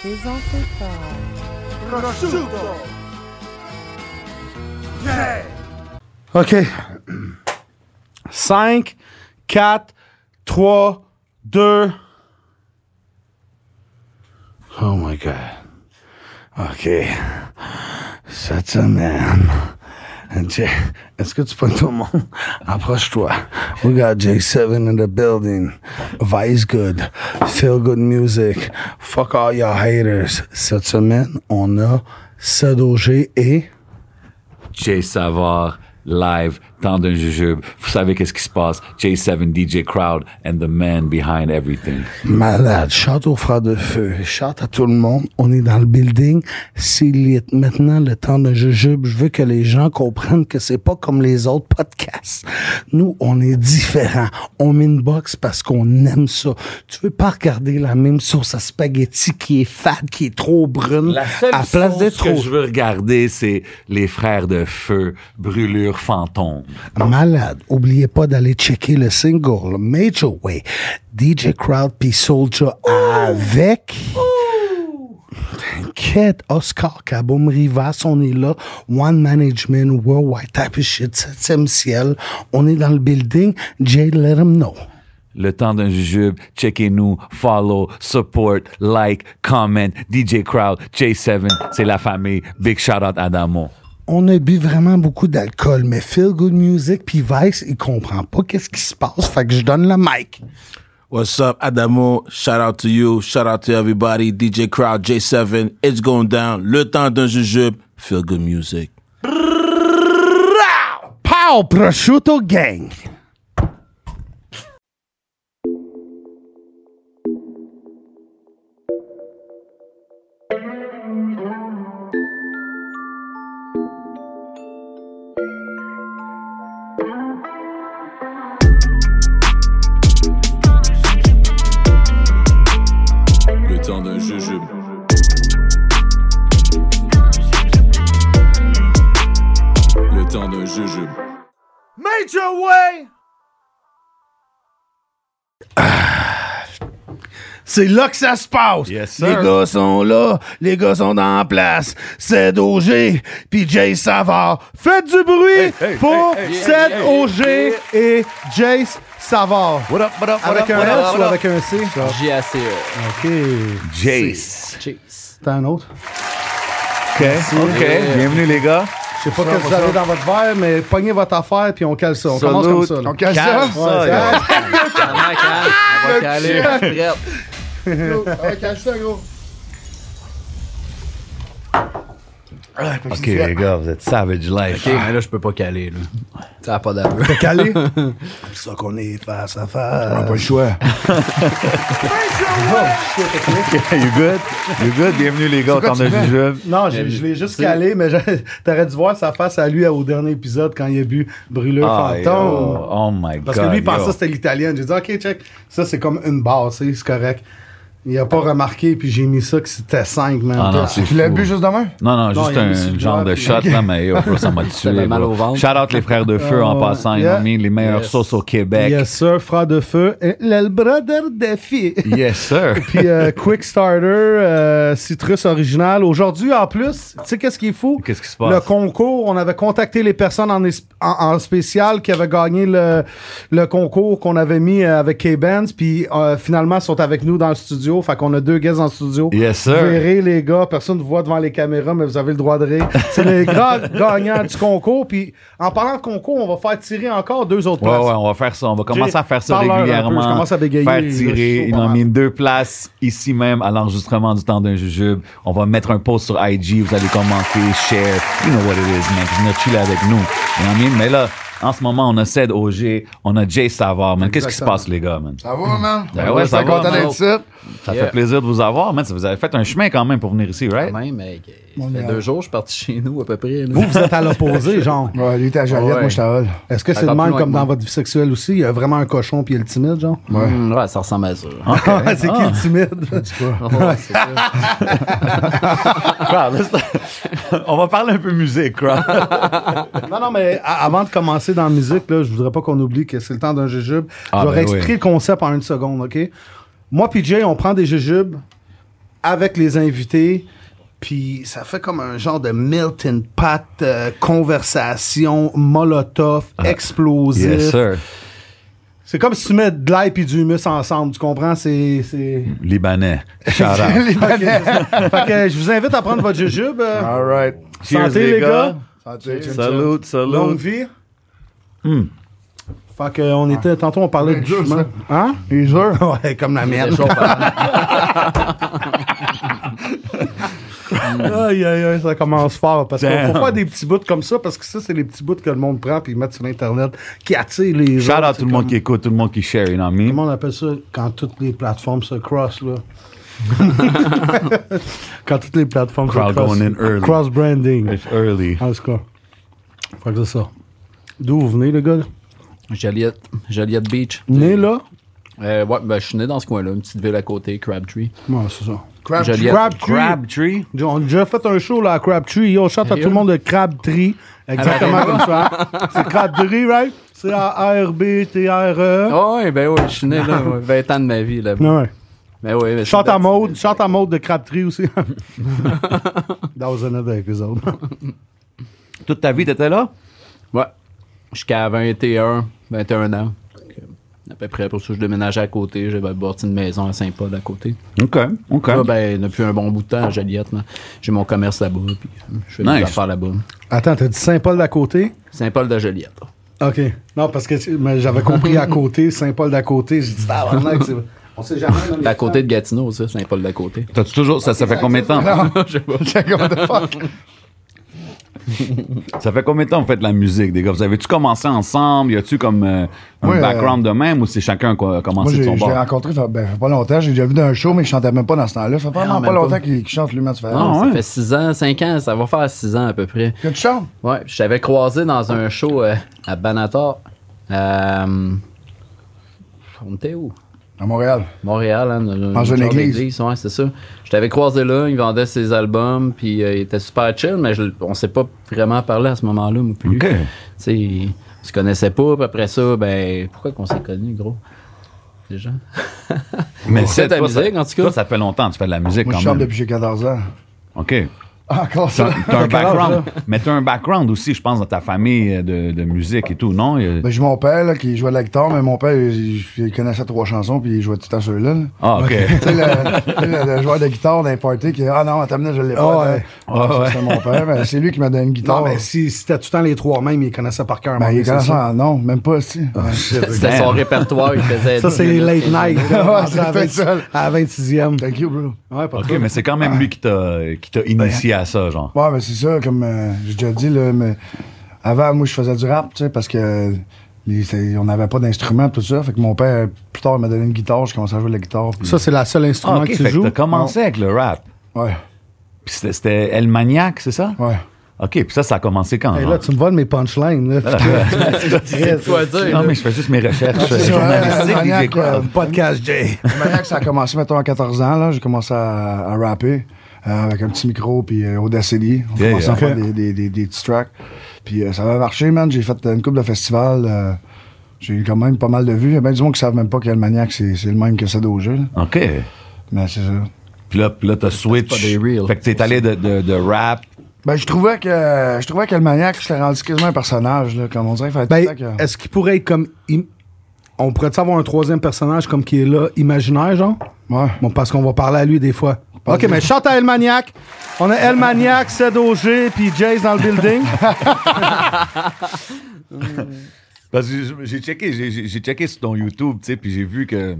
présenté par Prosciutto. Yeah. OK. 5, 4, 3, 2. Oh my God. OK. Cette semaine. Jay- Est-ce que tu prends tout le monde? Approche-toi. We got J7 in the building. Vice good. Feel good music. Fuck all your haters. Cette semaine, on a Sadogé et. Jay Savard live dans d'un jujube. Vous savez qu'est-ce qui se passe. J7 DJ Crowd and the man behind everything. Malade. Chante au frère de feu. Chante à tout le monde. On est dans le building. C'est lit. Maintenant, le temps de jujube. Je veux que les gens comprennent que c'est pas comme les autres podcasts. Nous, on est différents. On met une box parce qu'on aime ça. Tu veux pas regarder la même sauce à spaghetti qui est fade, qui est trop brune. La seule à place chose d'être que trop je veux regarder, c'est les frères de feu, brûlure fantôme. malade. Oubliez pas d'aller checker le single Major Way, DJ Crowd puis Soldier avec. T'inquiète, Oscar Kaboom Rivas, on est là. One Management, Worldwide Type of Shit, 7 ciel. On est dans le building. Jay, let him know. Le temps d'un jujube, checkez-nous, follow, support, like, comment, DJ Crowd, J7, c'est la famille. Big shout out Adamo. On a bu vraiment beaucoup d'alcool, mais Feel Good Music puis Vice, il comprend pas qu'est-ce qui se passe. Fait que je donne le mic. What's up, Adamo? Shout out to you. Shout out to everybody. DJ Crowd, J7. It's going down. Le temps d'un jujube. Feel good music. Pow, prosciutto gang. Le temps d'un jujube. Le temps d'un jujube. Major way! C'est là que ça se passe. Yes, sir. les gars sont là, les gars sont dans la place. C'est OG puis Jay Savard. Faites du bruit hey, pour hey, hey, Seth hey, hey, OG et Jace Savard. What up, what up, what Avec up, un what S up, ou what up? avec un C? JACE. OK. Jace. Cheese. T'as un autre? OK, OK. Bienvenue les gars. Je sais pas qu'est-ce que vous avez dans votre verre, mais pognez votre affaire puis on cale ça. On commence comme ça. là. On cache ça? Calme Ouais, ça, ça- yo. Calme, calme. On va caler. Prête. Yo, On cache ça, gros. Ah, faut que OK tu sois- les gars, vous êtes Savage Life. Ah, là, je peux pas caler, là. Ça a pas d'allure. Calé. C'est pour ça qu'on est face à On a face. pas le choix. you good? You good? Bienvenue les gars au temps d'un jujube. Non, je, je l'ai juste calé, mais je- t'aurais dû voir sa face à lui au dernier épisode quand il a bu Brûleur Ah, fantôme. yo. Oh my god. Parce que lui, il pensait yo. que c'était l'italienne. J'ai dit, OK, check. Ça, c'est comme une barre, c'est c'est correct. Il a pas remarqué, puis j'ai mis ça que c'était 5, man. Ah non, Toi, c'est Tu l'as fou. bu juste demain? Non, non, Non, juste il a un mis sur le genre de doigt, shot, là, mais yo, bro, ça m'a tué. T'avais mal bro. au ventre. Shout out les frères de feu en Oh, passant, ils yeah. ont mis les meilleures Yes. sauces au Québec. Yes, sir, frère de feu. Et Le brother de fille. Yes, sir. puis euh, Quick Starter, euh, Citrus original. Aujourd'hui, en plus, tu sais qu'est-ce qui est fou? Qu'est-ce qui se passe? Le concours, on avait contacté les personnes en, es- en- en spécial qui avaient gagné le, le concours qu'on avait mis euh, avec K-Benz, puis euh, finalement, ils sont avec nous dans le studio. Fait qu'on a deux guests en studio. Yes, sir. Vous verrez, les gars, personne ne vous voit devant les caméras, mais vous avez le droit de rire. C'est les grands gagnants du concours. Puis en parlant de concours, on va faire tirer encore deux autres Ouais, places. ouais, on va faire ça. On va commencer à faire ça parle-leur un peu, régulièrement. je commence à bégayer, Faire là, je tirer. suis Ils chaud, ont pas mis mal. deux places ici même à l'enregistrement du temps d'un jujube. On va mettre un post sur IG. Vous allez commenter, share. You know what it is, man. Venez chiller avec nous. You know what I mean? Mais là, en ce moment, on a Ced OG, on a Jay Savard, man. Qu'est-ce qui se Exactement. passe, les gars, man? Ça va, man? Ben ouais, ça Je suis va, content man. d'être ici. Ça Yeah. fait plaisir de vous avoir, man. Ça Vous avez fait un chemin quand même pour venir ici, right? Même, mec. Ça fait deux jours, je suis parti chez nous, à peu près. là. Vous, vous êtes à l'opposé, genre. Ouais, lui, t'es à Joliette, Ouais. moi, je suis à Hall. Est-ce que c'est le Encore même plus loin comme que dans moi. votre vie sexuelle aussi? Il y a vraiment un cochon puis il y a le timide, genre? Ah, Hum, ouais, ça ressemble à ça. Hein? c'est qui le timide? Ouais, c'est ça. Crowd, let's- on va parler un peu musique, crowd. non, non, mais a- avant de commencer dans la musique, là, je voudrais pas qu'on oublie que c'est le temps d'un jujube. Ah, je vais ben réexpliquer le concept en une seconde, OK? Moi puis Jay, on prend des jujubes, avec les invités. Puis ça fait comme un genre de melting pot, euh, conversation, molotov, Ah. explosif. Yes, sir. C'est comme si tu mets de l'ail et du humus ensemble, tu comprends? C'est. c'est... Libanais. Shout out. Ok. Fait que je vous invite à prendre votre jujube. euh, All right. Cheers, Santé, les gars. Santé. Chin-chin. Salute, Longue salute. vie. Hmm. Fait que, on était. Tantôt, on parlait de Ben, Dur, jugement. ça. Hein? Les jeux. Ouais, comme la mienne. aïe, aïe, aïe, ça commence fort. Parce qu'il Damn. faut faire des petits bouts comme ça, parce que ça, c'est les petits bouts que le monde prend puis ils mettent sur Internet, qui attirent les gens. Shout out tout le monde qui écoute, tout le monde qui share, you know what I mean? Comment on appelle ça quand toutes les plateformes se crossent, là? quand toutes les plateformes se Crowd crossent. going in early. Cross-branding. It's early. En tout cas, faut que c'est ça. D'où vous venez, le gars? là? Joliette, Joliette Beach. Né là? Euh, ouais, ben, je suis né dans ce coin-là, une petite ville à côté, Crabtree. Ouais, c'est ça. Crab Joliette. Crabtree. Crabtree. On a déjà fait un show là, à Crabtree. Yo, chante à tout le monde de Crabtree. Exactement comme ça. hein. C'est Crabtree, right? C'est A-R-B-T-R-E. Ah ouais, ben oui, je suis né là, ouais, 20 ans de ma vie là. Non, E. ouais. Ben oui, ben, Chante c'est- à mode. Chante à mode de Crabtree aussi. That was another episode. Toute ta vie, t'étais là? Ouais. Jusqu'à 21, 21 ans. Donc, euh, À peu près, pour ça, je déménageais à côté. J'avais bâti une maison à Saint-Paul à côté. OK, OK. Là, ben, depuis un bon bout de temps, à Joliette, là, j'ai mon commerce là-bas. Puis euh, je fais mes Nice. affaires là-bas. Attends, t'as dit Saint-Paul d'à côté? Saint-Paul de Joliette. là. OK. Non, parce que tu- mais j'avais compris à côté, Saint-Paul d'à côté. J'ai dit, ah, voilà, c'est- on sait jamais. là, les D'à côté de Gatineau, aussi, Saint-Paul d'à côté. T'as-tu toujours. Ça, ça fait combien de temps? Ça fait combien de temps vous faites de la musique, des gars? Vous avez-tu commencé ensemble? Y a-tu comme euh, un Ouais, euh, background de même ou c'est chacun qui a Moi, commencé j'ai- de je son l'ai bord? rencontré, ça fait, ben, fait pas longtemps. J'ai déjà vu dans un show, mais je chantais même pas dans ce temps-là. Fait non, vraiment pas même longtemps pas. qu'il qu'il chante, lui, mais tu fais. Non, Ah, ça ouais? fait 6 ans, 5 ans, ça va faire 6 ans à peu près. Que tu chantes? Ouais, je t'avais croisé dans un show euh, à Banator. Euh, on était où? À Montréal. Montréal, hein, dans un- Dans une genre église. ouais, c'est ça. Je t'avais croisé là, il vendait ses albums, puis euh, il était super chill, mais je- on s'est pas vraiment parlé à ce moment-là, moi plus. OK. Tu sais, il- on se connaissait pas, puis après ça, ben, pourquoi qu'on s'est connus, gros? Déjà? Mais Pour ta toi, ça- musique, en tout cas. toi, ça fait longtemps que tu fais de la musique Moi, je quand chante même. depuis que j'ai 14 ans. OK. Ah, Encore ça. T'as t'as un quel âge, background. Mais t'as un background aussi, je pense, dans ta famille euh, de, de musique et tout, non? Euh, Ben, j'ai mon père là, qui jouait à la guitare, mais mon père, il, il connaissait trois chansons, puis il jouait tout le temps ceux-là. là. Ah, OK. Tu sais, le, tu sais, le- le joueur de guitare d'un party qui Ah non, attends, une minute, je l'ai pas. Ah, ouais. là. Ah, Ça, ouais. C'est mon père. Ben, c'est lui qui m'a donné une Non, guitare. mais si si t'as tout le temps les trois mêmes, ils connaissaient par cœur. Ben, man, il est c'est ça. connaissant. Non, même pas, si. Ben, C'était son répertoire, il faisait. Ça, dix c'est les minutes. late night. Ouais, là, c'est à, peut-être 26 ça. à 26e. Thank you, bro. Ouais, pas OK, trop. mais c'est quand même lui qui t'a qui t'a initié à ça, genre. Ouais, mais c'est ça, comme euh, j'ai déjà dit, là, mais avant, moi, je faisais du rap, tu sais, parce que euh, les- c'est- on n'avait pas d'instrument, tout ça. Fait que mon père, plus tard, il m'a donné une guitare, je commençais à jouer de la guitare. puis- Ça, c'est la seule instrument Ah, OK, que fait tu que joues. t'as commencé avec le rap. Ouais, Puis c'était- c'était El Maniac, c'est ça? ouais. OK, puis ça, ça a commencé quand? Hey, genre? là, tu me voles mes punchlines. Là. C'est quoi dire? Non, là? mais je fais juste mes recherches euh, C'est journalistiques. ça, DJ Maniac, Crowd. euh, Podcast Jay. La manière que ça a commencé, mettons, à 14 ans, là, j'ai commencé à, à rapper euh, avec un petit micro, puis euh, Audacity. On Yeah, commençait yeah. à faire des, des, des, des petits tracks. Puis euh, ça avait marché, man. J'ai fait une couple de festivals. euh, j'ai eu quand même pas mal de vues. Il y a bien du monde qui savent même pas quel maniaque, c'est c'est le même que ça d'aujourd'hui. là. OK. Mais c'est ça. Puis là, puis là t'as switch. pas des reels. Fait que t'es allé de, de, de rap. Ben, je trouvais que je trouvais que le maniaque, c'était rendu quasiment un personnage, là, comme on dirait. Fait Ben, tout le temps que- est-ce qu'il pourrait être comme. im- On pourrait avoir un troisième personnage comme qui est là, imaginaire, genre? Ouais. Bon, parce qu'on va parler à lui des fois. OK, mais chante à El Maniac. On a El Maniac, Ced Auger, puis Jace dans le building. Parce que j'ai- j'ai checké, j'ai- j'ai j'ai checké sur ton YouTube, tu sais, puis j'ai vu que.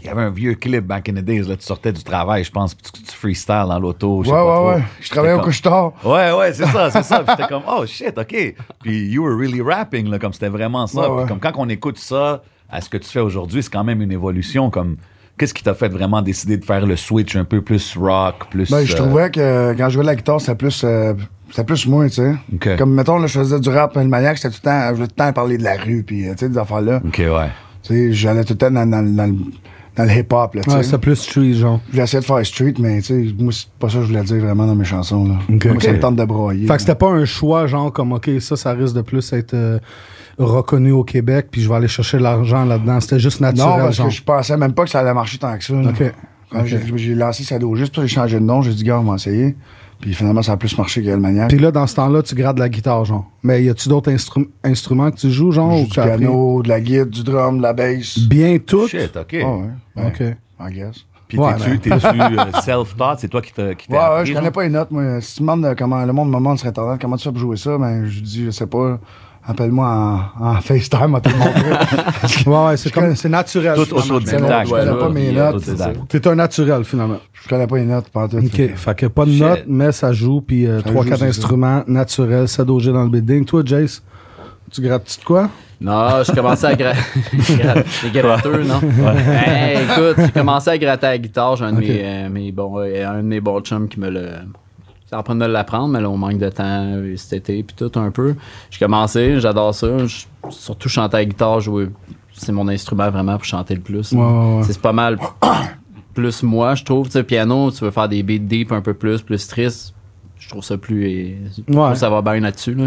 Il y avait un vieux clip back in the days, là, tu sortais du travail, je pense, puis tu, tu freestyle dans l'auto, je sais Ouais, pas ouais, trop. ouais. Je travaillais au J'étais couche-tard. comme- Ouais, ouais, c'est ça, c'est ça. Puis j'étais comme, oh shit, OK. Puis you were really rapping, là, comme c'était vraiment ça. Ouais, Puis ouais. comme quand on écoute ça à ce que tu fais aujourd'hui, c'est quand même une évolution. Comme, qu'est-ce qui t'a fait vraiment décider de faire le switch un peu plus rock, plus. Ben, je euh, trouvais que quand je jouais de la guitare, c'était plus, euh, c'était plus moi, tu sais. Ok. Comme, mettons, là, je faisais du rap, le maniaque, c'était tout le temps, je voulais tout le temps parler de la rue, puis, euh, tu sais, des affaires-là. OK, ouais. Tu sais, j'allais tout le temps dans, dans, dans le, dans le hip-hop, là, tu sais. c'est plus street, genre. J'ai essayé de faire street, mais, tu sais, moi, c'est pas ça que je voulais dire vraiment dans mes chansons, là. Ok, moi, ok. ça me tente de broyer. Fait que c'était pas un choix, genre, comme, OK, ça, ça risque de plus être euh, reconnu au Québec, puis je vais aller chercher l'argent là-dedans. C'était juste naturel, Non, parce genre. que je pensais même pas que ça allait marcher tant que ça, là. OK. Quand j'ai- J'ai lancé Sado juste, puis j'ai changé de nom, j'ai dit, gars, on va essayer. Puis finalement, ça a plus marché qu'Elmaniac. Puis là, dans ce temps-là, tu grades la guitare, genre. Mais y a-tu d'autres instru- instruments que tu joues, genre? J'ai ou du t'as appris- piano, de la guide, du drum, de la bass. Bien tout? Shit, OK. Ah ouais, ouais, OK. I guess. Puis Ouais, t'es-tu, t'es-tu, euh, self-taught? C'est toi qui t'as, qui t'as Ouais, ouais, appris, je connais genre? pas les notes, moi. Si tu me demandes euh, comment le monde me demande sur Internet, comment tu fais pour jouer ça, ben, je dis, je sais pas. Appelle-moi en, en FaceTime, à te le montrer. Ouais, Ah ouais, c'est Je comme, connais- c'est naturel. Tout autodidacte. Je connais pas mes notes. Autodidacte. T'es un naturel, finalement. je connais pas les notes, pas en tout. OK. Fait que pas de Shit. notes, mais ça joue, puis euh, Ça trois, joue, quatre c'est ça. instruments naturels, ça doge dans le building. Toi, Jace, tu grattes-tu de quoi? Non, je commençais à gratter. C'est gratteux, non? Ben, écoute, j'ai commencé à gratter à la guitare. J'ai un, de mes, euh, mes bons- euh, un de mes bons chums qui me le. C'est en train de me l'apprendre, mais là, on manque de temps euh, cet été, puis tout un peu. J'ai commencé, j'adore ça. Je- surtout chanter à la guitare, jouer. C'est mon instrument vraiment pour chanter le plus. ouais, ouais. C'est pas mal plus moi, je trouve. Tu sais, piano, tu veux faire des beats deep un peu plus, plus triste. Je trouve ça plus. et- je trouve Ouais. ça va bien là-dessus. là.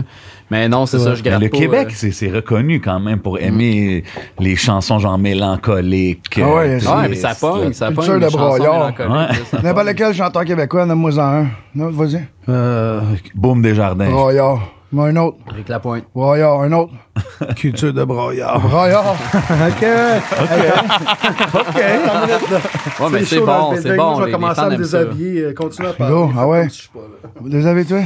Mais non, c'est ça, je Mais gratte le pas, Québec, euh, c'est, c'est reconnu quand même pour aimer les chansons genre mélancoliques. Mm. Ah ouais, euh, c'est- Ouais, mais tristes, ça là. pogne, ça Culture pogne. de les chansons broyard. mélancoliques, Ouais. là, ça pogne. N'importe quel chanteur québécois, nomme-moi en un. Non, vas-y. Euh, Boom des jardins. Broyard. Moi, un autre. Avec la pointe. Broyard, un autre. culture de broyard. Broyard. OK. Ouais, Ah, mais c'est bon, c'est bon. Je les- vais les commencer fans à me aiment ça. déshabiller. euh, Continue à parler. Go, ah ouais. Comme si je suis pas là. Désolé, toi.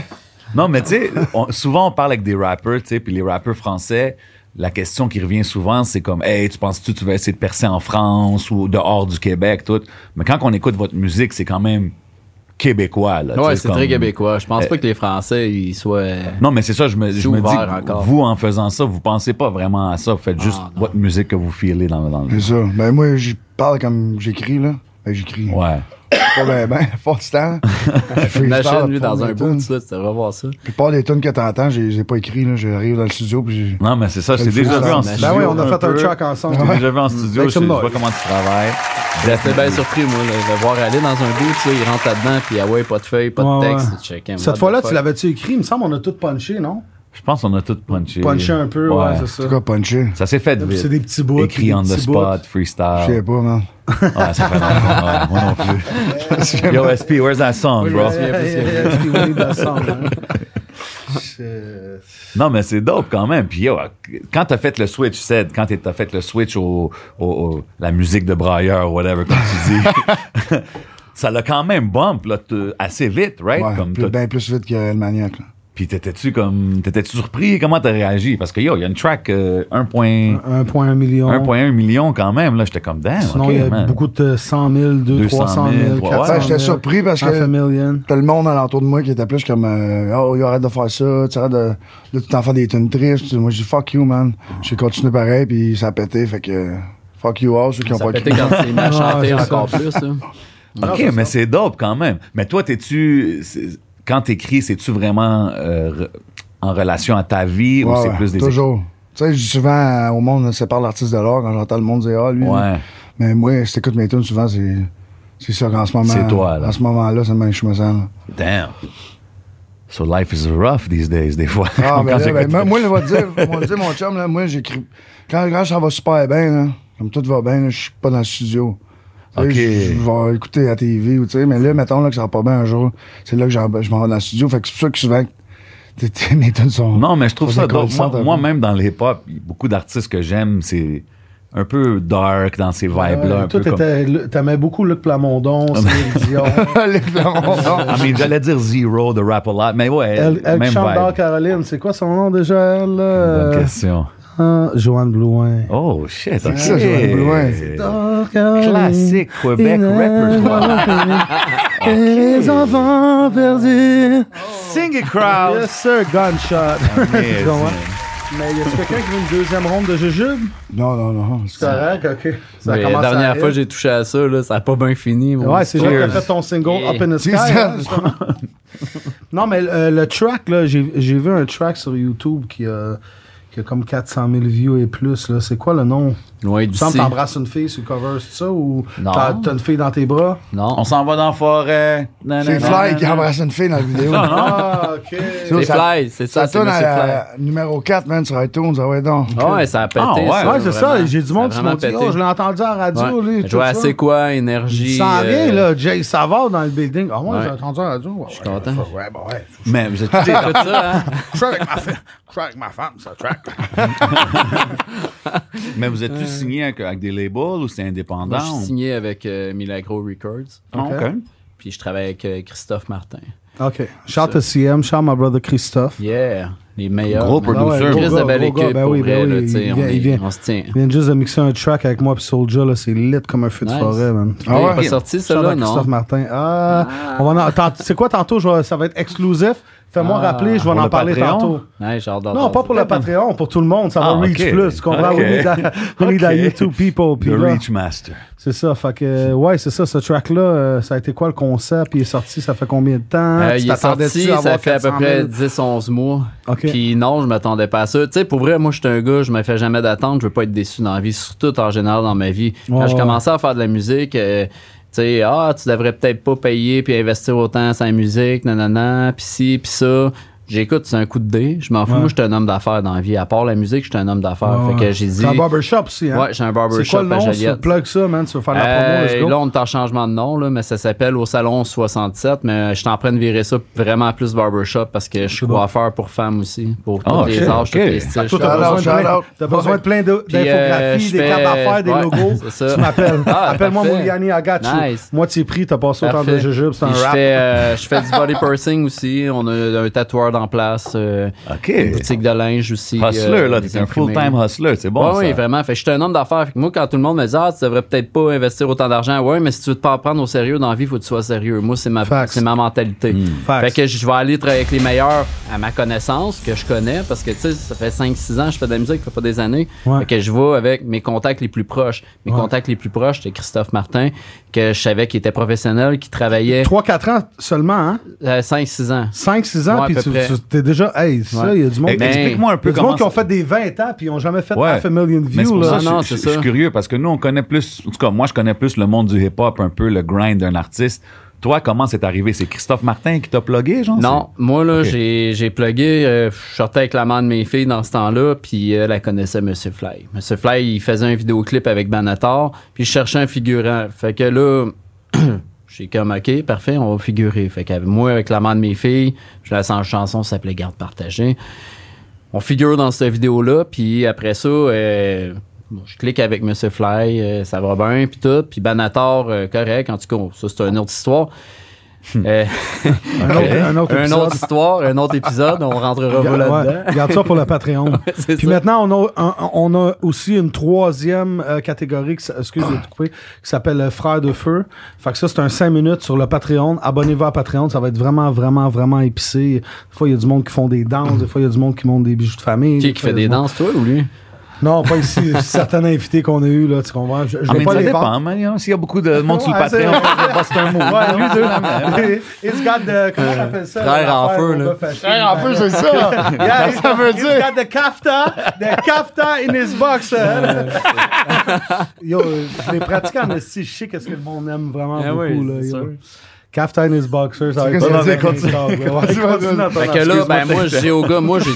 Non, mais tu sais, on- souvent on parle avec des rappers, tu sais, puis les rappers français, la question qui revient souvent, c'est comme, hey, tu penses-tu que tu vas essayer de percer en France ou dehors du Québec, tout. Mais quand on écoute votre musique, c'est quand même québécois, là. tu sais, Ouais, c'est comme- très québécois. Je pense Euh, pas que les Français, ils soient. euh, Non, mais c'est ça, je me, je C'est me ouvert dis, que encore. vous, en faisant ça, vous pensez pas vraiment à ça. Vous faites juste Ah, non. votre musique que vous filez dans, dans le. C'est ça. Ben, moi, j'y parle comme j'écris, là. Ben, j'écris. Ouais. Pas ben, ben, fort du temps. Imagine, Imagine, lui, dans un bout, ça, tu vas voir ça. Puis pas des tunes que t'entends, j'ai j'ai pas écrit, là. J'arrive dans le studio, puis j'ai. Non, mais c'est ça, le c'est déjà fais vu en en studio. Ben oui, on a fait un peu. track ensemble. Je t'ai déjà vu en studio, je Make sais some je noise. vois comment tu travailles. J'étais bien surpris, moi, là, de le voir aller dans un bout, tu sais, il rentre là-dedans, puis ah ouais, pas de feuille, pas de Ouais, texte. ouais. check, hein, what Cette the fois-là, fuck. tu l'avais-tu écrit? Il me semble qu'on a tout punché, non? Je pense qu'on a tout punché. Punché un peu, ouais, c'est En ça. tout cas, punché. Ça s'est fait vite. C'est des petits bouts. Écrit des on the petits spot, Je sais freestyle. pas, man. Ouais, ça fait longtemps. ouais, moi non plus. Yo, SP, where's that song, bro? bouts. Yeah, yeah, yeah, yeah, we need that song, hein. Shit. Non, mais c'est dope quand même. Puis yo, quand t'as fait le switch, Ced, quand t'as fait le switch au, au- au- la musique de Brailleur, whatever, comme tu dis, ça l'a quand même bump, là, t- assez vite, right? Ouais, comme plus, t'as- ben plus vite que le maniaque, là. Puis t'étais-tu comme, t'étais-tu surpris? Comment t'as réagi? Parce que yo, il y a une track euh, 1.1 1,1 million. 1.1 million quand même, là, j'étais comme, damn, Sinon, ok, il y a man. beaucoup de 100 000, 200 300 000, 300 000, 400 ouais. 000. Ouais, j'étais surpris parce que- half a million. T'as le monde alentour de moi qui était plus comme euh, Oh, yo, arrête de faire ça, tu arrêtes de. Là, tu t'en fais des tunes tristes. Moi, je dis fuck you, man. Ah. J'ai continué pareil, puis ça a pété, fait que. Fuck you all, ceux qui ont Ça pas pétait écrit. quand c'est mal chanté Ouais, c'est encore plus, là. Ok, mais c'est dope quand même. Mais toi, t'es-tu. c'est- Quand t'écris, c'est-tu vraiment euh, re- en relation à ta vie ou Ouais, c'est ouais, plus des. Toujours. Tu sais, je dis souvent euh, au monde, c'est par l'artiste de l'or quand j'entends le monde dire Ah, lui. Ouais. Mais moi, si t'écoutes mes tunes, souvent, c'est. C'est ça qu'en ce moment. C'est toi, là. En ce moment-là, c'est le même que je me sens, là. Damn. So life is rough these days, des fois. Ah, Quand ben là, j'écoute- ben, moi, je vais te dire, moi, dire, mon chum, là, moi, j'écris. Quand, quand ça va super bien, là, comme tout va bien, là, je suis pas dans le studio. Tu sais, Ok. Je je vais écouter la TV, ou tu sais, mais là, mettons là, que ça va pas bien un jour, c'est là que j'en- je m'en vais dans le studio. Fait que c'est pour ça que souvent, t'es- t'es- mes tunes sont. Non, mais je trouve Faut ça qu'on le dope. sente Moi- un Moi-même, dans le hip-hop, beaucoup d'artistes que j'aime, c'est un peu dark dans ces vibes-là. un Ouais, Euh, Toi, peu comme- t'étais- le- t'aimais beaucoup Luc Plamondon, Cyril Dion. Les flamants, non. Ah, mais j'allais dire Zero de Rap A Lot, mais ouais, Elle, elle qui même chante dans euh, vibe. Caroline, c'est quoi son nom déjà, elle? Bonne euh, question. hein, Joanne Blouin. Oh, shit, ok. ça, Joanne Blouin. Dans Caroline, Classique Québec une répertoire. Et les enfants perdus. Sing it, crowd. Yes, sir, gunshot. Mais, Tu comprends? Mais y a-tu quelqu'un qui veut une deuxième ronde de jujube? Non, non, non. C'est correct, ok. Mais la commence à dernière rire. fois, j'ai touché à ça, là, ça a pas bien fini. mon Ouais, c'est là histoire. que t'as fait ton single Yeah. Up in the Sky. C'est ça. hein, justement. non, mais euh, le track, là, j'ai j'ai vu un track sur YouTube qui a, qui a comme 400 000 views et plus. là. C'est quoi le nom? Loin Tu sembles d'ici. que t'embrasses une fille sur le cover, c'est ça? Ou Non. t'as t'as une fille dans tes bras? Non. On s'en va dans la forêt. C'est Fly qui embrasse une fille dans la vidéo. Ah, OK. Non, C'est ça- Fly, c'est ça, Ça c'est tourne à Monsieur Fly. la- numéro 4, man, sur iTunes. Ah ouais, donc. Ah ouais, ça a pété. Ah ouais, ça, Ouais, c'est ça. vraiment. J'ai du monde qui vraiment m'ont dit, pété. oh, je l'ai entendu à la radio. Ouais. lui, tout Je vois ça. assez quoi, énergie. Ça en vient, euh, là. Jay Savard dans le building. Ah, moi, Ouais. j'ai entendu à la radio. Ouais, je suis content. Ouais, bah ouais. Mais vous êtes tous des- tout ça, hein? Je suis avec ma femme. Je suis avec ma femme, ça track. mais vous êtes tous signés avec, avec des labels ou c'est indépendant? Moi, je suis ou- signé avec euh, Milagro Records, Ah, OK. puis je travaille avec euh, Christophe Martin. OK. Shout to CM, shout my brother Christophe. Yeah, les meilleurs. Gros man. producer. Ah ouais, gros Chris gars, de belle gros gars, équipe, ben pour oui, vrai, ben là, oui, tu sais, il on, vient- il est- vient. on se tient. Il vient juste de mixer un track avec moi pis Soulja, là. C'est lit comme un feu de Nice. forêt, man. Ah Hey, ouais? pas sorti, Shout out celle-là, à non? Christophe Martin. Ah, on va en- tant- C'est quoi tantôt? je vais- ça va être exclusif. Fais-moi Ah. rappeler, je vais Pour en le parler Patreon? tantôt. Ouais, j'ai hâte Non, d'entendre pas ça. pour le Patreon, pour tout le monde. Ça va Ah, reach ok. plus, tu comprends? Ok. We need a, we need a Ok. YouTube people. The Puis là, Reach Master. c'est ça. Fait que, ouais, c'est ça. Ce track-là, euh, ça a été quoi le concept? Il est sorti, ça fait combien de temps? Euh, Hein, Tu il est t'attendais-tu sorti, à avoir ça fait à peu 400 près 000? 10-11 mois. Ok. Puis non, je m'attendais pas à ça. Tu sais, pour vrai, moi, je suis un gars, je me fais jamais d'attente, je veux pas être déçu dans la vie, surtout en général dans ma vie. Quand Ouais, je ouais. commençais à faire de la musique, euh, tu sais, ah, tu devrais peut-être pas payer puis investir autant sur la musique, nanana, puis ci, puis ça. J'écoute, c'est un coup de dé, je m'en fous, Ouais. moi, je suis un homme d'affaires dans la vie. À part la musique, je suis un homme d'affaires. Ouais, Ah, Fait ouais. que j'ai dit... C'est un barbershop aussi, hein? Ouais, j'ai un barbershop C'est quoi le à nom? Joliette. Tu plug ça, man. Tu veux faire de la promo, Euh, let's go. là, on est en changement de nom, là, mais ça s'appelle Au Salon 67. Mais je suis en train de virer ça vraiment plus barbershop parce que je suis coiffeur pour femmes aussi. Pour tous Ah, ok, les âges, ok. tous les styles. Toi, t'as Shout out, besoin, de shout plein- out. t'as besoin de plein de- Puis, euh, d'infographies, je des fais- cartes d'affaires, des ouais, logos. c'est ça. Tu m'appelles. Ah, Appelle-moi parfait. Mouliani, I got you. Nice. Moi, t'es pris, t'as passé autant de Parfait. jujubes, c'est un Puis je, rap. fais, euh, je fais du body piercing aussi. On a un tatoueur en place. euh, OK. Une boutique de linge aussi. Hustler, euh, là. des T'es un imprimés. full-time hustler. C'est Ouais, bon, oui, ça. vraiment. Fait que je suis un homme d'affaires. Fait que moi, quand tout le monde me dit, ah, tu devrais peut-être pas investir autant d'argent. Ouais, mais si tu veux te pas prendre au sérieux dans la vie, faut que tu sois sérieux. Moi, c'est ma, Facts. c'est ma mentalité. Hmm. Facts. Fait que je vais aller travailler avec les meilleurs à ma connaissance, que je connais, parce que, tu sais, ça fait 5-6 ans, que je fais de la musique, ça fait pas des années. Ouais. Fait que je vais avec mes contacts les plus proches. Mes contacts les plus proches, c'était Christophe Martin, que je savais qu'il était professionnel, qui travaillait 3-4 ans seulement, hein? euh, 5-6 ans. 5-6 Ouais, ans, à puis peu tu, près. tu- t'es déjà. Hey, ça, Ouais. il y a du monde. Eh, Il y a Mais- Explique-moi un peu du monde comment qui ont ça... fait des 20 ans, puis ils ont jamais fait Ouais. half a million Mais c'est views, pour là. ça que Non, non, je, je- c'est je suis ça. curieux parce que nous, on connaît plus, en tout cas, moi, je connais plus le monde du hip-hop, un peu le grind d'un artiste. Toi, comment c'est arrivé? C'est Christophe Martin qui t'a plugué, genre? Ah, Non, moi là, Ok. j'ai j'ai plugué, euh, je sortais avec l'amant de mes filles dans ce temps-là, puis elle la connaissait Monsieur Fly. Monsieur Fly, il faisait un vidéoclip avec Banator, puis je cherchais un figurant. Fait que là j'ai comme OK, parfait, on va figurer. Fait que moi avec l'amant de mes filles, je la sens en chanson, ça s'appelait Garde partagée. On figure dans cette vidéo-là, puis après ça, euh, bon, je clique avec Monsieur Fly, euh, ça va bien, puis tout, puis Banator, euh, correct, en tout cas, ça c'est une autre histoire. Euh, Hmm. Un autre- un autre une épisode. autre histoire, un autre épisode, on rentrera pas là-dedans. Ouais, Garde ça pour le Patreon. c'est Puis ça. maintenant, on a, un- on a aussi une troisième euh, catégorie, qui s- excuse de te couper, qui s'appelle euh, Frères de Feu. Fait que ça, c'est un 5 minutes sur le Patreon. Abonnez-vous à Patreon, ça va être vraiment, vraiment, vraiment épicé. Des fois, il y a du monde qui font des danses, des fois, il y a du monde qui monte des bijoux de famille. Qui, des qui fois, fait il y des a du monde- danses, toi ou lui? Non, pas ici. certains invités qu'on a eus, là, tu comprends. Je, je Ah, vais mais pas ça les vendre. dépend, man. hein. S'il y a beaucoup de monde sur le Ouais, c'est- Patreon, on va se faire un mot. Ouais, lui, deux. It's got the. Comment on appelle ça? Frère en l'affaire feu, au là. gars fâché, Frère en là. feu, c'est ça. Yeah, Ça veut he's dire. got the kafta, the kafta in his box. hein. yo, je l'ai pratiqué en esti, je sais qu'est-ce que le monde aime vraiment beaucoup. là, yo. Kafta in his boxer, ça va C'est être que pas ça avec veut les cordes, ouais, ouais, Vas-y, vas-y, continue, vas-y. Fait attends. que là, ben moi, je dis aux gars, moi, j'ai,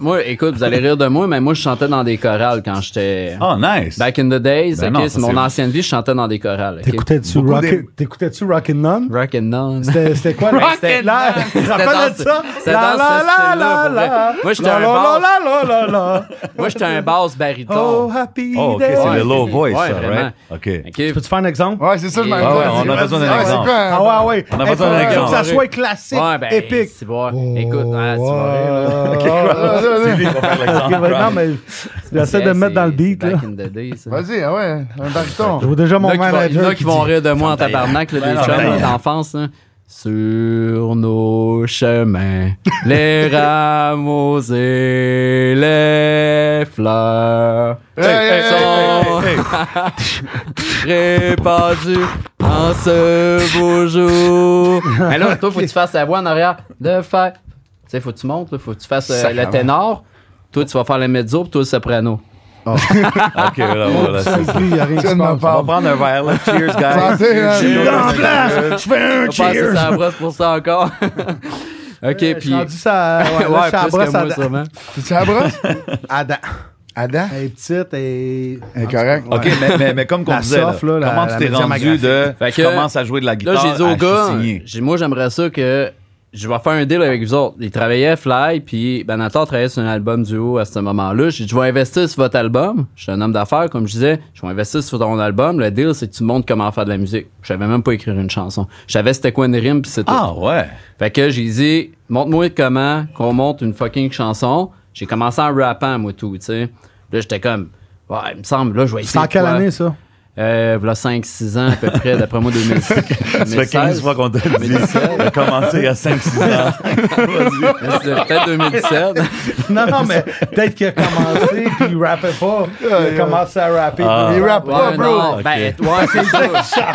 moi, écoute, vous allez rire de moi, mais moi, je chantais dans des chorales quand j'étais Oh, nice. back in the days. Ben ok, non, ça, c'est mon c'est- ancienne vie, je chantais dans des chorales. ok? T'écoutais-tu Beaucoup Rockin' des- t'écoutais-tu Rockin' None? Rock and non. C'était c'était quoi? là? C'était là. Rappelle de ce- ça? c'était La dans la ce la style-là, la pour vrai. la. Moi, j'étais La, un la, boss. la, la, la, la. Moi, j'étais un bass bariton. Oh, happy Oh, OK, day. c'est le low Ouais, voice, ça, vraiment. right? OK. Ok, Peux-tu faire un exemple? Ouais, c'est ça, je m'en Ouais, vais. ouais, Vas-y, on a vas-y. besoin d'un Ah, exemple. c'est quoi, hein? Ah ouais, ouais. On a Hey, besoin faut d'un que exemple. ça soit classique, ouais, ben, épique. Oh, C'est bon. Écoute, ah, tu vas rire, là. Ouais. Vas-y, vas-y. Ok, ouais, non, mais j'essaie de me mettre dans le beat. Back Là. in the day, ça. Vas-y, ah ouais, un Je bariton. vois déjà mon Là, qui vont- manager. là qui vont dit- rire de moi en tabarnak, là, des chums là, d'enfance. là. Sur nos chemins, les rameaux et les fleurs Hey, hey, sont répandues en ce beau jour. Mais là, toi, faut que tu fasses la voix en arrière. De faire. Tu sais, faut que tu montes, là, faut que tu fasses euh, le ténor. Toi, tu vas faire le mezzo, puis toi, le soprano. OK, voilà, voilà. C'est écrit, il n'y a rien qui se Tellement passe. On va prendre un verre, là. Cheers, guys. Santé, hein, man. Cheers. place! Je fais un Je pense que ça brosse pour ça encore. ok, Je puis. suis rendu ça. à- Ouais, là, je suis à plus brosse que moi, à- sûrement. T'es-tu à la brosse? Oh, à dents. Adam? Elle est petite et. Elle est correcte. OK, mais, mais, mais comme qu'on La disait, là, soft, là, la- comment la tu t'es rendu médiamagraphie. de... Fait je que- commence à jouer de la Là, guitare j'ai dit au à gars, euh, Chicoutimi. j'ai- moi, j'aimerais ça que je vais faire un deal avec vous autres. Ils travaillaient à Fly, puis Benatar travaillait sur un album duo à ce moment-là. J'ai dit, je vais investir sur votre album. Je suis un homme d'affaires, comme je disais. Je vais investir sur ton album. Le deal, c'est que tu me montres comment faire de la musique. Je savais même pas écrire une chanson. Je savais c'était quoi une rime, puis c'est tout. Ah, ouais. Fait que j'ai dit, montre-moi comment qu'on monte une fucking chanson. J'ai commencé en rappant, moi, tout, tu sais. Là, j'étais comme, ouais, il me semble, là, je vais C'est essayer. en de quelle quoi. année, ça? Euh, voilà 5-6 ans, à peu près, d'après moi, 2006. Ça fait 15 fois qu'on te le dit. 2017. On a commencé il y a 5-6 ans. Vas-y. Mais c'était Peut-être 2017. Non, non, mais peut-être qu'il a commencé puis il rappait pas. Il a commencé à rapper. Ah. Il rappe Ouais, pas, bro. non, ben, ouais, c'est ça.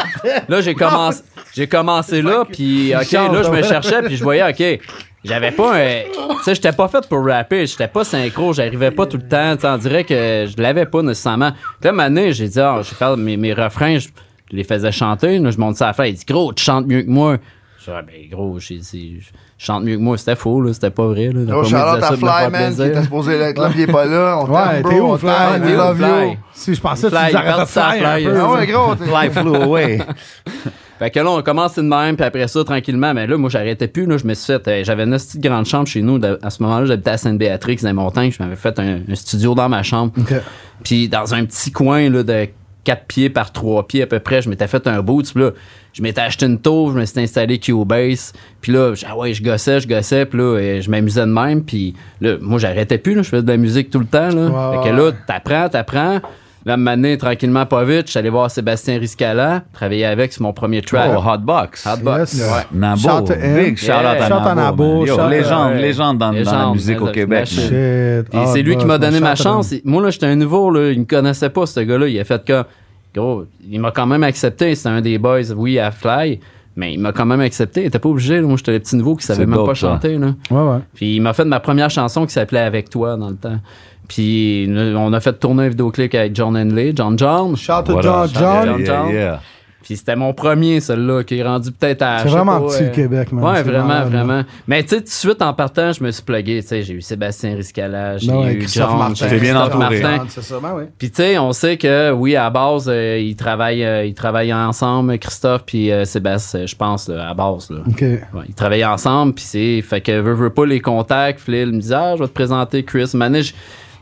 là, j'ai commencé, j'ai commencé là, puis OK, chante, là, je me ouais. cherchais, puis je voyais, OK, j'avais pas un... Tu sais, j'étais pas fait pour rapper, j'étais pas synchro, j'arrivais pas tout le temps, tu sais, on dirait que je l'avais pas nécessairement. Puis là, mané, j'ai dit, ah, je vais faire mes, mes refrains, je les faisais chanter, là, je monte ça à la fin, il dit, gros, tu chantes mieux que moi. Je dis, ah, ben, gros, j'ai dit, je chante mieux que moi, c'était faux, là, c'était pas vrai, là. D'après moi, Yo, il disait Charlotte ça à pour me Fly, faire man, qui plaisir. était supposé être là, puis il est pas là. On Ouais, t'aime, t'es bro, où, on Fly? t'aime, T'es we où, love you. Fly? Si je pensais que tu Fly, nous il arrêtais de perd sa fly un fly, peu. euh, Ah ouais, gros, t'es... Fly flew away. Fait que là, on commence de même, puis après ça, tranquillement, mais là, moi, j'arrêtais plus. Là, je me suis fait. euh, J'avais une petite grande chambre chez nous. De- à ce moment-là, j'habitais à Sainte-Béatrix, dans les montagnes. Je m'avais fait un, un studio dans ma chambre. Puis dans un petit coin là, de 4 pieds par 3 pieds à peu près, je m'étais fait un boot. Puis là, je m'étais acheté une tour, je me suis installé Cubase. Puis là, je- ah ouais, je gossais, je gossais. Puis là, euh, je m'amusais de même. Puis là, moi, j'arrêtais plus. Là, je faisais de la musique tout le temps. Là. Ouais, fait que ouais, là, ouais. t'apprends, t'apprends. Là, mané, tranquillement, pas vite, je suis allé voir Sébastien Riscala, travailler avec, c'est mon premier track. Oh, Hotbox. Hotbox. Yes. Ouais. Nabo. Shout to him. Big shout out Yeah. à Shout Nabo. à Nabo, man. Yo, shout à- légende, Ouais. légende dans, dans la Légende, musique au mais- Québec. mais- man. Shit. Puis Ah, c'est lui bah, qui m'a c'est donné mon ma chat, chance. Il- Moi, là, j'étais un nouveau, là. Il me connaissait pas, ce gars-là. Il a fait comme. Gros, il m'a quand même accepté. C'était un des boys, oui, à Fly. Mais il m'a quand même accepté. Il était pas obligé. là. Moi, j'étais le petit nouveau qui savait C'est même dope, pas ça. chanter, là. Ouais, ouais. Puis il m'a fait ma première chanson qui s'appelait Avec toi dans le temps. Puis on a fait tourner un vidéoclip avec John Henley, John John. Shout to Voilà. John John. John. Yeah, yeah. Puis c'était mon premier, celui-là, qui est rendu peut-être à. C'est je sais vraiment pas, euh, petit, le Québec, man. Ouais, C'est vraiment, malade, vraiment. Mais tu sais, tout de suite, en partant, je me suis plugué. Tu sais, j'ai eu Sébastien Riscala, j'ai Non, Ben ouais, eu Christophe John, Martin. j'ai eu T'es bien Christophe entouré. Martin. C'est ça, ben oui. Puis tu sais, on sait que oui, à la base, euh, ils travaillent, euh, ils travaillent ensemble, Christophe puis euh, Sébastien, euh, je pense, là, à la base. Là. OK. Ouais, ils travaillaient ensemble, puis c'est fait que veux, veux pas les contacts, Phil me dit ah, je vais te présenter Chris Manage.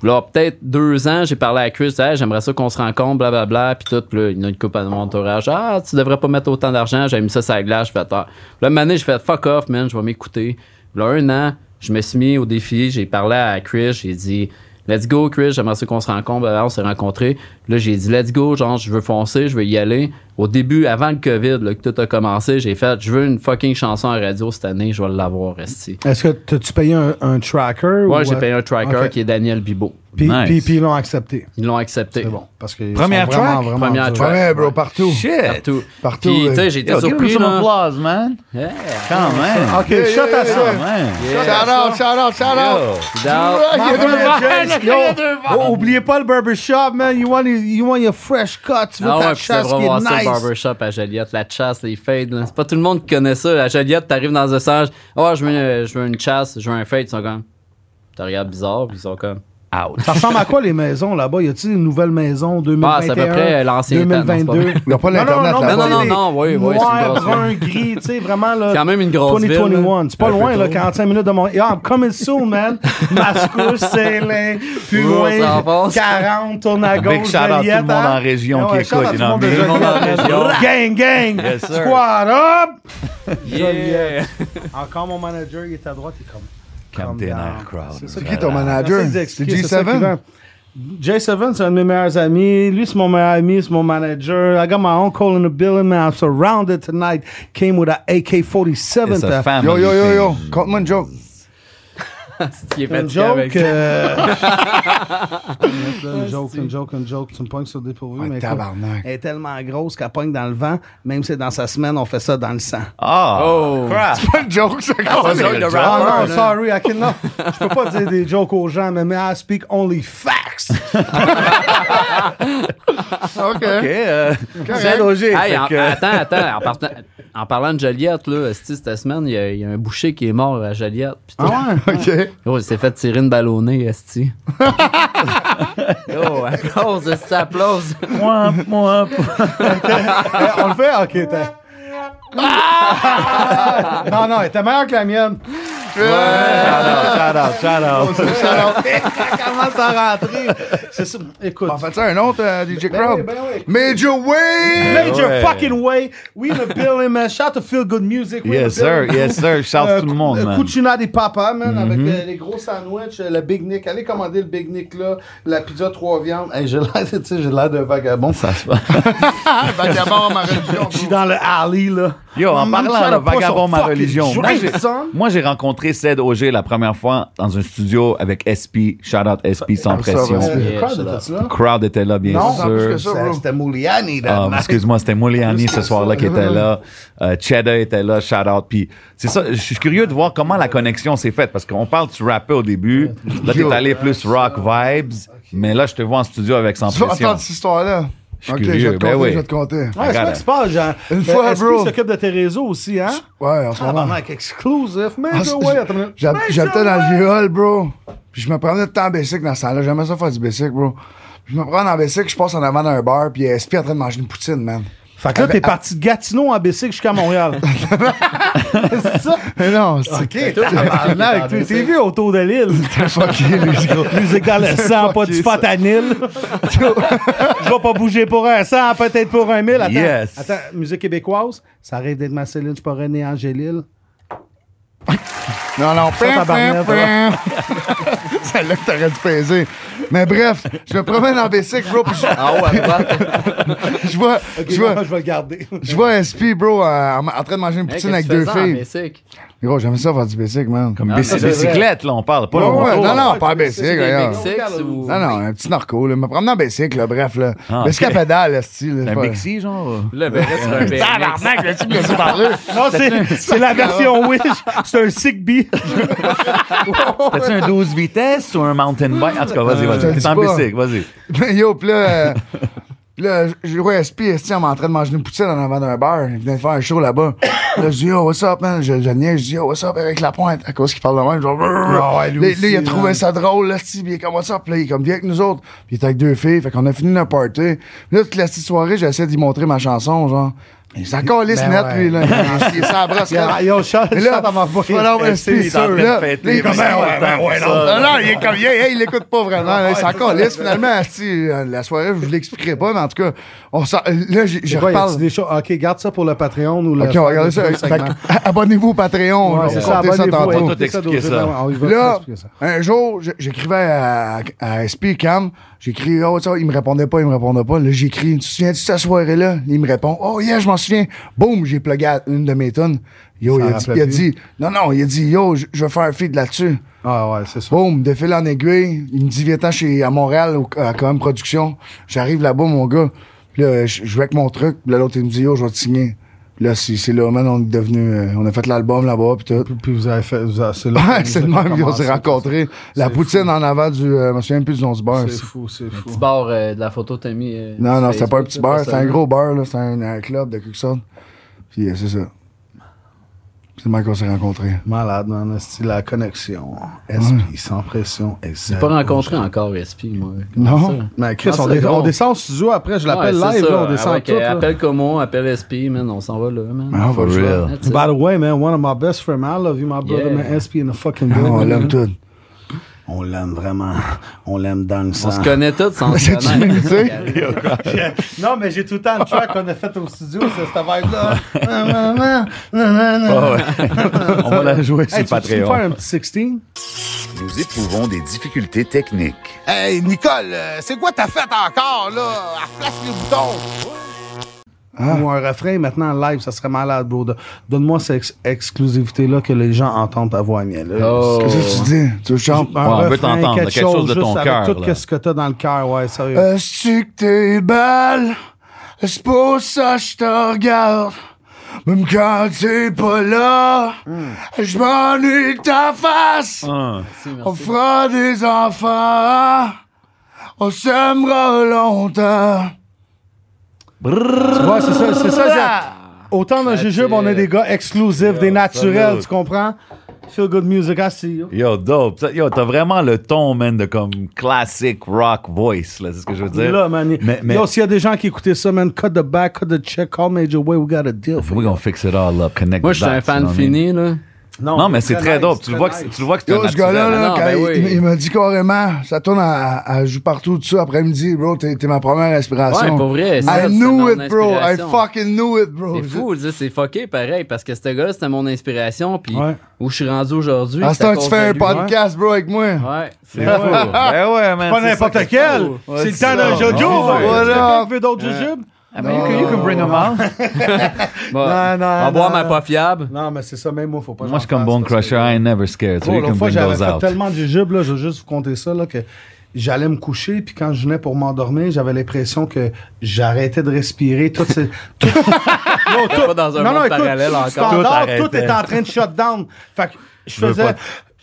Là, peut-être deux ans, j'ai parlé à Chris, Hey, j'aimerais ça qu'on se rencontre, blablabla, puis tout. Puis là, il y en a une coupe à mon entourage. Ah, tu devrais pas mettre autant d'argent, j'ai mis ça sur la glace, je fais tard. Là, Manage, je fais fuck off, man, je vais m'écouter. Là, un an, je me suis mis au défi, j'ai parlé à Chris, j'ai dit Let's go, Chris, j'aimerais ça qu'on se rencontre. Alors, on s'est rencontrés. Là, j'ai dit, let's go, genre, je veux foncer, je veux y aller. Au début, avant le COVID, là, que tout a commencé, j'ai fait, je veux une fucking chanson à radio cette année, je vais l'avoir, resti. Est-ce que t'as-tu payé un, un tracker? Moi, ou- j'ai payé un tracker Ok. qui est Daniel Bibot. Puis, Nice. puis, puis ils l'ont accepté. Ils l'ont accepté. C'est bon. Parce que Première vraiment, track? vraiment Première durs. track. Ouais, bro, partout. Shit. Partout. Partout, Puis, tu ouais. sais, j'étais Yo, give me surpris, some là. applause, man. Yeah. Quand même. OK, shut à ça. Quand même. Shout out, shout out, shout out. Yo. Down. Ah, Il y a deux verres. Yo, oh, oubliez pas le barbershop, man. You want, you want your fresh cut. Tu veux Ah ta ouais, puis c'est chasse qui vraiment est ça le nice. barbershop à Joliette, la chasse, les fades. là. C'est pas tout le monde qui connaît ça. À Joliette, t'arrives dans un sens, oh, je veux, je veux une chasse, je veux un fade. Ils sont comme, tu regardes bizarre, puis ils sont comme, out. Ça ressemble à quoi les maisons là-bas? Y a-t-il une nouvelle maison 2021? Ah, c'est à peu près l'ancien temps, non, c'est pas 2022. vrai. Il n'y a pas Non, non, l'internet non, là-bas. mais Non, non, des non, Ah, oui, oui, c'est une Noir, grosse brun, gris, tu sais, vraiment là. C'est quand même une grosse ville, 2021, là. Ben, c'est pas Un peu loin, là, tôt. 45 minutes de mon. Yeah, I'm coming soon, man. Mascouche, Célin, plus Ouais, on loin, s'avance. 40, tourne à gauche, Big shout out à tout le Joliette, monde hein. en région Ouais, qui shout out écoute. à you tout le know monde what I mean? de Tout le monde en Joliette. région. Gang, gang! Yes, sir. Squad up! Yeah. Encore mon manager, il est à droite, il est comme. Calm Calm down, down. crowd. C'est ça Qui est ton manager? C'est G7? J7, c'est un de mes meilleurs amis. Lui, c'est mon meilleur ami, c'est mon manager. I got my uncle in the building, man. I'm surrounded tonight. Came with an AK-47. It's a to- family Yo, yo, yo, yo. thing. Ah, Conte-moi une joke. C'est qui est Une fatigué avec joke, ça. euh, une joke, une joke, une joke. Tu me pognes sur le dépourvu, Ouais, mais écoute, tabarnak. elle est tellement grosse qu'elle pogne dans le vent. Même si c'est dans sa semaine, on fait ça dans le sang. Ah! Oh! Crap! Pas de joke, ça, C'est quoi. un joke de Ah rapper, là. non, sorry, I cannot. Je peux pas dire des jokes aux gens, mais mais I speak only facts. OK. Ok, euh, Correct. OG. Hey, en- Attends, attends. En, partant- en parlant de Joliette, là, esti, cette semaine, il y, a- il y a un boucher qui est mort à Joliette. Puis Ah tout. OK. Gros, il s'est fait tirer une ballonnée, Esti. Oh, Yo, applause, Esti, applause. Eh, on le fait? OK, t'as... non, non, elle était meilleure que la mienne. Shout out, shout out. Commence à rentrer. C'est ça. Écoute. On fait ça un autre, euh, DJ Crowd. ben oui. Major Way! Major Ouais. fucking way. We in the building, man. Shout to Feel Good Music. We in Yes, the building. sir, yes, sir. Shout Euh, tout le monde, euh, man. Cucina des papas, man, avec euh, les gros sandwichs, euh, le Big Nick. Allez commander le Big Nick, là. La pizza trois viandes. Hey, j'ai l'air, tu sais, j'ai l'air d'un vagabond. Ça se Vagabond, ma religion. Je suis dans le alley, là. Yo, en Maman, parlant ça de n'a pas vagabond, son ma fucking religion. joint, Moi, j'ai- son. Moi, j'ai rencontré Ced Auger la première fois dans un studio avec SP. Shout out SP ça, sans pression. ouais. Euh, Yeah, Crowd, shut était-tu là? Crowd était là, bien Non, plus que sûr. ça, bro. C'était Mouliani, Ah, là. excuse-moi, c'était Mouliani ce soir-là qui était Ouais. là. Euh, Cheddar était là, shout out. Puis c'est ça, je suis curieux de voir comment la connexion s'est faite parce qu'on parle du rappeur au début. Là, t'es allé plus rock vibes, mais là, je te vois en studio avec sans Tu vas pression. entendre cette histoire-là. suis OK, je curieux, vais te ben compter, oui. je vais te compter. Ouais, c'est Regarde. quoi qui se passe, Jean? Une fois, SP bro. Ah, s'occupe de tes réseaux aussi, hein? Ouais, en ce moment. Tabarnak, exclusive, Ah, Major c'est- Way. attends une minute. Ben, J'hab- Major J'habitais dans Way. le vieux hall, bro. Puis je me prenais tout en basic dans ce temps-là. J'aimais ça faire du basic, bro. Je me prends en basic, je passe en avant d'un bar, puis SP est en train de manger une poutine, man. Fait que là, t'es parti de Gatineau en bicycle jusqu'à Montréal. c'est ça? Mais non, c'est Ok, tabarnak, tu t'es vu autour de l'île. très fucké, lui, gros. Musique dans le sang, pas du fentanyl. Je vais pas bouger pour un sang, peut-être pour un mille. Attends, Yes. attends, musique québécoise, ça arrive d'être ma Céline, je suis pas René Angélil. Non, non, pam, pam, tabarnak, pam. Celle-là que t'aurais dû peser. Mais bref, je me promène en bicycle, bro, puis je, Ah ouais, ouais. je vois, je vois, vais le garder. je vois SP, bro, euh, en, en train de manger une Hey, poutine qu'est-ce avec que tu deux faisais en filles. Messique? Gros, j'aimais ça faire du basic, man. Comme Ah, bicy- ça, c'est vrai. bicyclette, là, on parle, pas le Ouais, moto, ouais, non, là. hein. non, pas en basic, C'est des regarde. Mexicains. Mexique, ou... Non, non, un petit narco, là. Me promener en bicycle, là, bref, là. Ah, Mais c'est ok. qu'à pédale, là, style. là, Un pas- Bixi, genre. Là, ben, reste sur un BMX. Tabarnak, là, tu me laisses parler. Non, c'est c'est la version Wish. C'est un Zigbee. T'as-tu un 12 vitesses ou un mountain bike? En tout cas, vas-y, je te vas-y. dis T'es en pas. bicycle, vas-y. Mais yo, pis là, euh, pis là, je- je vois SP, esti, on est en train de manger une poutine en avant d'un bar. Il venait de faire un show là-bas. là, je dis, yo, what's up, man? Je, je le niaise, je dis, yo, what's up, Eric Lapointe? À cause qu'il parle de même, genre, Ah ouais, lui là, aussi, là, il a man. trouvé ça drôle, là, pis il est comme, what's up? Pis là, il est comme, viens avec nous autres. Pis il était avec deux filles, fait qu'on a fini notre party. Pis là, toute la petite soirée, j'essaie d'y montrer ma chanson, genre. Mais c'est encore lisse Ben net, ouais. lui, là. Il est sans brosse, là. Yo, chante Mais là, chante à ma voix. je vais leur Merci, il expliquer est ça, en train de là. fêter. Là, il est comme, ben Il est ouais, ben ouais, content non. de ça. Non, non, il est comme, yeah, yeah, il l'écoute pas vraiment. là, il s'en calisse, finalement. asti, euh, La soirée, je vous l'expliquerai pas, mais en tout cas, on s'en- euh, là, j'ai- je Je reparle. reparle. Des choses? Ok, garde ça pour le Patreon ou le. Ok, on va regarder le ça. Fait segment. que, a- Abonnez-vous au Patreon. Ouais, on Oh, c'est va ça, compter ça abonnez-vous. tantôt. ouais. t'expliquer ça. demain, on y va, Là, t'expliquer ça. un jour, je- j'écrivais à, à SP Cam, j'écris, oh, ça, il me répondait pas, il me répondait pas. Là, j'écris, tu te souviens de cette soirée-là? Il me répond, oh, yeah, je m'en souviens. Boum, j'ai plugué à une de mes tonnes. Yo, Ça il a, en dit, rappelait il a plus. dit, non, non, il a dit, yo, je, je veux faire un feed là-dessus. Ah ouais, c'est ça. Boum, de fil en aiguille, il me dit, viens-t'en chez, à Montréal, au, à Com Production. J'arrive là-bas, mon gars. Puis là, je je vais avec mon truc. Puis là, l'autre, il me dit, yo, je vais te signer. Puis là, c'est c'est là, man, on est devenu, euh, on a fait l'album là-bas, puis tout. Puis- Puis vous avez fait. vous avez- C'est là Ouais, que Ah, c'est le vous avez même qu'on commencé, s'est rencontrés. La C'est poutine fou. en avant du. euh, je me souviens plus du nom du beurre. C'est c'est- fou, c'est fou. Petit bar euh, de la photo que t'as mis. euh, Non, non, sur c'était pas un Facebook, petit là, beurre, ça, c'était un gros beurre, là. C'était un, un club de quelque sorte. Puis euh, c'est ça. C'est le même qu'on s'est rencontrés. Malade, man. C'est la connexion. SP, sans pression. J'ai pas rencontré encore SP, moi. Non? Mais Chris, Ah, on, c'est dé- bon. on descend au studio après, je l'appelle Ouais, c'est live, ça. là, on descend Ah ouais, tout. là. Appelle Como, appelle SP, man, on s'en va là, man. Ah, on va le For faire. real. That's it. By the way, man, one of my best friends, I love you, my brother, Yeah. man, SP in the fucking Ah, On building. l'aime tout. On l'aime vraiment. On l'aime dans le On se connaît tous sans se C'est une connaître. unité. Non, mais j'ai tout le temps le track qu'on a fait au studio, c'est cette vibe-là. Non, non, non, non, non. Ah ouais. on va la jouer sur Hey, tu veux-tu me Patreon. faire un petit 16? Nous éprouvons des difficultés techniques. Hey, Nicole, euh, c'est quoi ta fête encore, là? Elle flash les boutons. Ah. ou un refrain maintenant live, ça serait malade, bro. De- Donne-moi cette ex- exclusivité-là que les gens entendent ta voix mienne. Oh. Qu'est-ce que tu dis? Tu chantes? Un on veut refrain, t'entendre, quelque chose de juste ton avec cœur, Tout là. que ce que t'as dans le cœur, ouais, sérieux. Est-ce que t'es belle? C'est pour ça que je te regarde. Même quand t'es pas là, je m'ennuie de ta face. Ah. On fera des enfants, on s'aimera longtemps. Ouais, c'est ça, c'est ça. Jacques. Autant dans Jujube, on est des gars exclusifs, des naturels, salut. tu comprends? Feel good music, I see you. Yo, dope. Ça- Yo, t'as vraiment le ton, man, de comme classic rock voice, là, c'est ce que je veux dire. Là, man. Mais, mais Yo, s'il y a des gens qui écoutaient ça, man, cut the back, cut the check, call Major Way, we got a deal for we're you. gonna fix it all up, connect Moi, the je suis un dots, fan you know what I mean? fini, là. Non, mais c'est très nice, dope. Tu le vois que très c'est- nice. tu le vois que c'est Yo, un ce gars-là, naturel. là, non, quand ben il, oui. il m- il m'a dit carrément, ça tourne à, à joue partout, tout ça, après-midi, bro, t'es, t'es ma première inspiration. Ouais, pour vrai, c'est ça, I knew c'est it, bro. mon I inspiration. fucking knew it, bro. C'est fou, tu sais, c'est fucké pareil, parce que ce gars-là, c'était mon inspiration, puis Ouais. où je suis rendu aujourd'hui. À ce c'est à temps que tu cause fais de Ah, un lui. hein. podcast, bro, avec moi. Ouais, c'est fou. Ben ouais, man. Ah! Pas c'est ça n'importe qui est quel. cool. C'est le temps d'un ça. Jojo. Ouais. Voilà. Tu veux d'autres Jujubes? I mean, you can- you can bring 'em out. Bon, Non, non, on va boire non. ma pas fiable. Non, mais c'est ça, même moi, faut pas. Moi, je suis comme Bone Crusher. hein, I ain't never scared. So you L'autre can fois, bring j'avais those fait out. tellement de jujubes, là, je vais juste vous compter ça, là, que j'allais me coucher, puis quand je venais pour m'endormir, j'avais l'impression que j'arrêtais de respirer. Tout, c'est, tout, Non, tout- pas dans un monde parallèle tu- tu encore. Tout t'endors, arrêtait. tout, est en train de shut down. Fait que je Tu veux faisais. pas-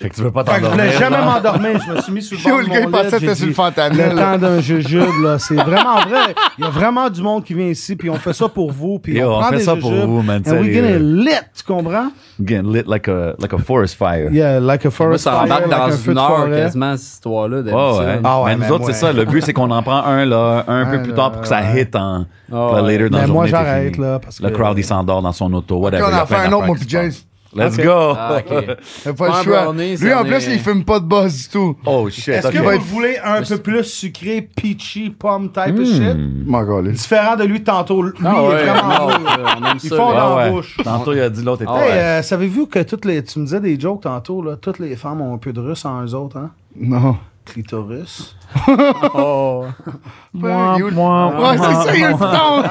Fait que tu veux pas Fait que je voulais t'endormir, jamais là. m'endormir. Je me suis mis sur le Yo, bord le de gars, il mon pensait que lit, c'était j'ai sur le dit, fentanyl, Le là. temps d'un jujube, là. C'est vraiment vrai. Il y a vraiment du monde qui vient ici, puis on fait ça pour vous, puis Yo, on, on prend fait des ça pour jujubes, vous, man, And we sérieux. getting lit, tu comprends? Getting lit like a like a forest fire. Yeah, like a Moi, forest ça fire, embarque like dans un feu une de heure forêt. quasiment, cette histoire-là. Oh, d'habitude. ouais. Ah ouais, mais mais nous autres, moi, c'est ça. ouais. Le but, c'est qu'on en prend un là, un peu Ouais, plus tard là, pour que ça ouais. hit hein. en Ah là, ouais. later dans Mais la moi, journée, t'es j'arrête, fini. là, parce Le que- crowd, il s'endort dans son auto, whatever. Puis on il y a fait plein un autre, d'affaires moi, qui puis se passent. James. Let's Ok. go! Ah, ok. T'as pas Ouais, le choix. Brownie, ça Lui, en en plus, est- il fume pas de buzz du tout. Oh shit! Est-ce ok. que vous va être- le voulez un peu plus sucré, peachy, pomme type Hmm. of shit? Mon gars, là. Différent de lui tantôt. Lui, Ah il ouais, est non, Ah vraiment beau. euh, on aime Ils ça, font les- dans- Ah ouais. bouche. Tantôt, il a dit l'autre était. Hey, euh, savez-vous que toutes les. Tu me disais des jokes tantôt, là. Toutes les femmes ont un peu de russe en eux autres, hein? Non. Clitoris. Ouais, il est où le- Ouais, c'est ça, il y a le temps.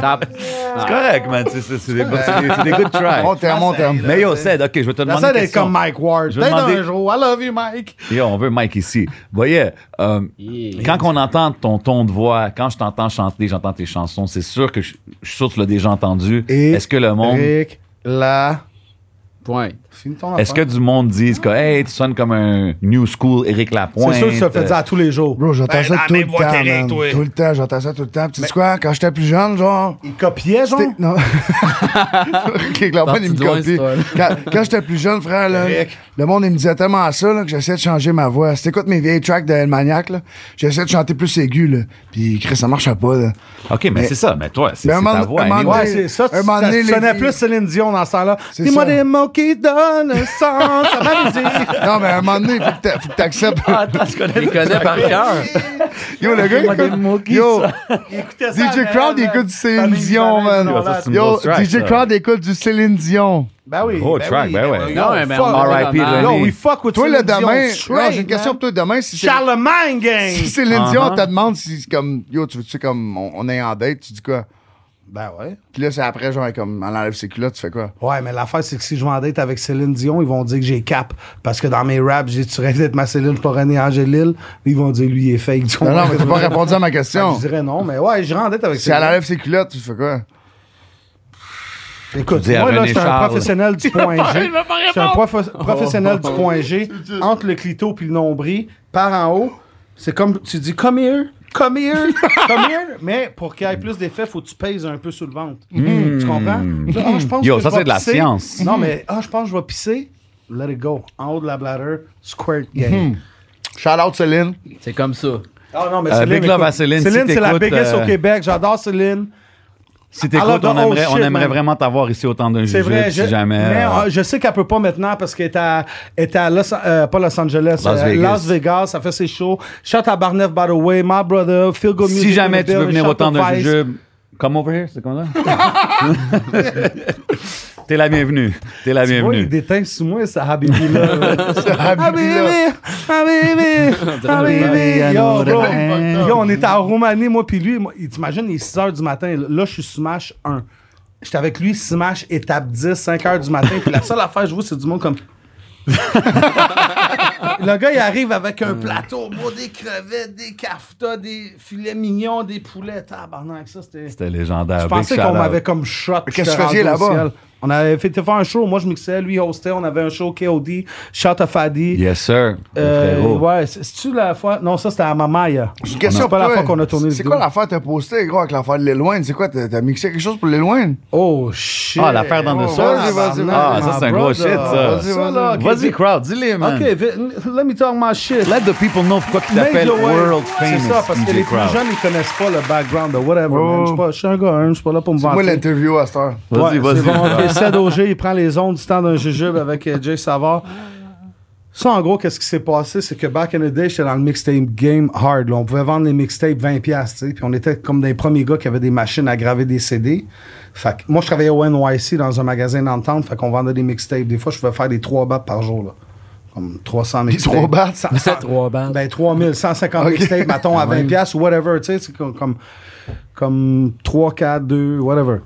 Tap. C'est correct, man. C'est- C'est c'est des c'est- c'est des good tries. On terme, on terme. Mais yo, Ced, ok, je vais te demander. J'essaie une d'être question. comme Mike Ward. Je vais Peut-être demander- un jour. I love you, Mike. Yo, on veut Mike ici. Voyez, euh, Yeah. quand on entend ton ton de voix, quand je t'entends chanter, j'entends tes chansons, c'est sûr que je, je suis sûr que tu l'as déjà entendu. Et- Est-ce que le monde, Rick, là. Point. Finis ton est-ce que affaire. du monde dise que hey, tu sonnes comme un new school Eric Lapointe? C'est sûr que ça fait euh, dire à tous les jours. Bro, j'entends ça tout le temps, man. Tout le temps, j'entends ça tout le temps. Puis tu sais quoi, quand j'étais plus jeune, genre... Il copiait, genre. C'était- Non. ok, clairement, Parti il me de loin, copie. cette histoire-là. Quand, quand j'étais plus jeune, frère, là, le monde, il me disait tellement ça là, que j'essayais de changer ma voix. Si t'écoutes mes vieilles tracks de Maniac, là, j'essayais de chanter plus aigu, là. Puis, Chris, ça marche pas, là. Ok, mais, Mais- c'est ça. Mais toi, c'est Mais un c'est moment- ta voix. un moment anyway. Ouais, c'est ça. Un Tu, moment ça donné, sonnait les- plus Céline Dion dans ce temps-là. C'est Dis-moi ça. des mots qui donnent le sens à ma musique. Non, mais à un moment donné, faut que t'a- faut que t'acceptes. Ah, Je les connais par cœur. Yo, le gars, il écoute. Yo, DJ Crowd, il écoute du Céline Dion, man. Ça, c'est une Yo, grosse track, DJ ça. Crowd écoute du Céline Dion. Ben oui. Gros track, ben ouais. oui. Non, mais fuck. on est R.I.P. dans- René. Yo, René. we fuck with Toi, le Céline Dion demain, straight, non, j'ai une question man. pour toi. Demain, si c'est- Charlemagne gang. si Céline Dion Uh-huh. te demande si, comme, yo, tu veux-tu, comme, on, on est en date, tu dis quoi? Ben ouais. Puis là, c'est après, genre, comme, on enlève ses culottes, tu fais quoi? Ouais, mais l'affaire, c'est que si je vais en date avec Céline Dion, ils vont dire que j'ai cap. Parce que dans mes raps, j'ai tu rêves d'être ma Céline pour René Angélil. Ils vont dire lui, il est fake. Tu Non, non, comprends? mais t'as pas répondu à ma Fait que question. Je dirais non, mais ouais, je en date avec Si elle enlève ses culottes, tu fais quoi? Écoute, Tu dis à moi, là, René je suis un Charles. professionnel du point G. Je suis un prof- professionnel du point G. Entre le clito puis le nombril, par en haut, c'est comme, tu dis, come here, come here, come here. Mais pour qu'il y ait plus d'effet, faut que tu pèses un peu sur le ventre. Tu comprends? Là, ah, je pense Hmm. Yo, que ça, je vais c'est de la pisser. science. Non, mais, ah, je pense que je vais pisser. Let it go. En haut de la bladder, squirt Hmm. game. Shout out Céline. C'est comme ça. Ah non, mais Euh, big love écoute, à Céline, si Céline, c'est la t'écoutes, biggest euh, au Québec. J'adore Céline. Si t'écoutes, Alors, on oh aimerait, on shit, aimerait man. vraiment t'avoir ici au temps d'un C'est jujube, vrai, si jamais. mais, euh, euh, je sais qu'elle peut pas maintenant parce qu'elle est à, elle est à Los, euh, pas Los Angeles, Las euh, Vegas. Las Vegas, ça fait ses shows. Shout à Barneuf, by the way, my brother, feel good music. si jamais in the tu veux building, venir au shout temps to d'un Vice. jujube, come over here, c'est comme ça? T'es la bienvenue. T'es la Tu vois, il bienvenue. déteint sous moi, ça Habibi là. Habibi, Habibi, Habibi. Yo, bro. Yo, on était en Roumanie, moi puis lui. Moi, il- T'imagines, il est 6 h du matin. Là, je suis Smash 1. J'étais avec lui, Smash, étape 10, 5 h du matin. Puis la seule affaire, je vois, c'est du monde comme. Le gars, il arrive avec un plateau, moi, des crevettes, des kaftas, des filets mignons, des poulets. Tabarnak, ça, c'était. C'était légendaire. Je pensais Big qu'on shout-out. m'avait comme shot. qu'est-ce que J'étais tu faisais rendu au là-bas? ciel. On avait fait, fait un show. Moi, je mixais. Lui, il hostait. On avait un show KOD, Shot of Fadi. Yes, sir. Euh, Frérot. ouais, c'est- c'est-tu la fois. Non, ça, c'était à Mamaya. J'ai une question C'est pas la pour fois toi. qu'on a tourné le C'est vidéo. quoi l'affaire que t'as postée, gros, avec l'affaire de l'éloigne? C'est quoi, t'as t'as mixé quelque chose pour l'éloigne? Oh, shit. Ah, l'affaire dans le Oh, sol. vas-y, vas-y, Ah, vas-y. ça, c'est un Ma gros brother. shit, ça. Vas-y, vas-y. là, ok, Vas-y, vi- crowd, dis-les, man. Ok, vi- let me talk my shit. Let the people know pourquoi tu Make t'appelles the way. world C'est famous. ça, parce que DJ les crowd. plus jeunes, ils connaissent pas le background de whatever, man. Je suis pas- Je suis un gars, hein, je suis pas là pour me vanter. Oh. Moi, l'interview à cette heure. Vas-y, Ouais, vas-y. C'est bon, ok, Ced OG, il prend les ondes du temps d'un jujube avec euh, Jay Savard. Ça, en gros, qu'est-ce qui s'est passé? C'est que back in the day, j'étais dans le mixtape game hard. là. On pouvait vendre les mixtapes 20$, piastres, tu sais. Puis on était comme des premiers gars qui avaient des machines à graver des CD. Fait que moi, je travaillais au NYC dans un magasin d'entente. Fait qu'on vendait des mixtapes. Des fois, je pouvais faire des 3 battes par jour, là. Comme 300 mixtapes. trois battes? Cent- cent- trois balles. ben, 3000, 150 Ok. mixtapes, mettons, Ah, à 20 piastres, whatever, tu sais, c'est comme, comme, comme 3, 4, 2, whatever.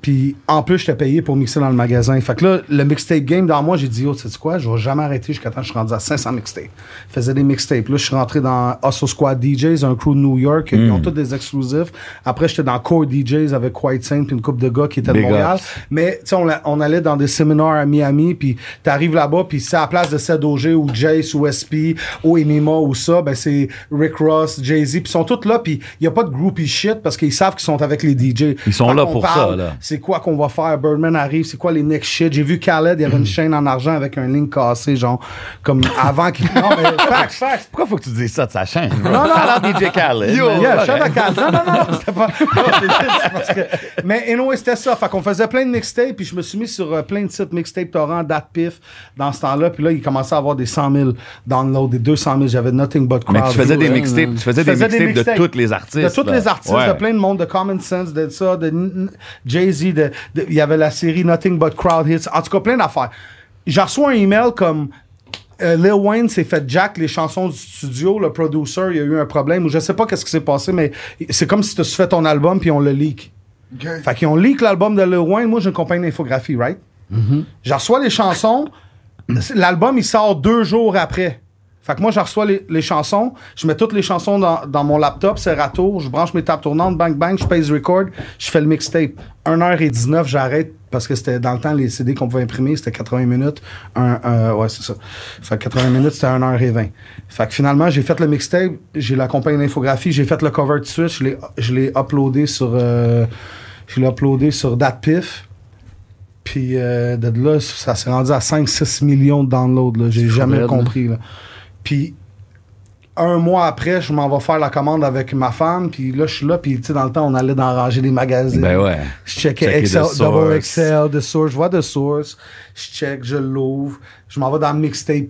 Puis, en plus, j'étais payé pour mixer dans le magasin. Fait que là, le mixtape game, dans moi, j'ai dit, oh, tu sais quoi, je vais jamais arrêter jusqu'à temps que je suis rendu à 500 mixtapes. Je faisais des mixtapes. Là, je suis rentré dans Hustle Squad DJs, un crew de New York, ils Hmm. ont tous des exclusifs. Après, j'étais dans Core DJs avec White Saint puis une couple de gars qui étaient de Big Montréal. ups. Mais tu sais, on, la- on allait dans des séminaires à Miami, puis t'arrives là-bas, puis c'est à la place de Ced OG ou Jace ou SP ou Enima ou ça, ben c'est Rick Ross, Jay-Z, puis ils sont tous là, puis il y a pas de groupie shit parce qu'ils savent qu'ils sont avec les DJ. Ils sont Fait là qu'on pour ça, parle, là. C'est quoi qu'on va faire? Birdman arrive, c'est quoi les next shit? J'ai vu Khaled, il y avait une chaîne en argent avec un ligne cassée, genre, comme avant qu'il. Non, mais fact, fact. Pourquoi faut que tu dises ça de sa chaîne? Non, non. Alors, DJ Khaled. Yo, man. yeah, Ouais. shout out Khaled. Non, non, non, non, c'était pas. non, c'est juste parce que- Mais anyway, c'était ça. Fait qu'on faisait plein de mixtapes, puis je me suis mis sur euh, plein de sites mixtape torrent, date pif, dans ce temps-là. Puis là, il commençait à avoir des 100 000 downloads, des 200 000. J'avais nothing but crowd. Mais tu faisais des views, hein. mixtapes, tu faisais Je des faisais des mixtapes de mixtapes. toutes les artistes. De tous là. les artistes, Ouais. de plein de monde, de Common Sense, de ça, de N- N- Jay-Z, de- de- il y avait la série Nothing But Crowd Hits. En tout cas, plein d'affaires. J'ai reçu un email comme euh, Lil Wayne s'est fait jack les chansons du studio, le producer, il y a eu un problème, ou je sais pas qu'est-ce qui s'est passé, mais c'est comme si tu fait ton album puis on le leak. Fait qu'ils ont leak l'album de Lil Wayne. Moi, j'ai une compagnie d'infographie, right? Je reçois les chansons. L'album, il sort deux jours après. Fait que moi, je reçois les, les chansons. Je mets toutes les chansons dans, dans mon laptop, c'est râteau. Je branche mes tables tournantes, bang, bang, je pèse record. Je fais le mixtape. 1h19, j'arrête parce que c'était dans le temps, les CD qu'on pouvait imprimer, c'était 80 minutes. Un, euh, ouais, c'est ça. Fait que 80 minutes, c'était 1h20. Fait que finalement, j'ai fait le mixtape. J'ai la compagnie d'infographie. J'ai fait le cover de suite. Je l'ai- Je l'ai uploadé sur... euh, je l'ai uploadé sur DatPiff. Puis euh, de là, ça s'est rendu à 5-6 millions de downloads. là. J'ai jamais raide, compris. là. Puis un mois après, je m'en vais faire la commande avec ma femme. Puis là, je suis là. Puis tu sais, dans le temps, on allait dans ranger des magazines. Ben ouais. Je checkais Checker Excel, the Double source. Excel, The Source. Je vois The Source. Je check, je l'ouvre. Je m'en vais dans le mixtape.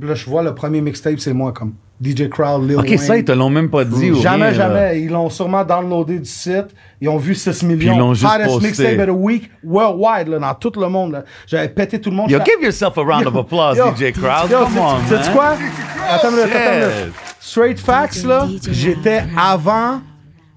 Là, je vois le premier mixtape, c'est moi comme DJ Crowd, Lil Ok, Wayne. ça, ils te l'ont même pas dit. ou Jamais, rien, là. jamais. Ils l'ont sûrement downloadé du site. Ils ont vu 6 Puis millions. ils l'ont juste Hottest posté. mixtape of the week, worldwide, là, dans tout le monde. là. J'avais pété tout le monde. Yo, J'étais- give yourself a round of applause, Yo, DJ Crowd. yo, Come tu- on, tu- tu sais man. quoi? Attends une minute, attends une Yes. minute. Straight facts, là, j'étais avant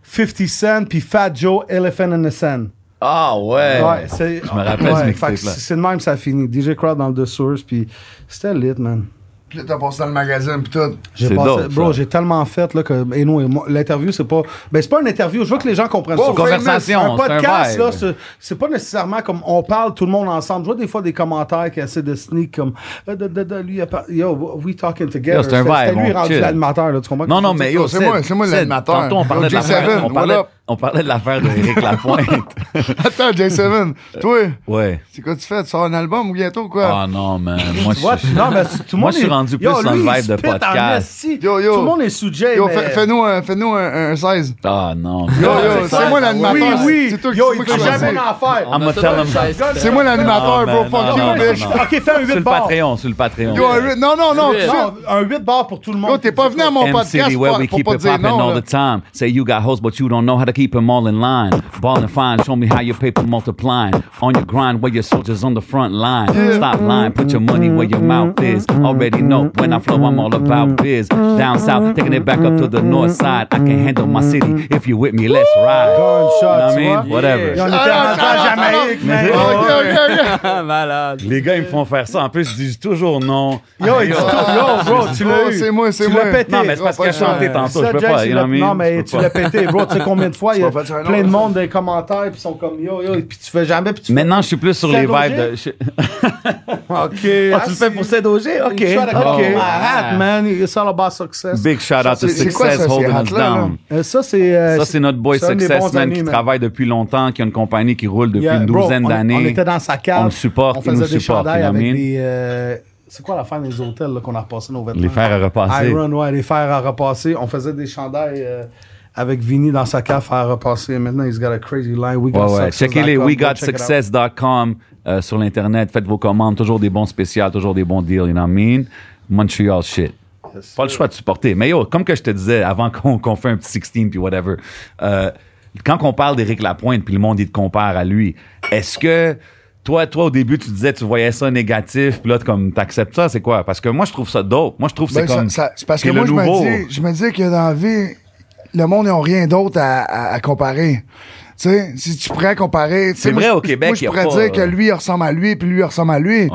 50 Cent puis Fat Joe, Elephant in the Sand. Ah ouais. Ouais, c'est. Je me rappelle ouais, ce fait mixtape-là. que C'est c'est de même que ça finit. DJ Crowd dans le The Source, puis c'était lit, man. Puis là, t'as passé dans le magazine, pis tout. J'ai C'est passé, dope, bro, ça. j'ai tellement fait là, que et nous, et moi, l'interview, c'est pas. Ben, c'est pas une interview. Je veux que les gens comprennent Oh, ça. famous, conversation, Un c'est un podcast, vibe. là, c'est- c'est pas nécessairement comme on parle tout le monde ensemble. Je vois des fois des commentaires qui essaient de sneak comme. euh, da, da, da, lui, il a par- Yo, we talking together. Yo, c'est un C'était- c'était vibe, lui on rendu chill. l'animateur, là, tu comprends? Non, non, mais yo, c'est moi- c'est moi Sid, l'animateur. Tantôt, on parlait de Yo, l'affaire. J7, On parlait, what up? on parlait de l'affaire d'Éric Lapointe. Attends, J7, toi, ouais. c'est quoi tu fais? Tu sors un album ou bientôt, ou quoi? Ah non, man. Moi, je What? suis. Non, mais tout le Moi, monde je suis est- rendu Yo, plus dans lui, le il viesti de spit en podcast. esti. Yo, yo. Tout le monde est sous Jay. Yo, mais- fais- fais-nous un, fais-nous un, un 16. Ah non, man. Yo, yo, c'est c'est ça. moi Oui, l'animateur. oui. c'est toi qui- Yo, c'est il moi veut qui jamais choisis. en faire. I'm gonna tell him. C'est moi l'animateur, Non, bro. man, Ah, ben non, Fuck non, you, bitch. non, non. Ok, fais un 8 Sur le bars. Patreon, sur le Patreon. Yo, un- non, non, non, tout de Non, suite. Un 8 bars pour tout le monde. Yo, t'es pas venu à mon podcast MCD, pour where we pour keep pas it dire popping all non. the là. time. Say you got hoes, but you don't know how to keep keep 'em all in line. Ball and fine, show me how your paper multiplying. On your grind, where your soldiers on the front line. Stop lying, put your money where your mouth is. Already know when I flow, I'm all about biz. Down south, taking it back up to the north side. I can handle my city. If you with me, let's ride. Gunshot, You tu know what I vois? mean? Whatever. Il y en était rendu à Jamaïque, man. Malade. Les gars, ils me font faire ça. En plus, ils disent toujours non. Yo, il dit tout. Yo, bro, tu l'as Oh, eu. c'est moi, c'est Tu moi. l'as pété. Non, mais c'est parce Ouais, que je ouais. chantais tantôt. Ça, Je peux Jack, pas. il you l'a- know what I mean? Non, Je mais peux tu pas. l'as pété, bro. Tu sais combien de fois il y a Tu vas faire un plein de autre. monde dans les commentaires, puis ils sont comme yo, yo, puis tu fais jamais, puis tu fais. Maintenant, je suis plus sur les Saint-Roger? vibes de. je- Ok. Ah, tu le fais pour Saint-Auger? Ok. Shut up, Ok. my hat, man. It's all about success. Big shout out to C'est- c'est quoi Success ça, ces holding us hats-là, down. Euh, ça, c'est. euh, Ça, c'est notre boy c'est un des Success, bons man, amis, qui travaille depuis longtemps, qui a une compagnie qui roule depuis Yeah, une bro, douzaine on- d'années. On était dans sa cave. On le supporte, On il nous faisait des supporte, chandails you know what I avec mean? des. euh, C'est quoi la fin des hôtels là, qu'on a repassé nos vêtements Les fers à repasser. Iron, ouais, les fers à repasser. On faisait des chandails euh, avec Vinny dans sa cave, fers à repasser. Maintenant, he's got a crazy line. We Ouais, got ouais. success. Checkez-les, Go check it out. wegotsuccess.com euh, sur l'Internet. Faites vos commandes. Toujours des bons spéciales, toujours des bons deals, you know what I mean? Montreal shit. Pas le choix de supporter. Mais yo, comme que je te disais avant qu'on qu'on fait un petit 16 puis whatever, euh, quand on parle d'Éric Lapointe puis le monde, il te compare à lui, est-ce que toi, toi, au début, tu disais, tu voyais ça négatif, puis là, t'es comme, t'acceptes ça, c'est quoi? Parce que moi, je trouve ça dope. Moi, je trouve que c'est Ben, ça- comme. ça- c'est parce que t'es moi, le je me, nouveau. dis, je me dis que dans la vie, le monde n'a rien d'autre à, à- à comparer. Tu sais, si tu pourrais comparer... tu sais, C'est moi, vrai, je- au Québec, moi, je y a pourrais pas- euh, dire que lui, il ressemble à lui, puis lui, il ressemble à lui. Ouais.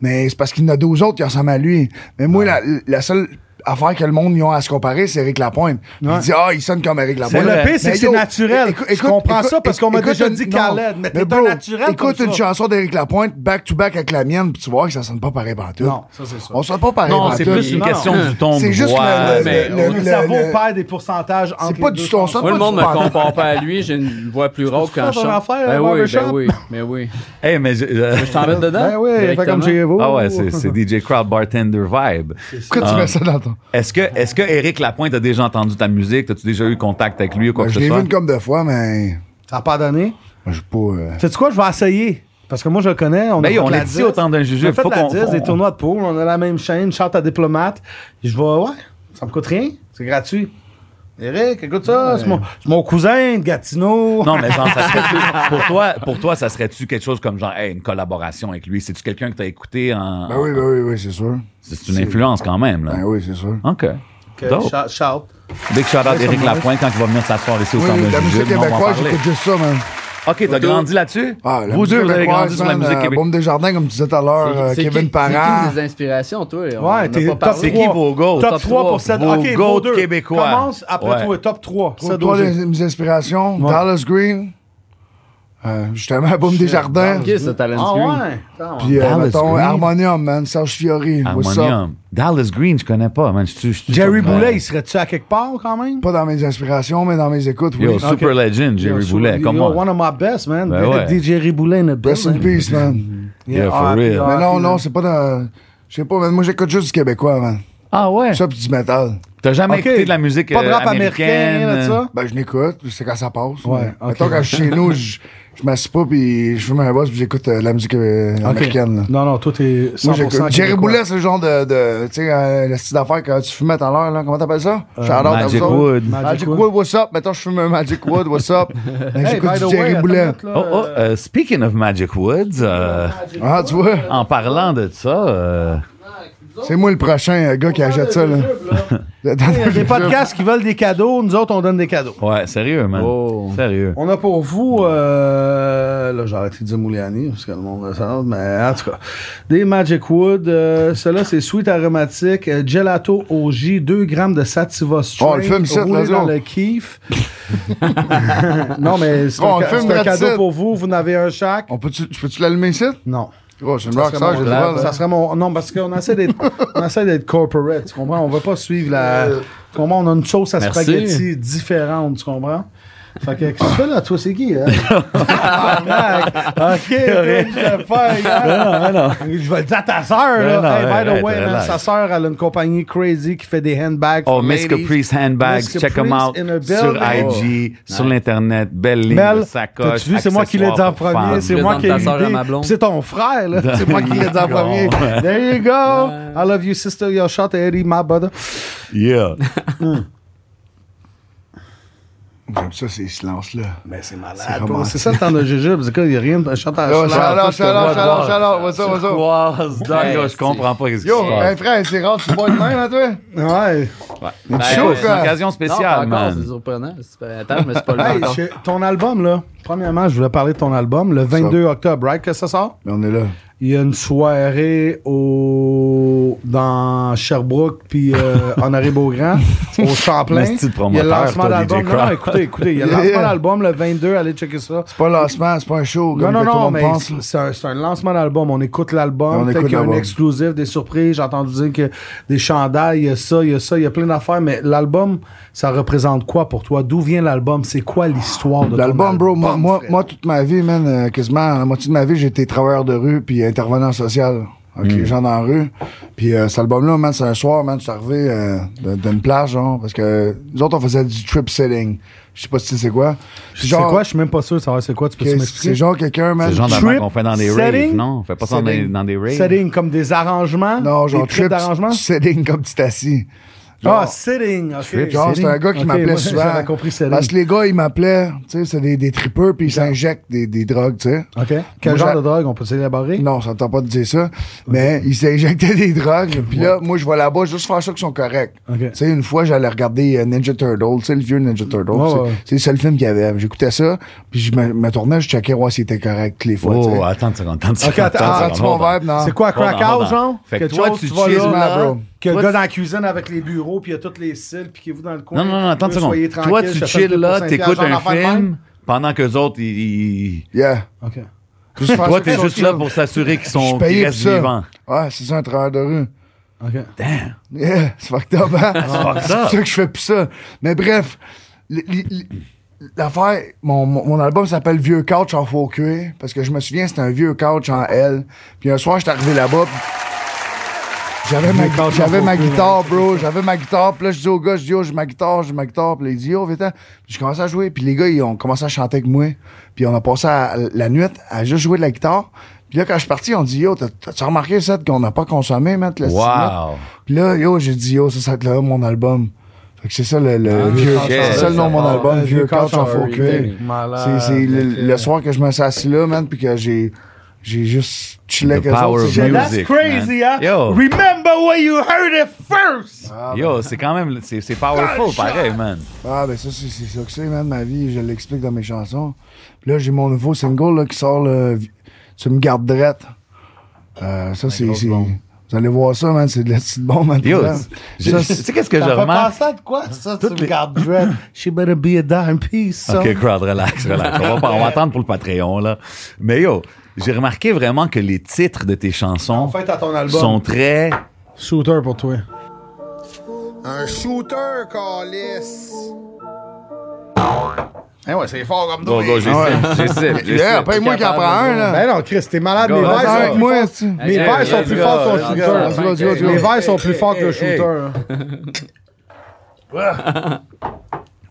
Mais c'est parce qu'il y en a deux autres qui ressemblent à lui. Mais moi, la, la seule affaire que le monde y a à se comparer, c'est Eric Lapointe. Ouais. Il dit « Ah, il sonne comme Eric Lapointe. » Mais le pire, c'est Mais que c'est yo, naturel. écou- je comprends écoute- ça parce qu'on m'a écoute déjà une- dit non, Khaled, mais t'es un bro, naturel comme Écoute une ça. chanson d'Eric Lapointe, back-to-back avec la mienne, puis tu vois que ça sonne pas pareil partout. Non, ça, c'est sûr. On sonne pas pareil Non, pantoute. c'est plus une Non. question du ton C'est de juste voix, le- le- mais- le- Le le- cerveau le- perd des pourcentages entre pas les du deux ton, sens. ça, Moi, le Pas monde du me sport. compare pas à lui. J'ai une voix plus rauque faire quand je ton chante. affaire, Ben oui, barbershop? ben oui, ben oui. Eh, mais. je- euh, Je t'en vais dedans? Ben oui, fait comme directement. chez vous. Ah ouais, c'est c'est DJ Crowd Bartender vibe. Euh, Pourquoi Ah. tu mets Oh. ça dans ton... Est-ce que, est-ce que Eric Lapointe a déjà entendu ta musique? T'as-tu déjà eu contact avec lui ou quoi Ben, que je ce l'ai vu soit? une comme de fois, mais Ça n'a pas donné. je suis pas... euh, Sais-tu quoi, je vais essayer. Parce que moi, je le connais. On Ben, a yo, fait on la est ici 10. au temps d'un jujube. On a fait Faut la qu'on- 10, on- des tournois de poule. On a la même chaîne. Chante à diplomate. Je vais, ouais, ça me coûte rien. C'est gratuit. Eric, écoute ça. C'est mon, c'est mon cousin de Gatineau. Non, mais genre, ça serait pour toi, pour toi, ça serait-tu quelque chose comme genre, hey, une collaboration avec lui? C'est-tu quelqu'un que t'as écouté en. Ben oui, ben oui, oui, c'est sûr. C'est une influence quand même, là. Ben oui, c'est sûr. OK. Que Dope. shout- shout. Big shout out Eric Lapointe quand il va venir s'asseoir ici au Oui, temps d'un la musique jujube. mais on va en québécoise, parler. j'écoute juste ça, man. OK, t'as grandi là-dessus? Ah, la Vous musique deux, vous avez grandi québécoise, sur la man, musique euh, québécoise. Baume Desjardins, comme tu disais tout à l'heure, euh, C'est qui- Kevin C'est Parent. qui des inspirations, toi? On en a Ouais, t'es pas top parlé. 3. C'est qui vos goats? Top Top 3 trois. pour cette. Vos OK, vos goats deux. québécois. Commence après Ouais. toi. Top 3. Pour toi, les- mes inspirations, Ouais. Dallas Green, euh, justement, Baume Desjardins, Qui est ce talent Ah Green? ouais. Attends, puis euh, Dallas mettons, Green. Harmonium, man, Serge Fiori, what's up? Harmonium. Dallas Green, je connais pas, man. Je suis- je suis- Jerry je suis- Boulet, il serait-tu à quelque part quand même? Pas dans mes inspirations, mais dans mes écoutes, oui. Yo, super legend, Jerry Yo, Boulet. so- Come yo, on. One of my best, man. Ben Did- ouais. did Jerry Boulet in the Rest in building. peace, man. Yeah, for R.I.P., real. R.I.P., Mais non, man. non, c'est pas dans... Je sais pas, man, moi, j'écoute juste du québécois, man. Ah ouais? Ça, puis du métal. T'as jamais Ok. écouté de la musique Pas de euh, rap américain, américaine? là, ça? Ben, je l'écoute, c'est quand ça passe. Ouais, mais ok. Mettons, quand je suis chez nous, je, je m'assieds pas, puis je fume un boss, puis j'écoute euh, la musique euh, Ok. américaine. Là. Non, non, toi, t'es 100% Moi, j'écoute. Jerry québécois. Boulet, c'est le genre de. de tu sais, euh, le style d'affaires que tu fumais tout à l'heure, là. Comment t'appelles ça? Shout out à Magic vous autres. Wood. Euh, Magic Magic Wood. Wood. what's up? Mettons, je fume un Magic Wood, what's up? Ben, Hey, j'écoute by du the way, Jerry attends Boulet. une minute, là. Oh, oh, euh, speaking of Magic Woods, euh, Ah, tu vois? en parlant de ça, euh, C'est moi le prochain euh, gars qui achète ça, là. Il y a des podcasts qui veulent des cadeaux, nous autres, on donne des cadeaux. ouais, sérieux, man. Oh. Sérieux. On a pour vous, euh, là, j'ai arrêté de dire Mouliani, parce que le monde le sent, mais en tout cas, des Magic Wood. Euh, Cela, c'est sweet aromatique, euh, gelato au jus, 2 grammes de sativa On le straight, fume ici, roulé let's dans go. le kief. non, mais c'est On un, le ca- fume c'est un right cadeau ici. pour vous, vous en avez un chaque. On peut-tu, je peux-tu l'allumer ici? Non. Oh, c'est une Ça rock serait, star, mon j'ai le plan. droit, là. Ça serait mon- Non, parce qu'on essaie d'être, on essaie d'être corporate, tu comprends? On va pas suivre la. Euh. Tu comprends? On a une sauce à Merci. spaghetti différente, tu comprends? Fait que, qu'est-ce que tu fais là, toi, c'est qui, hein? Tabarnak. ok, qu'est-ce que je fais, hein? Je vais le dire à ta sœur, là. Ben non, Hey, by the arrête, way, man, relax. sa sœur, elle a une compagnie crazy qui fait des handbags. Oh, for Miss ladies. Caprice Handbags, Miss check them Caprice out in a sur building. Oh, IG, sur l'Internet, belle ligne, Mel, de sacoche. t'as-tu vu, c'est moi qui l'ai dit en accessoires pour premier. femmes. C'est moi Présente qui ai ta sœur à l'idée. ma blonde. Puis C'est ton frère, là. C'est moi qui l'ai dit en premier. There you go. I love you, sister. Your shot, Eddie, my brother. Yeah. J'aime ça, ces silences-là. Mais c'est malade. C'est Bon, romantique. c'est ça le temps de jujube, c'est quoi, il y a rien de chante à Yo, la- shout-out, je te shout-out, vois boire. shout-out, shout-out. What's up, what's up? Wow, dog, yo, je comprends pas ce qui se Yo, hey, passe. frère, c'est rare, tu bois de même, hein, toi? Ouais. Ben, chaud, C'est une quoi. occasion spéciale, non, pas encore, c'est man. surprenant. C'est pas- Attends, mais c'est pas là Hey, encore. je- ton album, là, premièrement, je voulais parler de ton album, le 22 octobre, right, que ça sort? Mais on est là. Il y a une soirée au dans Sherbrooke puis euh, Honoré Beaugrand au Champlain. Mais c'est-tu le Il y a promoteur, le lancement toi, DJ d'album. Non, non, Crowd? écoutez, écoutez, il y a le Yeah. lancement d'album le 22, allez checker ça. C'est pas un lancement, c'est pas un show, Non, comme non, que tout le non, monde mais pense. c'est- c'est un, c'est un lancement d'album. On écoute l'album. On Peut-être écoute qu'il y a un l'album. exclusif, des surprises. J'ai entendu dire que des chandails, il y a ça, il y a ça, il y a plein d'affaires. Mais l'album, ça représente quoi pour toi? D'où vient l'album? C'est quoi l'histoire de ton L'album, bro, moi, album, moi, frère? moi, toute ma vie, man, euh, quasiment la moitié de ma vie, j'étais travailleur de rue puis intervenant social avec Hmm. les gens dans la rue. Puis euh, cet album-là, man, c'est un soir, man, je suis arrivé euh, de- d'une plage, genre, parce que nous autres, on faisait du trip setting. Je sais pas si c'est quoi. Puis C'est quoi? Je suis même pas sûr de savoir c'est quoi. Tu peux que- m'expliquer? c'est genre quelqu'un, C'est man. le genre Trip d'avant qu'on fait dans des raves, setting? non? On fait pas ça dans des- Setting. dans des raves. Setting, comme des arrangements? Non, genre des trips trip d'arrangements? setting comme tu t'assis. Ah, Genre- sitting, ok. Genre, c'est un gars qui Ok, m'appelait moi, souvent. J'avais compris sitting. Parce que les gars, ils m'appelaient, tu sais, c'est des, des tripeurs, puis ils s'injectent des, des drogues, tu sais. OK. Quel Moi, genre j'a- de drogue on peut s'élaborer? Non, ça ne tente pas de dire ça. Mais ils s'injectaient des drogues. Puis là, moi, je vais là-bas juste faire sûr qu'ils sont corrects. Ok. Tu sais, une fois, j'allais regarder euh, Ninja Turtle, tu sais, le vieux Ninja Turtle. Ouais, c'est- ouais. C'est le seul film qu'il y avait. J'écoutais ça, puis je me, me tournais, je checkais voir s'il était correct les fois. tu sais. Oh, attends une seconde, attends une seconde. attends, une Prends-tu mon seconde, verre, non? C'est quoi, crack Hold on, hold house, on. genre? Fait que Quelque toi, chose, tu vas chilles, là, bro. Que le Toi, gars tu- dans la cuisine avec les bureaux, puis il y a toutes les cils, puis qui vous dans le coin. Non, non, non, attends une Vous, soyez seconde. tranquille, Toi, tu je fais chill deux pour là, cinq t'écoutes piastres, un j'en ai pas de même. film pendant qu'eux autres, ils. ils- Yeah. OK. Juste faire Toi, sûr qu'ils t'es sont juste là chill. pour s'assurer qu'ils Je sont suis qu'ils payé restent pour ça. vivants. Ouais, c'est ça, un travailleur de rue. OK. Yeah, c'est fucked up, hein? C'est up. pour ça que je fais plus ça. Mais bref, l- l- l- l'affaire, mon, mon, mon album s'appelle Vieux Couch en faux cuir, parce que je me souviens, c'était un vieux couch en L. Puis un soir, j'étais arrivé là-bas, puis j'avais ma, Vieux couch en j'avais faux ma cuir, hein. guitare, bro, j'avais ma guitare, puis là, je dis au gars, je dis, oh, j'ai ma guitare, j'ai ma guitare, puis là, il dit, oh, vite, puis je commençais à jouer, puis les gars, ils ont commencé à chanter avec moi, puis on a passé à- la nuit à juste jouer de la guitare. Puis là, quand je suis parti, on dit, yo, t'as- t'as-tu remarqué, Seth, qu'on n'a pas consommé, man, le Wow! puis là, yo, j'ai dit, yo, ça, ça va être là, mon album. Fait que c'est ça le, le Ah, vieux. shit. C'est ça le nom de mon Ah, album, le Vieux Couch en Ah, faux cuir. cuir. Malade. C'est c'est le, Ok. le soir que je me suis assis là, man, puis que j'ai j'ai juste chillé The avec eux power autres. of c'est génial. That's music, crazy, man. hein? Yo. Remember where you heard it first! Yo, c'est quand même. C'est c'est powerful, pareil, man. Ah, ben ça, c'est c'est ça que c'est, man, ma vie. Je l'explique dans mes chansons. Puis là, j'ai mon nouveau single là, qui sort, le Tu me gardes drette. Euh, ça, c'est... c'est- Vous allez voir ça, man, c'est de la petite bombe, man. Yo, Ça, je- tu sais qu'est-ce que je Ça fait remarque? penser à de quoi, ça? Tu me gardes dread. She better be a dime piece, son. Ok, crowd, relax, relax. On va, pas- on va attendre pour le Patreon, là. Mais yo, j'ai remarqué vraiment que les titres de tes chansons En fait, à ton album. sont très. Shooter pour toi. Un shooter, Calis. Eh ouais, c'est fort comme Go, go, j'ai ça, j'ai ça, j'ai Yeah, ça. paye-moi qui en prend un, là. Ben non, Chris, t'es malade, Go, mes go, verres go. Vas-y sont avec moi, tu. Mes Hey, verres hey, sont hey, plus go, forts que go, le shooter. hein. go, go, go. Les verres sont plus forts que le hey, shooter. hein.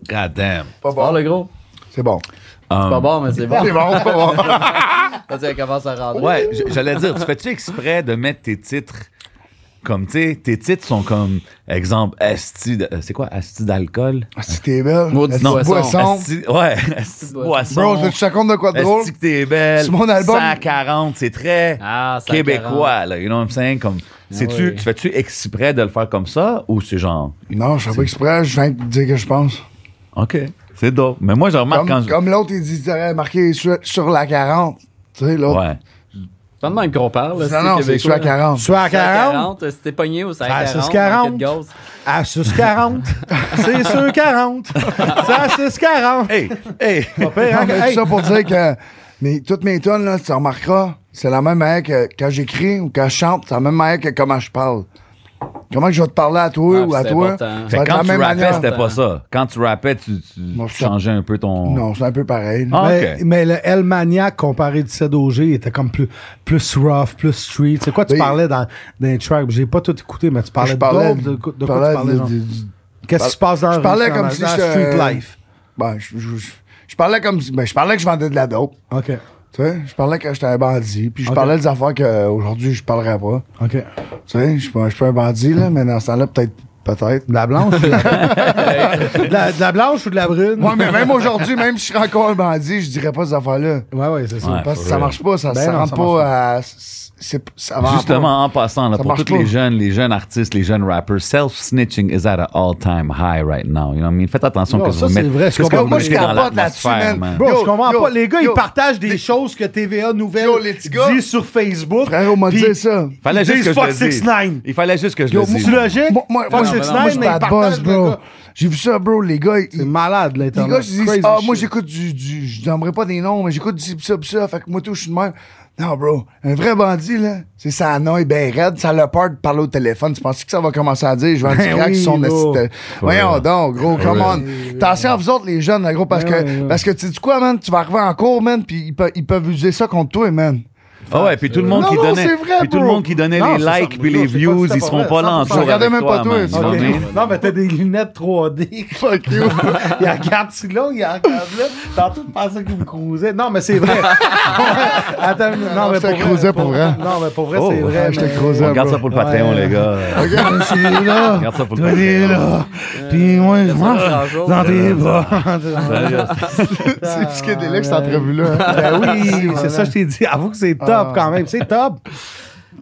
God damn. Pas Bon, bon. le gros. C'est bon. C'est pas bon, mais c'est bon. C'est bon, c'est pas bon. Quand elle commence à rentrer. Ouais, j- j'allais dire, tu fais-tu exprès de mettre tes titres comme, tu sais, tes titres sont comme, exemple, Asti, de- euh, c'est quoi, Asti d'alcool? Ah, Si t'es belle. Maudite La boisson. Asti, ouais, Asti de boisson. Bro, tu te compte de quoi de drôle? Asti que t'es belle. Sur mon album- 140, c'est très Ah, 140. québécois, là, you know what I'm saying? Comme, sais-tu, oui. tu fais-tu exprès de le faire comme ça ou c'est genre, Non, je fais pas exprès, je viens de dire que je pense. OK, c'est dope. Mais moi, je remarque quand Comme, je... comme l'autre, il dit t'aurais marqué sur, sur la 40. Tu sais, l'autre. Ouais. C'est hein. pas de même qu'on parle. Non, non, c'est sur la 40. Tu es à 40? Si t'es pogné au 5 Ah, 40, c'est 40. manquait de gaz. À 40. C'est sur 40. C'est à 40. Hey, hey! Non, mais Hey. tout ça pour dire que mes- toutes mes tonnes, là, tu remarqueras, c'est la même manière que quand j'écris ou quand je chante, c'est la même manière que comment je parle. Comment je vais te parler à toi Ah, ou à c'est toi, important. ça Fait va être que quand la tu même rappais, manière. c'était pas ça. Quand tu rappais, tu, tu Moi, je- changeais un peu ton... Non, c'est un peu pareil. là. Ah, OK. Mais, mais le El Maniac comparé du CDOG il était comme plus, plus rough, plus street. C'est quoi tu Oui. parlais dans, dans les tracks? J'ai pas tout écouté, mais tu Ah, parlais je de parlais, dope, de, quoi- de quoi parlais tu parlais? de- genre? du- du- Qu'est-ce qui se passe dans je la parlais rue, comme dans- si dans la j'étais- street life? ben, je, je- je- je parlais comme si- ben, je parlais que je vendais de la dope. OK, Tu sais, je parlais que j'étais un bandit, puis je Ok. parlais des affaires qu'aujourd'hui je parlerais pas. OK. Tu sais, je suis pas, je suis pas un bandit, là, mais dans ce temps-là, peut-être Peut-être. De la blanche? ou de la- de, la, de la blanche ou de la brune? Moi, mais même aujourd'hui, même si je serais encore un bandit, je dirais pas ces affaires-là. Ouais, ouais, c'est ça. Ouais. Parce que for ça real. marche pas, ça, Ben ça non, rentre ça marche pas à. c'est- c'est- ça va Justement, en passant, là, Ça pour marche tous les pas. jeunes, les jeunes artistes, les jeunes rappers, self-snitching is at an all-time high right now. You know what I mean? Faites attention Non, que ça, vous c'est mettez- vrai, je qu'est-ce que comprends. vous Moi, je mettez dans capote là-dessus, l'atmosphère, man. Bro, Yo, je comprends yo, pas. Les gars, yo. ils partagent des choses que TVA Nouvelle Yo, les petits gars. dit sur Facebook. Frère, on m'a puis dit ça. Fallait ils juste disent que je fuck le dise. 6ix9ine. Il fallait juste que je Yo, le dise. C'est logique? Moi, moi, Fuck moi, 6ix9ine, moi, je suis mais ils bad boss, partagent, le bro. gars. J'ai vu ça, bro, les gars. C'est Ils, malade, les l'Internet. gars, ils disent, Crazy ah, shit. moi, j'écoute du, du, je nommerai pas des noms, mais j'écoute du pis ça, pis ça. Fait que moi, tout, je suis de même. Non, bro, un vrai bandit, là, c'est ça, non, il est bien raide, ça le peur de parler au téléphone. Tu penses que ça va commencer à dire, je vais en Ben crack oui, son bro. assistant. Voyons donc, gros, come on. Attention à vous autres, les jeunes, là, gros, parce Ben ouais, que, ouais. parce que, tu sais quoi, man, tu vas arriver en cours, man, pis ils peuvent, ils peuvent user ça contre toi, man. Ah ouais, puis tout le monde Non, qui non, donnait, c'est vrai, puis tout le bro. monde qui donnait Non, les c'est ça, likes mais puis non, les c'est pas- views, c'est ils pas seront vrai, pas là en 100%. jour Regardez avec même toi, pas toi, man. tu You know what I mean? Non, mais t'as des lunettes 3D. Fuck you. il regarde si là, il regarde là. Tantôt, je pensais qu'il me cruisait. Non, mais c'est vrai. Attends, non, non, mais je te pour vrai, cruisais pour pour vrai. vrai. Non, mais pour vrai, Oh, c'est vrai. ouais, je te mais- cruisais. On garde ça pour le Patreon, Ouais. les gars. Regarde, c'est là. Garde ça pour le Toi, t'es Patreon. là. Euh, Puis moi, je marche grand-chose, dans tes bras. C'est psychédélique, cette entrevue-là. hein. Ben oui, c'est ça, que je t'ai dit. Avoue que c'est top Ah. quand même. C'est top.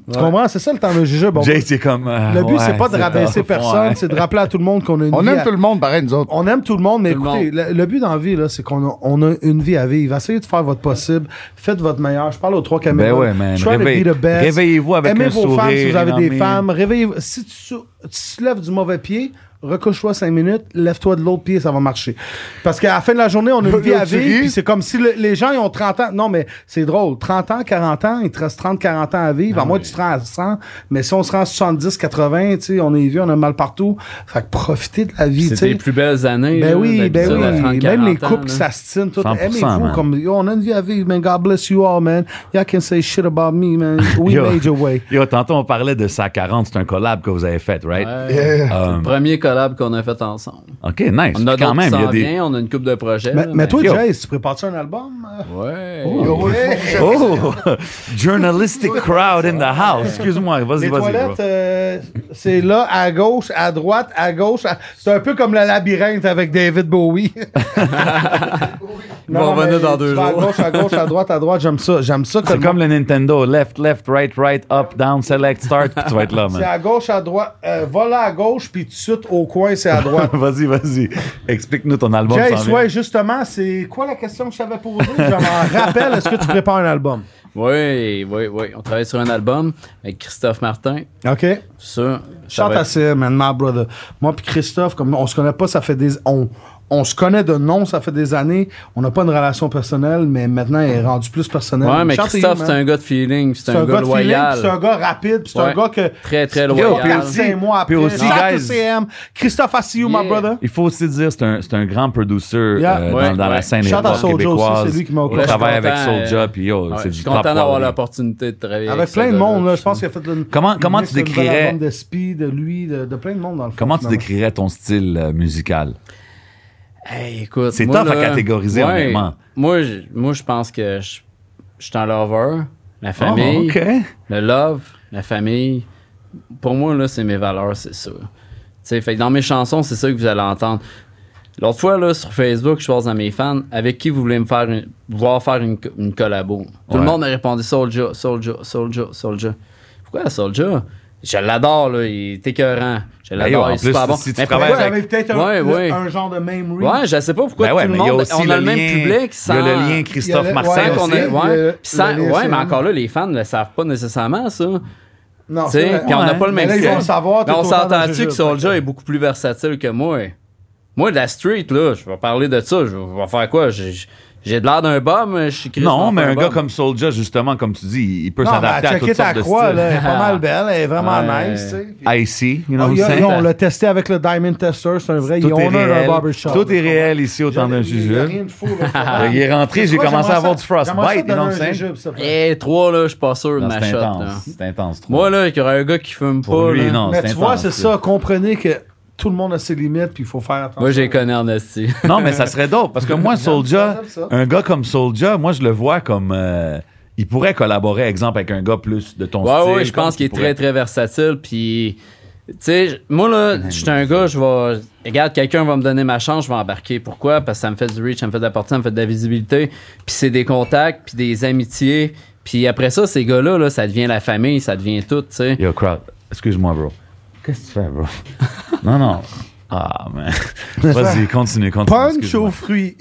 Tu comprends? C'est ça le temps de juger. Bon, Jay, c'est comme. euh, le but, ouais, c'est pas de rabaisser tough, personne, ouais. c'est de rappeler à tout le monde qu'on a une On vie aime à- tout le monde, pareil, nous autres. On aime tout le monde, mais Tout le écoutez, le, le but dans la vie, là, c'est qu'on a, on a une vie à vivre. Essayez de faire votre possible. Faites votre meilleur. Je parle aux trois caméras. Ben ouais, man. Try Réveille- to be the best. réveillez-vous avec Aimez un vos femmes si sourire, vous avez non, des mais- femmes. Réveillez-vous. Si tu, sou- tu te lèves du mauvais pied, recouche-toi cinq minutes, lève-toi de l'autre pied, ça va marcher. Parce qu'à la fin de la journée, on a une vie à tu vivre. ris? puis C'est comme si le- les gens, ils ont 30 ans. Non, mais c'est drôle. 30 ans, 40 ans, il te reste 30, 40 ans à Ah vivre. à moins que tu te rends à 100. Mais si on se rend à 70, 80, tu sais, on est vieux, on a mal partout. Fait que profitez de la vie, tu C'est sais. les plus belles années. Ben là, oui, ben d'habitude, à oui. 30, Même 40 les ans, couples qui là. s'astinent, tout. 100%, Aimez-vous man. comme, yo, on a une vie à vivre, man. God bless you all, man. Y'all can say shit about me, man. We Yo. made your way. Yo, tantôt, on parlait de sa 40, c'est un collab que vous avez fait, right? Ouais. Yeah. Um, Premier collab qu'on a fait ensemble. OK, nice. On a Puis quand d'autres même, qui il y a s'en des. viennent, on a une coupe de projets. Mais, là, mais toi, Yo. Jay, tu prépares-tu un album? euh? Ouais. Oh! Journalistic crowd in the house. Excuse-moi, vas-y, Les vas-y. toilettes, bro. euh, c'est là, à gauche, à droite, à gauche. à- C'est un peu comme le labyrinthe avec David Bowie. Bon, on va mais venir dans tu deux vas jours. À gauche, à gauche, à droite, à droite. J'aime ça. J'aime ça. C'est comme- comme le Nintendo. Left, left, right, right, up, down, select, start, puis tu vas être là, C'est man. à gauche, à droite. Euh, va là à gauche, puis tout de suite, au coin, c'est à droite. Vas-y, vas-y. Explique-nous ton album. s'en Jace, vient. ouais, justement, c'est quoi la question que je t'avais posée? Je m'en rappelle, est-ce que tu prépares un album? Oui, oui, oui. On travaille sur un album avec Christophe Martin. OK. Ça, ça Chante va être- assez, man, my brother. Moi puis Christophe, comme on se connaît pas, ça fait des... On, on se connaît de nom, ça fait des années. On n'a pas une relation personnelle, mais maintenant, elle est rendue plus personnelle. Ouais, mais Chante et Christophe, you, c'est man. un gars de feeling, c'est un, gars de feeling, loyal. puis C'est un gars rapide, puis c'est un Ouais. gars que... Très, très Yo, loyal. puis aussi, cinq mois après, puis aussi, shout to guys. CM. Christophe, I see you, my Yeah. brother. Il faut aussi dire, c'est un, c'est un grand producer Yeah. euh, Ouais, dans, dans la ouais. scène Shout hip-hop out Soulja aussi, québécoise. c'est lui qui m'a Il coaché. travaille Je suis avec content, Soulja, euh, puis yo, Ouais, c'est je du suis top content d'avoir quality. l'opportunité de travailler Avec ce plein de gars-là. monde, là, je pense qu'il a fait le... Comment- le comment mix tu de nouvel décrirais- album de Spi, de lui, de, de plein de monde, dans le fond, Comment tu finalement. décrirais ton style euh, musical? Hey, écoute, C'est moi, tough à là, catégoriser, honnêtement. Moi, je, moi, je pense que je, je suis un lover, la famille, Oh, OK. le love, la famille. Pour moi, là, c'est mes valeurs, c'est ça. Tu sais, fait que dans mes chansons, c'est ça que vous allez entendre. L'autre fois, là, sur Facebook, je pense à mes fans, avec qui vous voulez me faire une- voir faire une, co- une collabo. Tout Ouais. le monde a répondu Soldier, Soldier, Soldier, Soldier. Pourquoi Soldier? Je l'adore, là, il est écœurant. Je Ben yo, l'adore, en il est plus, super bon. si tu Mais travailles Ouais, pourquoi- avec- avec peut-être un, Ouais, le- ouais. un genre de même read. Ouais, je sais pas pourquoi Ben ouais, tout le mais il y a monde, aussi on a le, lien- même public sans... Il y a le lien Christophe Il y a le- Martin ouais, sans aussi. qu'on ait- aussi, ouais, le- puis sans- le lien, ouais, c'est- mais encore là, les fans ne le savent pas nécessairement, ça. Non, Tu c'est sais, vrai. puis on n'a pas le Mais même là, ils style. vont le savoir, Mais tout on autant dans le s'entend-tu jeu, que Soldier est beaucoup plus versatile que moi? Moi, de la street, là, je vais parler de ça. Je vais faire quoi? J'ai j'ai de l'air d'un bum, je suis Non, mais un gars comme comme Soulja, justement, comme tu dis, il peut Non, mais s'adapter à à toutes checker ta sortes de croix, styles. là, elle est pas mal belle, elle est vraiment Ouais. nice, tu sais. Icy, you know Ah, what I'm il y a- saying? non, on l'a testé avec le Diamond Tester, c'est un vrai. Tout ils est ont un réel. barbershop. Tout est réel ici au temps d'un Il y a rien jugeux. de fou, là. Il est rentré, j'ai Moi, commencé à j'aimerais avoir ça- du frostbite, you know what j'aimerais ça I'm donner un saying? jujube, s'il te plaît. Eh, trois, là, je suis pas sûr de Non, ma C'est shot. là. hein. intense, c'est intense. trop. Moi, là, qu'il y aurait un gars qui fume Pour pas, lui, là, non, Mais c'est tu vois, intense, c'est ça, comprenez que tout le monde a ses limites, puis il faut faire attention. Moi, j'ai connu en esti. Non, mais ça serait dope. Parce que moi, Soulja, j'aime ça. un gars comme Soulja, moi, je le vois comme. euh, il pourrait collaborer, exemple, avec un gars plus de ton Ouais, style. ouais, je comme pense qu'il est pourrait- très, très versatile. Puis, Tu sais, j- moi, là, je suis un gars, je vais. Regarde, quelqu'un va me donner ma chance, je vais embarquer. Pourquoi? Parce que ça me fait du reach, ça me fait de la portée, ça me fait de la visibilité. Puis c'est des contacts, puis des amitiés. Puis après ça, ces gars-là, là, ça devient la famille, ça devient tout, tu sais. Yo, crowd, excuse-moi, bro. Qu'est-ce que tu fais, bro? non, non. Ah, man. Vas-y, continue, continue. Punch excuse-moi. aux fruits.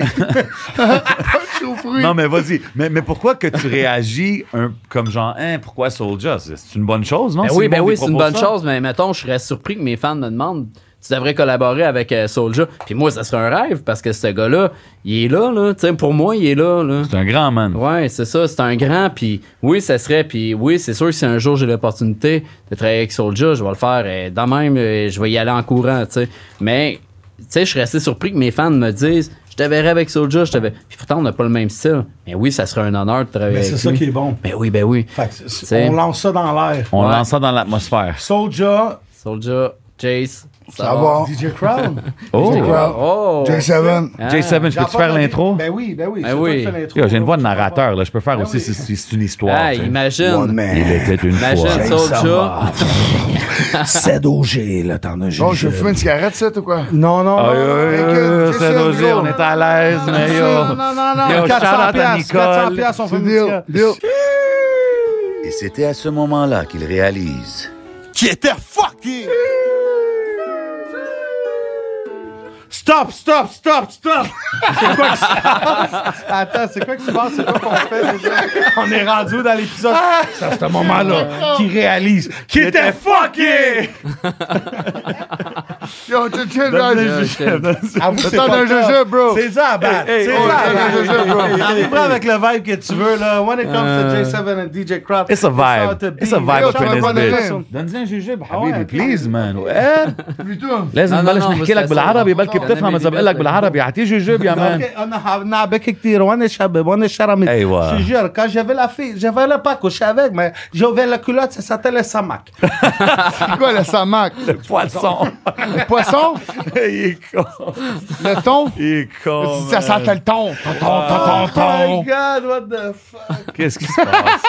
Non, mais vas-y. Mais, mais pourquoi que tu réagis un- comme genre, hein, pourquoi Soulja? C'est c'est une bonne chose, non? Ben Si oui, le ben monde oui, lui c'est une propose bonne ça? chose, mais mettons, je serais surpris que mes fans me demandent tu devrais collaborer avec euh, Soulja. Puis moi, ça serait un rêve parce que ce gars-là, il est là, là. Tu sais, pour moi, il est là, là. C'est un grand man. Ouais, c'est ça, c'est un grand, puis oui, ça serait, puis oui, c'est sûr que si un jour j'ai l'opportunité de travailler avec Soulja, je vais le faire, et dans même, euh, je vais y aller en courant, tu sais. Mais, tu sais, je suis resté surpris que mes fans me disent, je te verrai avec Soulja, je te verrai. Puis pourtant, on n'a pas le même style. Mais oui, ça serait un honneur de travailler Mais avec c'est ça lui. qui est bon. Ben oui, ben oui. Fait que c'est- C'est- on lance ça dans l'air. On Ouais. lance ça dans l'atmosphère. Soulja, Soulja, Jace, ça, Ça va. va. DJ Crowd. Oh! Oh! J7. Ah. J7, je peux-tu faire l'intro? Ben oui, ben oui. Ben c'est toi oui. qui fais l'intro. Yo, J'ai une voix de narrateur, là. Je peux faire aussi oui. si si c'est une histoire. Ah, tu sais. imagine. One man. Il était une fois. Imagine Soulja. C'est d'OG, là, t'en as juste. Bon, je vais fumer une cigarette, ça, ou quoi? Non, non, Aïe, non. aïe, aïe, aïe, Jason, c'est osé, gros. on est à l'aise, mais Non, yo. non, non, non. Yo, 400 shout-out à piastres, Nicole. 400 piastres, on fait C'est une deal, petite- deal. Et c'était à ce moment-là qu'il réalise. Qui était fucké! Stop, stop, stop, stop! c'est quoi qui se passe? Attends, c'est quoi qui se passe? C'est quoi qu'on fait? déjà? On est rendu dans l'épisode. Ah! C'est à ce moment-là qu'il réalise qu'il était fucké! Yo, chill, chill, là, je- Avoue, c'est Attends, pas un le cas. jeu, bro. C'est ça à battre. Oh. Hey, oh, hey, c'est hey, ça à hey, hey, battre. hey, hey, hey, hey. Arrivera avec le vibe que tu veux, là. When it comes to J7 and DJ Crowd. Euh, It's a vibe. how to be. It's a vibe Yo, up tu in vas this pas bitch. donner- Donne-y un jujube, ouais, حبيبي please man. Ouais. Plutôt. لازم لا، لا، نبلش لا، نحكي لك مستسلم. بالعربي بلكي أنا بتفهم بدي اذا بقول لك بدي. بالعربي اعطيه جوجوب يا مان اوكي انا نعبك كثير وانا شباب وانا شرمي Eh, أيوة. شجر كان جافي لا في جافي لا باكو شافيك ما جافي لا كولوت سا ساتيل سمك Ah. C'est quoi le samac? poisson Le poisson? il est con Le thon? il est Oh, con Ça man. sentait le thon. Ton, ton, ton, ton, ماي ton. جاد وات ذا فاك qu'est-ce qui se passe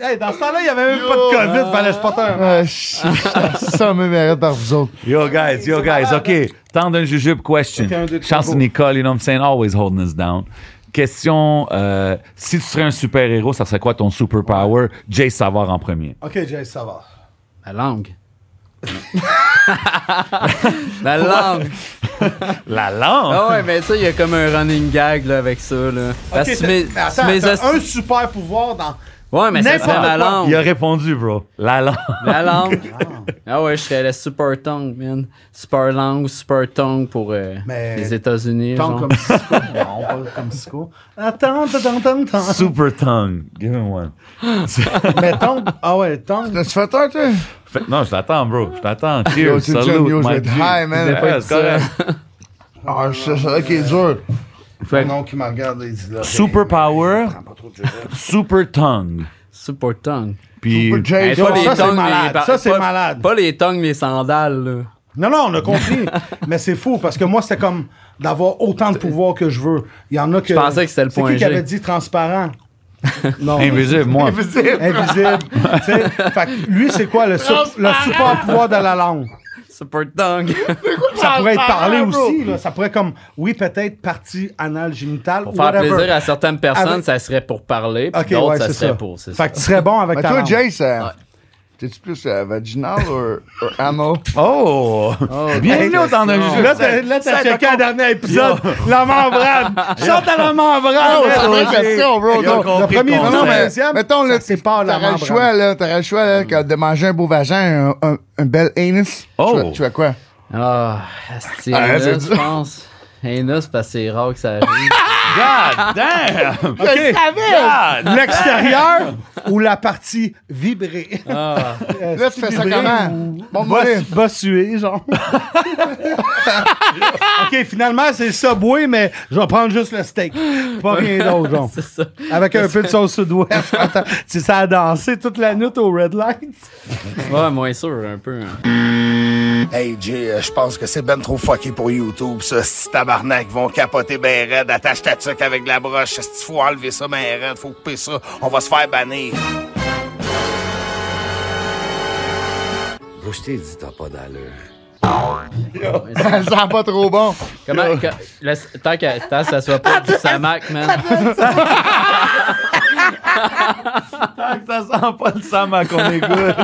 Hey, dans ce temps-là, il n'y avait même pas de COVID, fallait se porter un. Ah, shit, Ça me mérite par vous autres. yo guys yo guys ok temps d'un jujube question Ok, un, deux, trois, chance go. Nicole you know what I'm saying always holding us down question euh, si tu serais un super héros ça serait quoi ton super power Jay Savard en premier Ok, Jay, ça va. La langue. la langue. la langue Ah ouais, mais ça, il y a comme un running gag là, avec ça. Là. Parce que Ok, tu mets- t'as- attends, tu mets t'as asti- un super pouvoir dans. Ouais, mais ça N'importe serait la quoi. langue. il a répondu bro la langue La langue. ah ouais, je serais la super tongue, man. Super langue, super tongue pour euh, Mais- les États-Unis. Tant genre. comme Cisco. Non, pas comme Cisco. Attends, attends, attends, attends. super tongue give me one Mais tant. Ah ouais, tant. Tu fais tard, toi? Fait- Non, je t'attends, bro. Je t'attends. Yo, Cheers, tu te gênes, yo, salut, je vais Mike être G. high, man. Ouais, c'est correct. Ah, c'est ça qui est dur. Fait que Non, qui me regarde, il dit là. Super power, super tongue. super tongue. Puis, Super J. Eh, Yo, pas les ça, c'est tongues, malade. les- Ça, c'est pas- malade. Pas les tongues, les sandales. là. Non, non, on a compris. mais c'est fou parce que moi, c'était comme d'avoir autant de pouvoir que je veux. Il y en a que. Je pensais que c'était le point C'est qui qui G. avait dit transparent? Non. invisible, moi. Invisible. Tu sais, fait que lui, c'est quoi le, su- le super pouvoir de la langue? Super tongue. Ça pourrait être parlé aussi. là. Ça pourrait comme, oui, peut-être partie anale génitale. Pour faire whatever. plaisir à certaines personnes, Avec- ça serait pour parler, puis Ok, d'autres, ouais, ça c'est serait ça. pour. c'est ça. Fait que tu serais bon avec Mais ta toi, langue. Jay, ça. T'es-tu plus euh, vaginal ou anal? Oh! Bienvenue au temps d'un jeu. Là, t'as, là, t'as checké le dernier épisode. La membrane. Chante à la Oh, membrane. c'est la vraie question, bro. Ils ont Non. compris premier- le Non, non, concept. mais Deuxième, mettons, là, ça sépare la t'aurais le membrane. choix, là, t'aurais le choix, là, que de manger un beau vagin, un, un, un bel anus. Oh. Tu vois- Tu vois quoi? Ah, c'est Ah, c'est Anus, dur. je pense. Anus, parce que c'est rare que ça arrive. God damn! Ok. God! L'extérieur ou la partie vibrée? Ah, Là, tu fais ça vibré comment? Bon, moi, Boss- Bossué, genre. OK, finalement, c'est Subway, mais je vais prendre juste le steak. Pas rien d'autre, genre. c'est ça. Avec un peu de sauce sud-ouest. Attends, tu sais, ça a dansé toute la nuit au Red Light. Ouais, moins sûr, un peu. hein. Hey Jay, euh, je pense que c'est ben trop fucké pour YouTube, ça. Si tabarnak vont capoter ben raide, attache ta tuque avec la broche. Si faut enlever ça ben raide, faut couper ça, on va se faire bannir. Faut que je t'ai dit, t'as pas d'allure. Ça sent pas trop bon. Comment. que- laisse- tant, que, tant que ça soit pas du samac, man. ça sent pas le samac, on est good.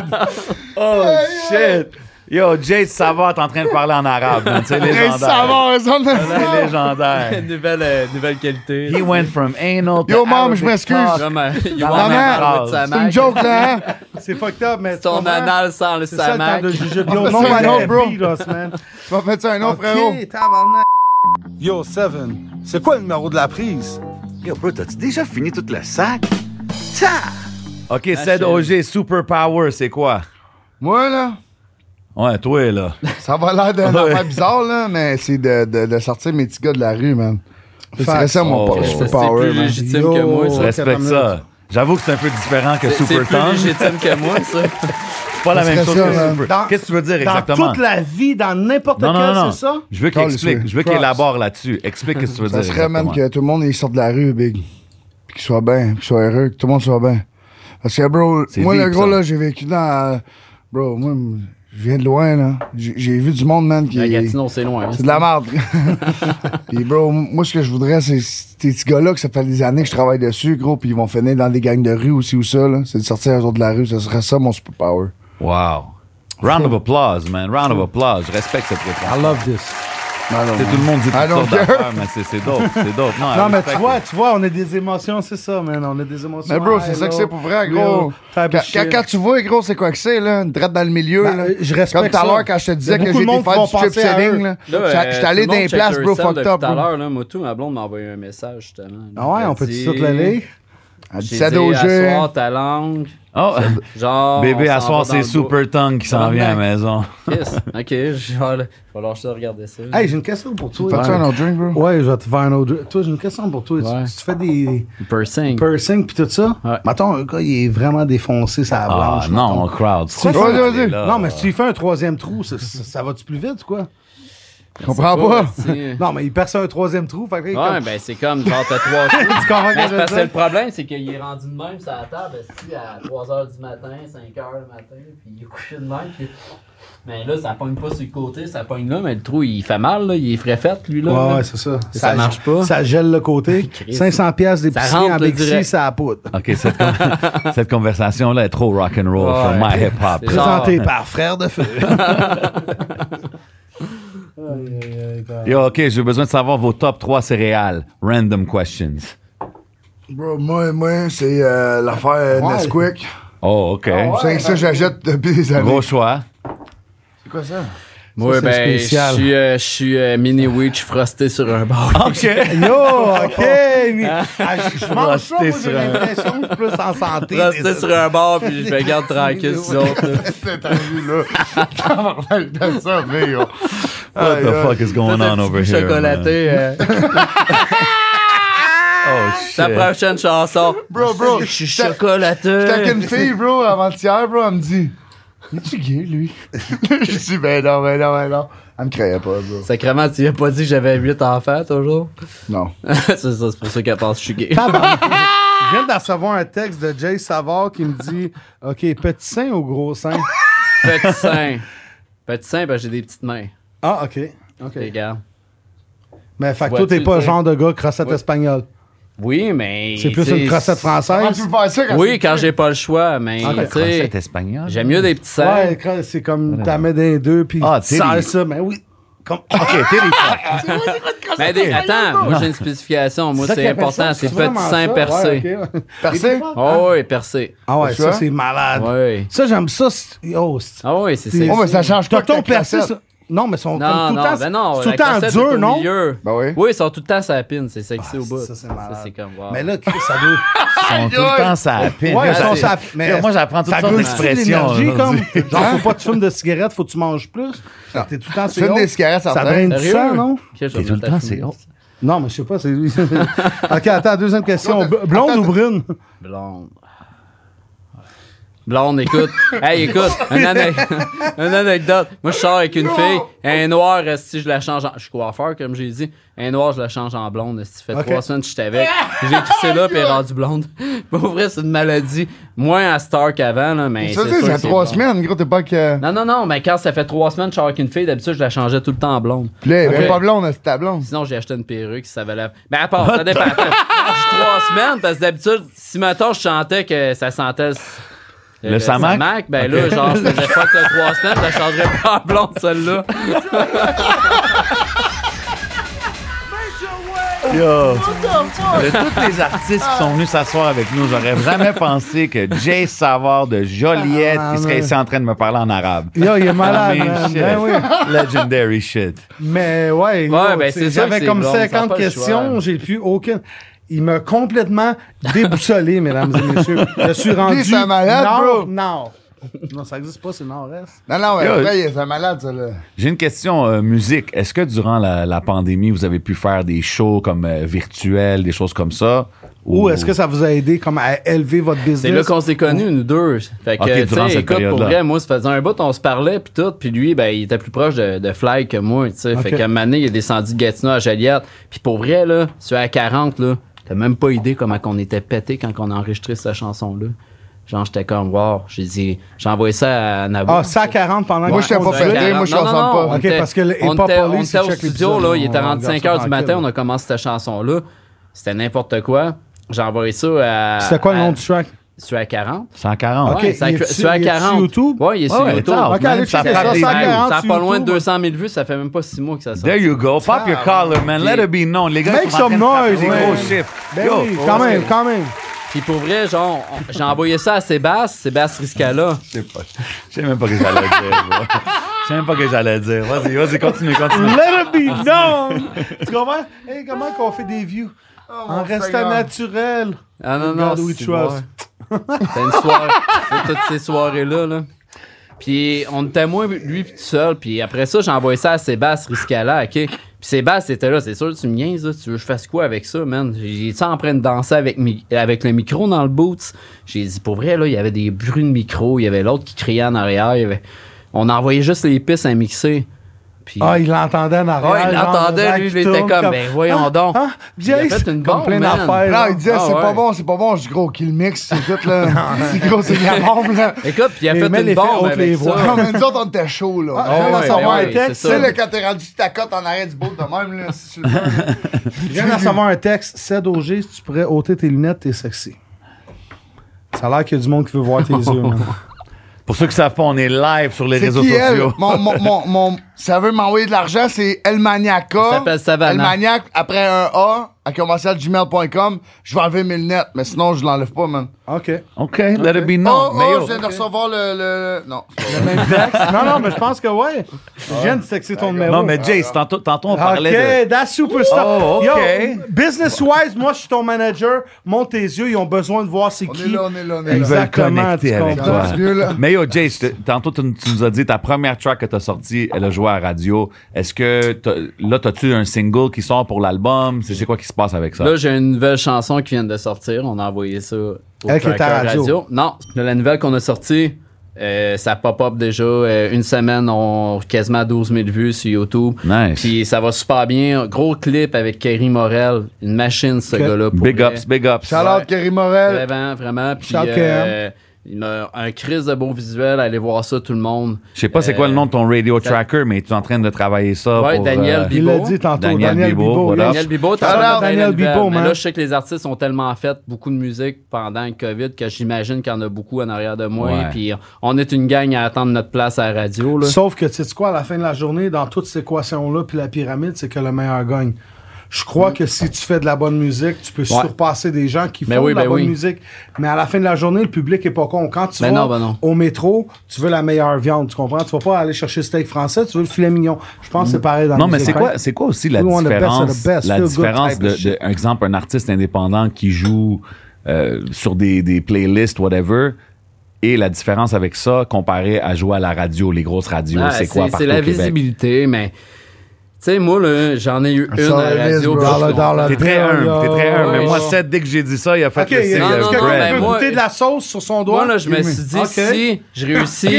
Oh shit. Yo, Jay Savard est en train de parler en arabe, man. C'est légendaire. C'est légendaire. nouvelle, euh, nouvelle qualité. He went from anal to Yo, maman, je Arabic m'excuse. talk. Comme, euh, you Dans want la me même parler de phrase. samac? hein? C'est fucked up, mais. Ton anal sans le C'est ça le samac. temps de jujube. Yo, On va non, faire un autre, bro. man. Tu vas mettre ça un nom, frérot. Ok, tabarnak. Yo, Seven, c'est quoi le numéro de la prise? Yo, bro, t'as-tu déjà fini toute la sac? Ça! Ok, Ced OG, superpower, c'est quoi? Moi, là, Ouais, toi, là. ça va l'air d'un Ouais. affaire bizarre, là, mais c'est de, de, de sortir mes petits gars de la rue, man. C'est Facts. ça, mon Oh. power, Ça, Ça, C'est power, plus man. légitime Yo. que moi, ça. Respecte ça. J'avoue que c'est un peu différent que C'est c'est Super plus Tongue. légitime que moi, ça. C'est pas la Ça même chose serait que ça, man. Super. Dans- Qu'est-ce que tu veux dire Dans exactement? toute la vie, dans n'importe Non, non, quel, non, c'est ça? non. Je veux qu'il Carl, explique. c'est- Je veux qu'il Props. élabore là-dessus. Explique ce que tu veux Ça dire. serait même exactement. que tout le monde il sorte de la rue, Big. Puis qu'il soit bien, qu'il soit heureux, que tout le monde soit bien. Parce que, bro, C'est moi, deep, le gros, ça. là, j'ai vécu dans. Bro, moi, je viens de loin, là. J'ai j'ai vu du monde, man, qui. La Gatineau, c'est loin. hein. C'est de la merde. puis bro, m- moi ce que je voudrais, c'est ces petits gars-là que ça fait des années que je travaille dessus, gros, puis ils vont finir dans des gangs de rue aussi ou ça, là. C'est de sortir eux autres de la rue, ça serait ça mon superpower. Wow. Round of applause, man. Round of applause. Je respecte cette réponse. I love this. Non, non, C'est tout le monde dit I toutes don't sortes care. d'affaires, mais c'est c'est dope. C'est dope. Non, Ah, Non, I mais tu respecte. vois, tu vois, on a des émotions, c'est ça, man. On a des émotions. Mais bro, c'est Hello, ça que c'est pour vrai, gros. real Quand, type of quand- shit. quand tu vois, gros, c'est quoi que c'est, là? Une drette dans le milieu, Ben, là. euh, je respecte Comme tout à ça. l'heure, quand je te Il y a disais que beaucoup j'ai de des monde qui faire vont du strip penser à selling, eux. là. Là, J'étais euh, j'étais allé tout le dans les monde check places, bro, yourself fucked depuis up, Tout à bro. l'heure, là, moi, tout, ma blonde m'a envoyé un message, justement. Ah ouais, on peut tout J'ai de dit- l'aller. À J'ai 17 dit, au jeu. asseoir ta langue. Oh, Genre. bébé, on à s'en soir, va dans c'est le bois. Super Tongue qui s'en vient à la maison. Yes. Ok, je vais aller- je vais lâcher de regarder ça. Hey, j'ai une question pour toi. Fais-tu un autre drink, bro? Ouais, je vais te faire un autre. Toi, j'ai une question pour toi. Tu- Ouais. Tu, fais des Pursing. piercings pis tout ça. Ouais. Mettons, un gars, il est vraiment défoncé, sa Ah blanche. non, mettons. mon crowd. Tu fais- Vas-y, vas-y. là. Non, mais si tu lui fais un troisième trou, ça, ça- ça va-tu plus vite ou quoi? Je comprends pas. Non, mais il perce un troisième trou, fait que là, il est Ouais, comme- ben c'est comme genre t'as trois coups. Tu comprends ce que Mais je c'est veux parce que dire? le problème, c'est qu'il est rendu de même sur la table esti, à 3h du matin, 5h le matin, puis il est couché de même. puis- Mais là, ça pogne pas sur le côté, ça pogne là, mais le trou, il fait mal, là, il est frais fait, lui, là. Ouais, là. ouais, c'est ça. Ça marche pas. Ça gèle le côté. Christ. 500 pièces Ça d'épicerie rentre en le Bixi, direct. ça a poudre. OK, cette, con- cette conversation-là est trop rock'n'roll for Ouais. my hip-hop. C'est genre- Présenté par Frère de Feu. Yo, OK, j'ai besoin de savoir vos top 3 céréales. Random questions. Bro, moi, moi, c'est euh, l'affaire Ouais. Nesquik. Oh, OK. Ah C'est que ça, j'achète depuis des années. Gros choix. C'est quoi ça? Moi, Ça, c'est ben, je spécial. suis, euh, je suis euh, mini witch frosté sur un bord. Yo, OK. oui. Ah, je je mange ça, Frosté moi, sur j'ai un- l'impression que je suis plus en santé. frosté sur un bord, puis je me garde tranquille sur l'autre. là. Cette année-là. Tabarnak de ça, mais yo. What Aïe, aïe. the fuck is going on over here? man? Chocolaté. euh, Oh, shit. ta prochaine chanson. Bro, bro, Je suis j'étais- chocolaté. J'étais avec une fille, bro, avant-hier, bro, elle me dit Es-tu gay, lui Je dis Ben non, ben non, ben non. Elle me croyait pas, bro. Sacrément, tu lui as pas dit que j'avais 8 enfants, toujours? Non. c'est ça, c'est pour ça qu'elle pense que je suis gay. Je viens de recevoir un texte de Jay Savard qui me dit OK, petit sein ou gros sein Petit sein. Petit sein, ben j'ai des petites mains. Ah, OK. OK. Regarde. Mais fait que Vois-tu, toi, t'es pas tu le sais. genre de gars crossette Ouais. espagnole. Oui, mais. C'est plus tu sais, une crossette Comment Ah, tu française. peux faire ça quand Oui, tu- quand j'ai pas le choix, mais Ah, la tu sais, C'est espagnol. j'aime mieux des petits seins. Ouais, cro- c'est comme t'as mets des deux puis Ah, tu serres Teddy. ça, mais oui. Comme... OK, Terry Fox. mais des- attends, moi j'ai une spécification. Moi ça c'est qu'il appelle important, ça? c'est vraiment petit sein ça? percé. Ouais, ok. Percé Oh oui, percé. Ah ouais, Tu ça vois? c'est malade. Oui. Ça j'aime ça. c'est- Oh, c'est- Ah oui, c'est ça. Oh, mais ça change T'as quoi que ton ta percé. cassette? ça- Non, mais ils sont comme Non, tout le non, temps. ben non. c'est tout le la temps cassette est dur, au non? Ah, milieu. Ben oui. Oui, ils sont tout le temps sur la pine, c'est sexy au bout. Ça, c'est malade. Ça, c'est comme, wow. Mais là, Chris, ça doit. Ils sont tout le temps ça la pine. Ouais, Yo, ils sont c'est- ça. Mais Moi, j'apprends toutes ça sortes brûle d'expressions. l'énergie aujourd'hui. comme. Genre, faut pas que tu fumes de cigarettes, faut que tu manges plus. T'es tout le temps Tu fumes haut. des cigarettes, hein? ça Ça fait. draine du Sérieux? sang, non? Ok, je vais T'es tout le mettre la temps, fumée. c'est oh. haut. Non, mais je sais pas, c'est lui. ok, attends, deuxième question. Attends, Blonde attends. ou brune? Blonde. Blonde, écoute. hey, écoute, une, ane- une anecdote. Moi, je sors avec une fille. Un noir, si je la change en. Je suis coiffeur, comme j'ai dit. Un noir, je la change en blonde. Si fait Ok. trois semaines que j'étais avec. J'ai crissé là, puis elle est rendue blonde. Pour vrai, c'est une maladie. Moins à Star qu'avant, là, mais. Ça, c'est tu sais, sûr ça que fait c'est trois blonde. semaines, gros, t'es pas que. Non, non, non, mais quand ça fait trois semaines que je sors avec une fille, d'habitude, je la changeais tout le temps en blonde. Puis là, elle Ok. est pas blonde, c'était blonde. Sinon, j'ai acheté une perruque si ça valait. Mais à part, ça dépend. Attends, j'ai trois semaines, parce que d'habitude, si maintenant je chantais que ça sentait. Le Samac? Ok. ben là, genre, je faisais fuck le trois semaines, je la changerais pas en blonde, celle-là. Yo. De tous tous les artistes qui sont venus s'asseoir avec nous, j'aurais jamais pensé que Jay Savard de Joliette Ah, qui serait mais- ici en train de me parler en arabe. Yo, il est malade, I mean, man. shit. Ben oui. Legendary shit. Mais Ouais, ouais, yo, ben, tu sais, c'est sûr que j'avais c'est comme blonde, ça a 50 pas le choix. questions, j'ai plus aucune. Il m'a complètement déboussolé, mesdames et messieurs. Je suis rendu Puis c'est un malade, nord, bro. nord. Non, ça existe pas, c'est nord-est. Non, non, ouais, Yo. après, il est un malade, ça, là. J'ai une question euh, musique. Est-ce que durant la, la pandémie, vous avez pu faire des shows comme euh, virtuels, des choses comme ça? Ou est-ce que ça vous a aidé comme à élever votre business? C'est là qu'on s'est connus, nous deux. Fait que, Ok, tu durant sais, cette écoute, pour période-là. vrai, moi, ça faisait un bout, on se parlait, puis tout. Puis lui, ben, il était plus proche de, de Fly que moi, tu sais. Ok. Fait qu'à un moment donné, il est descendu de Gatineau à Joliette. Puis pour vrai, là, sur à 40, là, t'as même pas idée comment on était pété quand on a enregistré cette chanson-là. Genre, j'étais comme, wow. J'ai dit, j'ai envoyé ça à Nabo. Ah, 140 pendant Moi, que- j'étais pas on- pété, moi, je Non, suis en non, forme non, pas. OK, parce que le on hip-hop était, on police, était il au check studio, l'épisode, là, il était on regarde 45 ça h du matin, on tranquille. a commencé cette chanson-là. C'était n'importe quoi. J'ai envoyé ça à. C'était quoi le à- nom du track? sur la 40. 140. Ah Ouais, ça- sur la 40. Ouais, il est sur Ouais, YouTube. attends, Ok, man, allez ça checker ça, frappe des 140 Ça a pas sur loin de YouTube. 200 000 vues, ça fait même pas 6 mois que ça sort. There you go. Pop your Ah, collar, man. Let it be known. Les gars, Make ils sont en some train de noise, frapper des ouais. gros chiffres. Ben Yo. oh, oui, quand même, quand même. Puis pour vrai, genre, on- j'ai envoyé ça à Sébastien, Sébastien Riscala. Je sais pas. Je sais même pas ce que j'allais dire. bro. Je sais même pas ce que j'allais dire. Vas-y, vas-y, continue, continue. Let it be known! tu comprends? Hey, comment qu'on fait des views? en restant Instagram. naturel. Oh, Ah non, non, God we c'est trust. ouais. C'était une soirée. c'est toutes ces soirées-là, là. Puis on était moins, lui, puis tout seul. Puis après ça, j'ai envoyé ça à Sébastien Riscala, OK? Puis Sébastien était là, c'est sûr, tu me niaises, là. Tu veux que je fasse quoi avec ça, man? J'étais en train de danser avec, mi- avec le micro dans le boot. J'ai dit, pour vrai, là, il y avait des bruits de micro, il y avait l'autre qui criait en arrière. il y avait- On envoyait juste les pistes à mixer. Puis... Ah, il l'entendait en arrière. Ouais, il genre, le l'entendait, mec lui, il qui était tourne comme, ben voyons Ah, donc. ah, Il a Jace, fait une comme bombe, plein man. d'affaires. Non, il disait, Ah c'est ouais. pas bon, c'est pas bon. Je dis, gros, qu'il mixe, c'est tout, là. C'est gros, c'est de la bombe, là. Écoute, puis il a fait une bombe avec ça. Non, mais nous autres, on était chaud, là. Ah, On ouais, voulait ouais, savoir un ouais, texte. c'est Tu ça. sais, là, quand t'es rendu sur ta cote en arrière du bout de même, là, si tu le Je viens de recevoir un texte. Cède au G, si tu pourrais ôter tes lunettes, t'es sexy. Ça a l'air qu'il y a du monde qui veut voir tes yeux. man. Pour ceux qui savent pas, on est live sur les C'est réseaux qui, sociaux. elle? Mon, mon, mon, mon- ça veut m'envoyer de l'argent, c'est Elmaniaca. Ça s'appelle Savannah. Elmaniac, après un A, à commercial gmail.com, je vais enlever mes lunettes, mais sinon, je l'enlève pas, man. OK. OK, let it be known. Oh, Mais oh, yo. je viens de recevoir le... le... Non. non, non, mais je pense que ouais. Je viens de sexer Ah, ton numéro. Non, mais Jace, tantôt, tantôt on Ah, parlait de... OK, that's superstar. Oh, OK. Yo, business-wise, moi, je suis ton manager. Monte tes yeux, ils ont besoin de voir c'est qui. on est là, on Ils veulent Exactement, connecter tu avec comprends? toi. Mais yo, Jace, t- tantôt, tu, tu nous as dit ta première track que t'as sortie, elle a joué à radio. Est-ce que t'as- là, t'as-tu un single qui sort pour l'album? C'est c'est quoi qui se passe avec ça? Là, j'ai une nouvelle chanson qui vient de sortir. On a envoyé ça au Elle qui est à Tracker radio. Non, la nouvelle qu'on a sortie, euh, ça pop-up déjà. Euh, une semaine, on quasiment 12 000 vues sur YouTube. Nice. Puis ça va super bien. Gros clip avec Kerry Morel. Une machine, ce Ok. gars-là. pour Big vrai. ups, big ups. Shout-out, Kerry Morel. Vraiment, vraiment. Puis, Shout-out, euh, il a un crise de beau visuel. Allez voir ça, tout le monde. Je sais pas c'est quoi le nom de ton radio ça- tracker, mais tu es en train de travailler ça Euh, Ouais, pour... Daniel euh, Bibo. Daniel, Bibo, what up? Daniel Bibo, t'as Shout-out pas parlé Daniel de nouvelles, Bibo, mais man. Là, je sais que les artistes ont tellement fait beaucoup de musique pendant le COVID que j'imagine qu'il y en a beaucoup en arrière de moi. Ouais. Puis on est une gang à attendre notre place à la radio. Là. Sauf que, tu sais quoi, à la fin de la journée, dans toute cette équation-là, puis la pyramide, c'est que le meilleur gagne. Je crois que si tu fais de la bonne musique, tu peux surpasser des gens qui Ben font oui, de la ben bonne oui. musique. Mais à la fin de la journée, le public est pas con. Quand tu Ben vas non, ben non. au métro, tu veux la meilleure viande, tu comprends? Tu vas pas aller chercher le steak français, tu veux le filet mignon. Je pense que c'est pareil dans la Mm. non, mais musique. c'est quoi, c'est quoi aussi la We want the best of the différence, best, la feel good différence type de, of shit. de- un exemple, un artiste indépendant qui joue euh, sur des, des playlists, whatever, et la différence avec ça comparé à jouer à la radio, les grosses radios, Ah, c'est quoi partout la au Québec? visibilité, mais Tu sais, moi, là, j'en ai eu une à la radio. Dans le- dans le- T'es T'es très humble, t'es très humble. Ouais, mais moi, je- Seth, dès que j'ai dit ça, il a fait Ok, le signe non, de euh, non, non, Brad. ben, moi, goûter de la sauce sur son doigt. Moi, là, je me suis dit, Ok. si je réussis.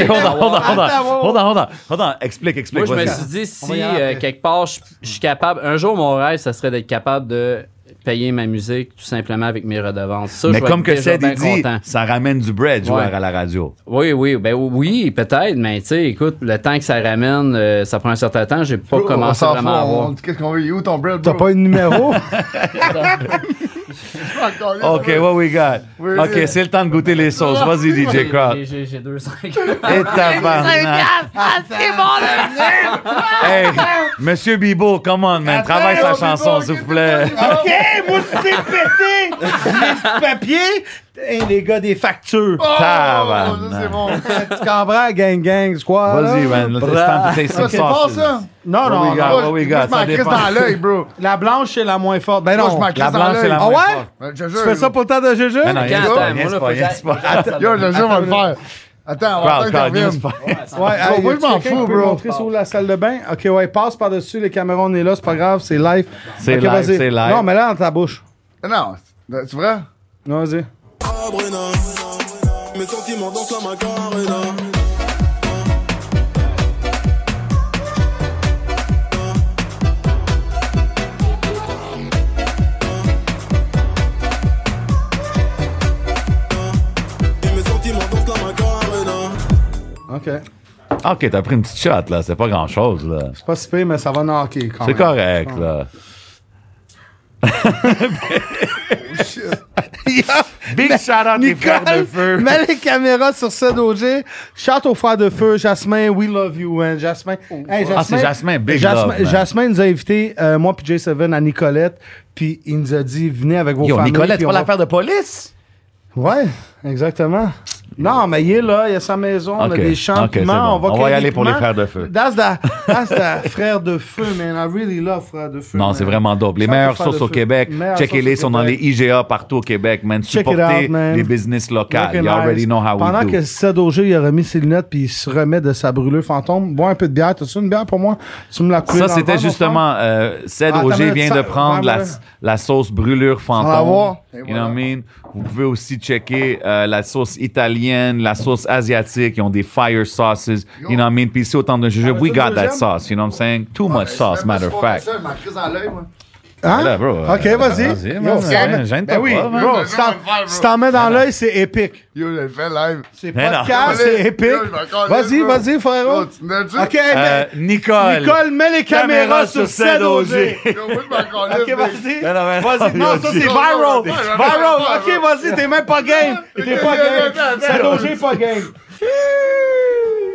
hold on, à hold on, hold on. avoir- Hold on, hold on. Hold on, Explique, explique. Moi, je me vas-y. suis dit, On va y si aller euh, après. quelque part, je je suis capable. Un jour, mon rêve, ça serait d'être capable de payer ma musique tout simplement avec mes redevances. Ça, mais je vais comme être que déjà Seth bien il dit, content. ça ramène du bread joueur Ouais. à la radio. Oui, oui, ben oui, peut-être, mais tu sais, écoute, le temps que ça ramène, euh, ça prend un certain temps, j'ai pas Bro, on commencé s'en vraiment fout, à avoir. on- Qu'est-ce qu'on veut? Il est Où ton bread, T'as pas un numéro? OK, what we got? Oui. OK, c'est le temps de goûter les sauces. Vas-y, DJ Crowd. J'ai- j'ai- J'ai deux cinq. Et tabarnak. c'est bon, Hey, Monsieur Bibo, come on, man. Travaille sa chanson, s'il vous plaît. OK, moi, je t'ai pété! J'ai du papier! Hey, les gars, des factures! Oh, Tabarnak. c'est bon. tu comprends, gang, gang, squad. Vas-y, man. C'est temps de tasting Ça, c'est pas sauces. ça. Non, What non, we non. got, Ah, Moi, what we je- got, moi, je ça m'en crisse dépend. dans l'œil, bro. La blanche, c'est la moins forte. Ben Moi, non. je m'en crisse La dans blanche, l'œil. c'est la moins Ah ouais? forte. Ouais, je Tu jure. fais ça pour le temps de Juju? Mais non, il y a Go. pas, il y a pas, il y a pas. Attends, Yo, je sais, on va le faire. Attends, on va Crowd, attendre crowd, qu'il revienne. yes, Ouais, Bro, hey, moi, y je a-tu m'en fous, quelqu'un qui peut me bro. montrer c'est où la salle de bain? Ok, ouais, passe par-dessus, les caméras, on est là, c'est pas grave, c'est live. C'est Ok, live, vas-y. c'est live. Non, mais là, dans ta bouche. Non, c'est vrai? Non, vas-y. Mes sentiments dansent la macarena. Et mes sentiments dansent la macarena. Ok. OK, t'as pris une petite shot, là. C'est pas grand-chose, là. C'est pas si pire, mais ça va knocker quand C'est même. correct, là. Big shout-out des frères de feu. Mets les caméras sur ça d'OG. Shout aux frères de feu. Jasmin, we love you, man. Jasmin. Hey, Ah, c'est Jasmin, big love, man. Jasmin nous a invités, euh, moi puis J7, à Nicolette. Puis il nous a dit, venez avec vos Yo, familles. Nicolette, puis pas on va- l'affaire de police? Ouais, exactement. Non, mais il est là, il a sa maison, on a Ok, des champs, ok, c'est piments, bon. on On va va y cueillir aller des pour les piments. frères de feu. That's the, that's the frère de feu, man. I really love frère de feu. Non, man. c'est vraiment dope. Les Ça meilleures peut faire sources le au feu. Québec. Meilleures Checkez-les, sources au sont dans les Québec. IGA partout au Québec, man. Check it Supportez out, man. les business locales. You Recognize. already know how Pendant we do. que Seth Auger, il a remis ses lunettes puis il se remet de sa brûlure fantôme, bois un peu de bière. T'as-tu une bière pour moi? Tu me la coupes. Ça, c'était justement, euh, Ced Ah, attends, Auger mais vient ça- de prendre la, ouais. la sauce brûlure On va fantôme. voir. You know what I mean? Vous pouvez aussi checker euh, la sauce italienne, la sauce asiatique. Ils ont des fire sauces. You know what I mean? Puis ici, au temps de Ah, jujube, we got that sauce. You know what I'm saying? Too much sauce, matter of fact. Ça, je m'en crisse dans l'œil, moi. Hein? Là, bro, ok, euh, vas-y. vas-y, Yo, man, si t'en- gêne- gêne-toi Ben oui, pas, man. bro, si t'en- si t'en mets dans l'œil, c'est épique. Yo, je le fais live. C'est Mais non. podcast, c'est épique. Vas-y, vas-y, frérot. Ok, Euh, ben, Nicole. Nicole, mets les caméras sur Seth Auger. Ok, vas-y. Non, non, mais- Vas-y, non, ça c'est Non, viral. non, non, non, non, non, Viral. non, Ok, vas-y, t'es même pas game. T'es pas game. Seth Auger, pas game.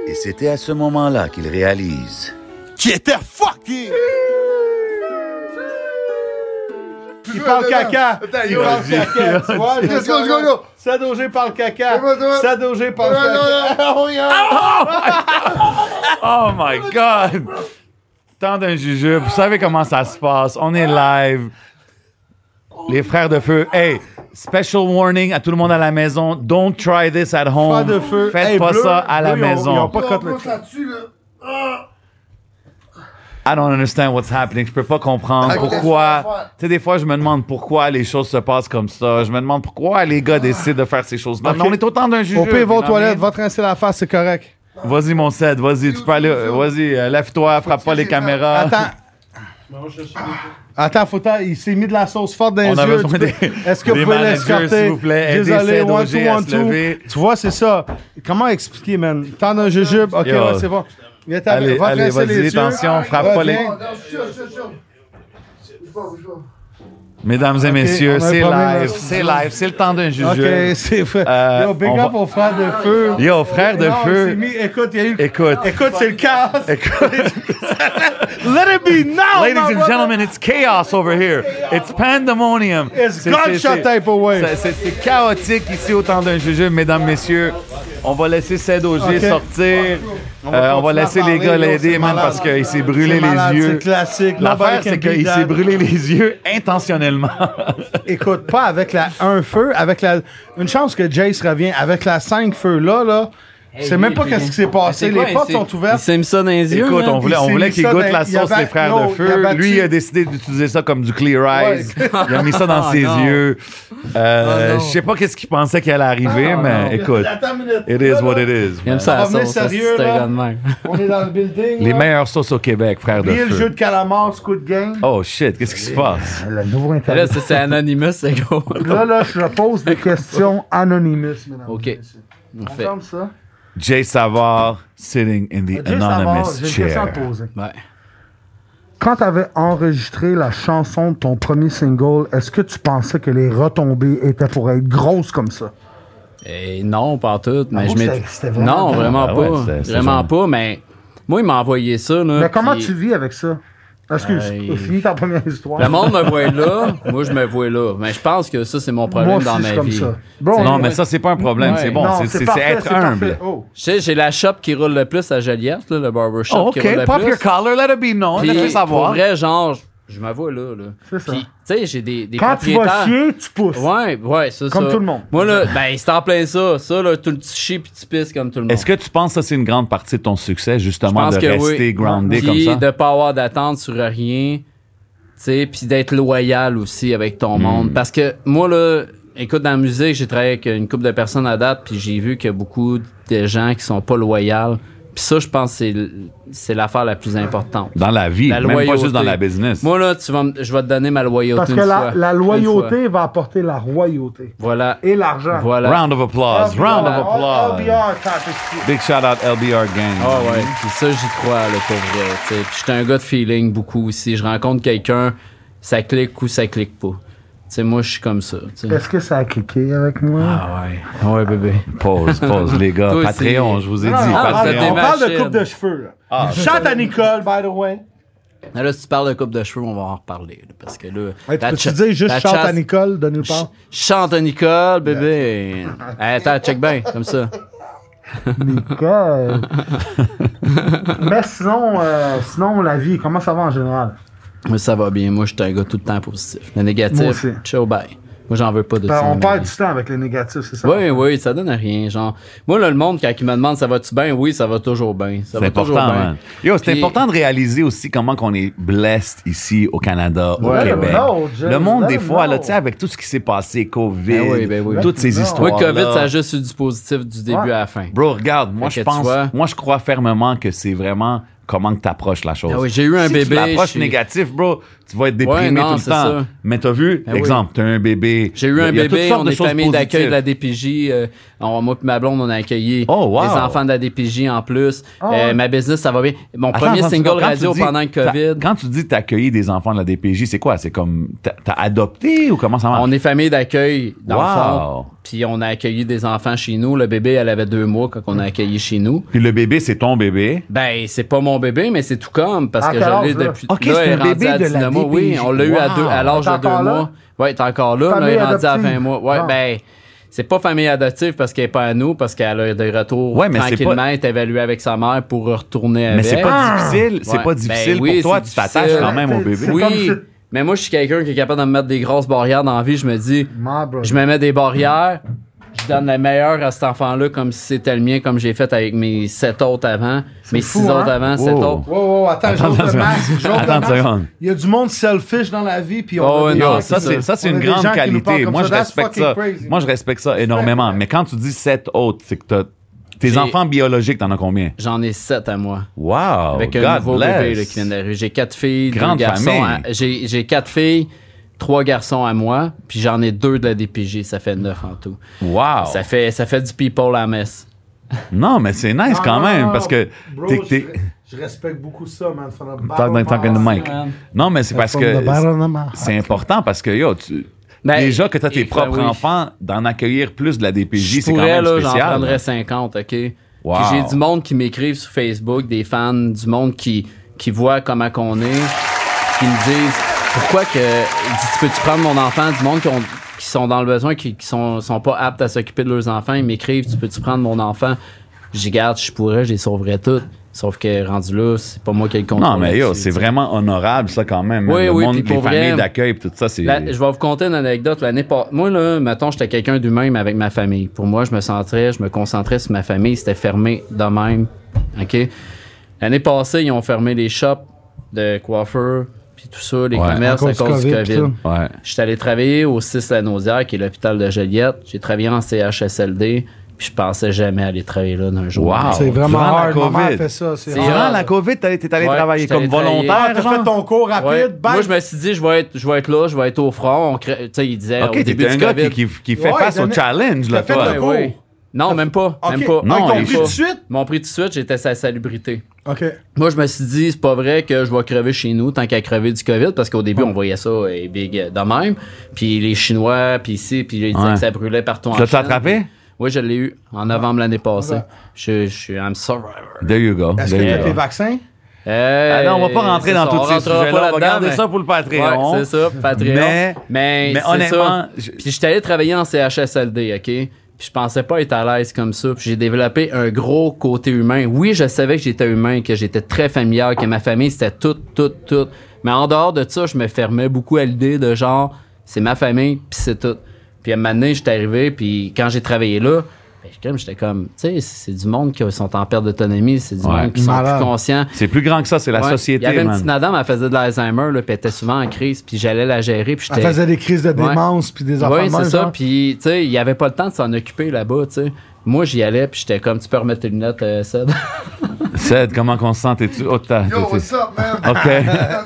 Et c'était à ce moment-là qu'il réalise. Qui était fucké! Il parle caca. Il parle yo, caca. Tu vois, yo, Let's yo, yo, yo. Sadogé parle caca. Sadogé parle Yo, yo, caca. Oh, yeah. Ah! Oh my God! Temps d'un jujube. Vous savez comment ça se passe. On est live. Les frères de feu. Hey, special warning à tout le monde à la maison. Don't try this at home. Frères de feu. Faites Hey, pas bleu, ça à la bleu, ils ont- maison. ils ont pas coté le- I don't understand what's happening. Je peux pas comprendre Ah, qu'est-ce qu'on va pourquoi. Tu sais, des fois, je me demande pourquoi les choses se passent comme ça. Je me demande pourquoi les gars décident de faire ces choses-là. Ok. Mais on est autant d'un jujube. Au pire, va you aux know what I toilettes, mean? va te rincer la face, c'est correct. Vas-y, mon Seth, vas-y, tu peux aller, euh, vas-y, euh, lève-toi, frappe pas les caméras. Attends. Attends, faut t'en- il s'est mis de la sauce forte dans On les a yeux. besoin Tu des- peux- Est-ce que des vous pouvez managers, l'escorter? s'il vous plaît. Aidez Désolé, Ced one, two, Auger à one, se two. lever. Tu vois, c'est ça. Comment expliquer, man? T'en as un jujube. Ok, Yo. ouais, c'est bon. Viens t'en- Allez, va te allez, rincer vas-y, les yeux. attention, frappe pas les- Reviens. Mesdames et Ok, messieurs, on a c'est promis, là. live, c'est live, c'est le temps d'un jujube. Ok, c'est vrai. Euh, Yo, big on va- up aux frères de feu. Yo, frères de Non, il feu. s'est mis- Écoute, il y a eu. Écoute. Écoute, c'est le chaos. Let it be now, Ladies my and brother. gentlemen, it's chaos over here. It's pandemonium. It's C'est- gunshot c'est- type away. c'est- C'est c'est chaotique ici au temps d'un jujube, mesdames, messieurs. On va laisser Ced Auger Ok. sortir. On On va va, euh, on continuer à va laisser les parler, gars là, c'est l'aider, man, malade. parce qu'il s'est brûlé C'est malade, les yeux. c'est classique. Nobody L'affaire, can c'est beat qu'il that. s'est brûlé les yeux intentionnellement. Écoute, pas avec la 1 feu, avec la. Une chance que Jace revient. Avec la 5 feu là, là. Je sais même pas qu'est-ce qui s'est passé. Les portes sont ouvertes. Simpson yeux, Écoute, man. on voulait, Il on s'est voulait mis qu'il ça goûte dans- la il a sauce des battu- frères non, de il a feu. battu- Lui, il a décidé d'utiliser ça comme du clear eyes. Ouais. Il a mis ça dans Ah, ses non. yeux. Euh, je sais pas qu'est-ce qu'il pensait qu'elle allait arriver, Ah, mais non. écoute. Attends une minute. It is what it is. Il aime man. ça, la On va venir sauce, ça, sérieux, c'est là. un gars de même. On est dans le building. Les là. meilleures sauces au Québec, frères de Oubliez le jeu feu. de calamar, ce coup de game. Oh shit, qu'est-ce qui se passe? Là, ça, c'est Anonymous, c'est gros. Là, là, je pose des questions anonymous, mesdames. OK. On Parfait. ferme ça. Jay Savard sitting in the Ah, Jay anonymous Savard, j'ai une question à chair. te euh, poser. Quand t'avais enregistré la chanson de ton premier single, est-ce que tu pensais que les retombées étaient pour être grosses comme ça? Eh, non, pas en tout. Ah, Mais je vous, m'étais- c'était- c'était vraiment Non, bien. vraiment Ah pas. ouais, c'était- c'était vraiment genre- pas, mais moi, il m'a envoyé ça. Là, Mais comment puis tu vis avec ça? Excuse, Euh, finis ta première histoire. Le monde me voit là, moi, je me vois là. Mais je pense que ça, c'est mon problème Moi aussi, dans je ma suis comme vie. ça. Bon, Non, mais ça, c'est pas un problème, c'est bon, Non, c'est- c'est c'est- c'est parfait, être c'est parfait. humble. Oh. Je sais, j'ai la shop qui roule le plus à Joliette, là, le barbershop Oh, qui roule ok, le pop plus. your collar, let it be known, Puis, laisse-le Pour savoir. vrai, genre, je me vois là. là. C'est ça. Puis, tu sais, j'ai des, des Quand tu vas propriétaires- chier, tu pousses. Ouais, ouais, c'est ça. Comme tout le monde. Moi, là, ben, c'est en plein ça. Ça, là, tu, tu chies puis tu pisses comme tout le monde. Est-ce que tu penses que ça, c'est une grande partie de ton succès, justement, de Je pense que rester oui. groundé comme Puis ça? de pas avoir d'attente sur rien, tu sais, puis d'être loyal aussi avec Hmm. ton monde. Parce que moi, là, écoute, dans la musique, j'ai travaillé avec une couple de personnes à date, puis j'ai vu qu'il y a beaucoup de gens qui sont pas loyaux. Puis ça, je pense que c'est l- c'est l'affaire la plus importante. Dans la vie, La même pas loyauté. juste dans la business. Moi, là, tu vas me- je vais te donner ma loyauté Parce que une la, fois. la Une fois. loyauté va apporter la royauté. Voilà. Et l'argent. Oh, Voilà. Round of applause, round of applause. LBR, tapez-vous. Big shout out LBR Gang. Ah ouais, puis ça j'y crois là pour vrai. tu sais. Puis j'étais un gars de feeling beaucoup aussi. Je rencontre quelqu'un, ça clique ou ça clique pas. Tu sais, moi je suis comme ça. tu sais. Est-ce que ça a cliqué avec moi? Ah ouais. Ouais bébé. Pause, pause, les gars. Toi aussi. Patreon, je vous ai dit. Non, non, on parle, Patreon. on parle de coupe de cheveux. là. Ah. Chante à Nicole, by the way. Mais là, si tu parles de coupe de cheveux, on va en reparler. là, parce que là. Hey, tu la peux-tu cha- dire juste la chante chasse- à Nicole de nulle part? Chante à Nicole, bébé. Hey, attends, check bien, comme ça. Nicole. euh, Mais sinon, euh, sinon, la vie, comment ça va en général? Moi, ça va bien. Moi, je suis un gars tout le temps positif. Le Moi négatif, aussi. ciao, bye. Moi, j'en veux pas de Ben, ça. on mais- perd du temps avec les négatifs, c'est ça? Oui, oui, ça donne à rien. Genre, moi, là, le monde, quand il me demande ça va-tu bien, oui, ça va toujours bien. Ça C'est va important, toujours bien. man. Yo, c'est Puis- important de réaliser aussi comment qu'on est blessed ici au Canada, au Ouais, Québec. no, James, le monde, des no, fois, no. là, tu sais, avec tout ce qui s'est passé, COVID, Ben oui, ben oui. toutes ces Non. histoires. Moi, COVID, ça a juste eu du positif du début Ouais. à la fin. Bro, regarde, moi, Fait je que tu pense, vois- moi, je crois fermement que c'est vraiment comment que t'approches la chose. Ah oui, j'ai eu un si bébé, tu l'approches je suis- négatif, bro, tu vas être déprimé Ouais, non, tout le temps. c'est ça. Mais t'as vu, Ben oui. exemple, t'as un bébé. J'ai eu Il y a un toutes bébé, sortes on de est choses famille d'accueil de la positives. Oh, DPJ. euh, on- moi et ma blonde, on a accueilli wow. les enfants de la DPJ en plus. Ah Euh, ouais. ma business, ça va bien. Mon Attends, premier attends, single quand tu radio dis- pendant le t'as- COVID. Quand tu dis que t'as accueilli des enfants de la DPJ, c'est quoi? C'est comme, t'as t'as adopté ou comment ça marche? On est famille d'accueil dans Wow. le fond. Puis on a accueilli des enfants chez nous. Le bébé, elle avait deux mois quand on a accueilli chez nous. Puis le bébé, c'est ton bébé. Ben, c'est pas mon bébé, mais c'est tout comme parce À que quel je l'ai âge, là? depuis. Ok, là, c'est elle est un bébé rendue à de la 19 mois. Oui, DPJ. on l'a eu à, Wow. deux- à l'âge T'es de encore deux là? mois. Ouais, elle est encore là. là, Famille elle est rendue à adoptive. 20 mois. Ouais, Ah. ben, c'est pas famille adoptive parce qu'elle est pas à nous, parce qu'elle a des retours Ouais, mais c'est tranquillement, elle est évaluée avec sa mère pour retourner avec. Mais c'est pas difficile, c'est Ouais. pas Eh Ben difficile oui, pour toi, c'est tu t'attaches difficile. quand même au bébé. Oui, mais moi, je suis quelqu'un qui est capable de me mettre des grosses barrières dans la vie. Je me dis, je me mets des barrières, je donne le meilleur à cet enfant-là comme si c'était le mien, comme j'ai fait avec mes sept autres avant, mes fou, six hein? autres avant, sept Wow. autres. Wow, wow, attends, Attends j'ouvre une le seconde. masque. j'ouvre le Attends une masque. seconde. Il y a du monde selfish dans la vie, puis on Oh, a des gens non, qui ça nous- c'est ça c'est on a une des gens grande qui nous parlent qualité. comme Moi ça. je That's respecte fucking ça. crazy. Moi je respecte ça énormément. Mais quand tu dis sept autres, c'est que t'as- tes J'ai- enfants biologiques, t'en as combien J'en ai sept à moi. Wow. avec un Oh, God nouveau bless. bébé là, qui vient d'arriver. J'ai quatre filles, Grande deux garçons. famille. à- j'ai, j'ai quatre filles, trois garçons à moi, puis j'en ai deux de la DPJ. Ça fait neuf en tout. Wow. Ça fait, ça fait du people à messe. Non, mais c'est nice quand même parce que Ah, Bro, t'es- je- t'es- Je respecte beaucoup ça, man. from the Talk bottom dans- talk in the of my mic. heart. Non, mais c'est parce From que the bottom of my heart. c'est important parce que yo, tu- déjà que t'as tes et- propres ben oui. enfants, d'en accueillir plus de la DPJ, Je c'est quand pourrais, même là, j'en spécial. hein. prendrais 50, OK? Wow. Puis j'ai du monde qui m'écrivent sur Facebook, des fans, du monde qui, qui voit comment qu'on est, qui me disent pourquoi que tu peux-tu prendre mon enfant, du monde qui, ont- qui sont dans le besoin, qui, qui sont, sont pas aptes à s'occuper de leurs enfants, ils m'écrivent, tu peux-tu prendre mon enfant? J'y garde, je pourrais, je les sauverais toutes. Sauf que rendu là, c'est pas moi qui ai le contrôle. Non, mais yo, là-dessus, c'est tu sais. vraiment honorable, ça, quand même. Oui, le oui, monde, puis les pour vrai, familles d'accueil, puis tout ça, c'est. La- je vais vous conter une anecdote. L'année pas. Moi, là, mettons, j'étais quelqu'un d'humain avec ma famille. Pour moi, je me centrais, je me concentrais sur ma famille. C'était fermé de même. OK? L'année passée, ils ont fermé les shops de coiffeurs, puis tout ça, les Ouais. commerces À à cause cause, du du COVID, tout COVID. ça. Ouais. Je suis allé travailler au 6 La Naudière, qui est l'hôpital de Joliette. J'ai travaillé en CHSLD, puis je pensais jamais aller travailler là d'un jour. Wow. C'est vraiment Durant la hard. Maman COVID. Ah. a fait ça. C'est C'est hard. hard. COVID, t'es t'es Ouais, j'étais allé travailler. T'as fait ton cours rapide. Ouais. bang. Moi, je me suis dit, je vais être, je vais être là, je vais être au front. On crée- Tu sais, il disait Ok, au t'es début un du gars COVID. qui- qui- qui fait Ouais, face au donnez- challenge, là, t'as fait toi. le cours. Ah, Non, même pas. Même Ok. pas. Non, Ils m'ont il- pris pas. suite? Ils m'ont pris tout de suite, j'étais sa salubrité. OK. Moi, je me suis dit, c'est pas vrai que je vais crever chez nous tant qu'à crever du COVID, parce qu'au début, on voyait ça, euh, big euh, de même. Puis les Chinois, puis ici, puis ils disaient Ouais. que ça brûlait partout en Tu l'as-tu Chine. attrapé? Oui, je l'ai eu en novembre l'année passée. Je, je suis I'm survivor. There you go. Est-ce There que you t'as go. tes vaccin? Euh, Ah non, on va pas rentrer c'est dans ça, tous on ces rentrera sujets-là, pas on va là-dedans, garder mais- ça pour le Patreon. Ouais, c'est ça, Patreon. Mais- Mais, mais c'est honnêtement, ça. Puis j'étais allé travailler en CHSLD, OK? Puis je pensais pas être à l'aise comme ça. Puis j'ai développé un gros côté humain. Oui, je savais que j'étais humain, que j'étais très familial, que ma famille, c'était tout, tout, tout. Mais en dehors de ça, je me fermais beaucoup à l'idée de genre, c'est ma famille, puis c'est tout. Puis à un moment donné, j'étais arrivé, puis quand j'ai travaillé là, ben, comme j'étais comme, tu sais, c'est du monde qui sont en perte d'autonomie, c'est du Ouais. monde qui sont Malade. plus conscients. C'est plus grand que ça, c'est la Ouais. société, Il y avait une man. petite madame, elle faisait de l'Alzheimer, là, puis elle était souvent en crise, puis j'allais la gérer, puis Elle j'étais- faisait des crises de Ouais. démence puis des affaires Oui, de c'est même, ça. genre. Puis, tu sais, il n'y avait pas le temps de s'en occuper là-bas, tu sais. Moi, j'y allais, puis j'étais comme, tu peux remettre tes lunettes, euh, Seb. Ced, comment qu'on se sent? T'es-tu. Oh, t'as- Yo, t'es- what's up, man? OK.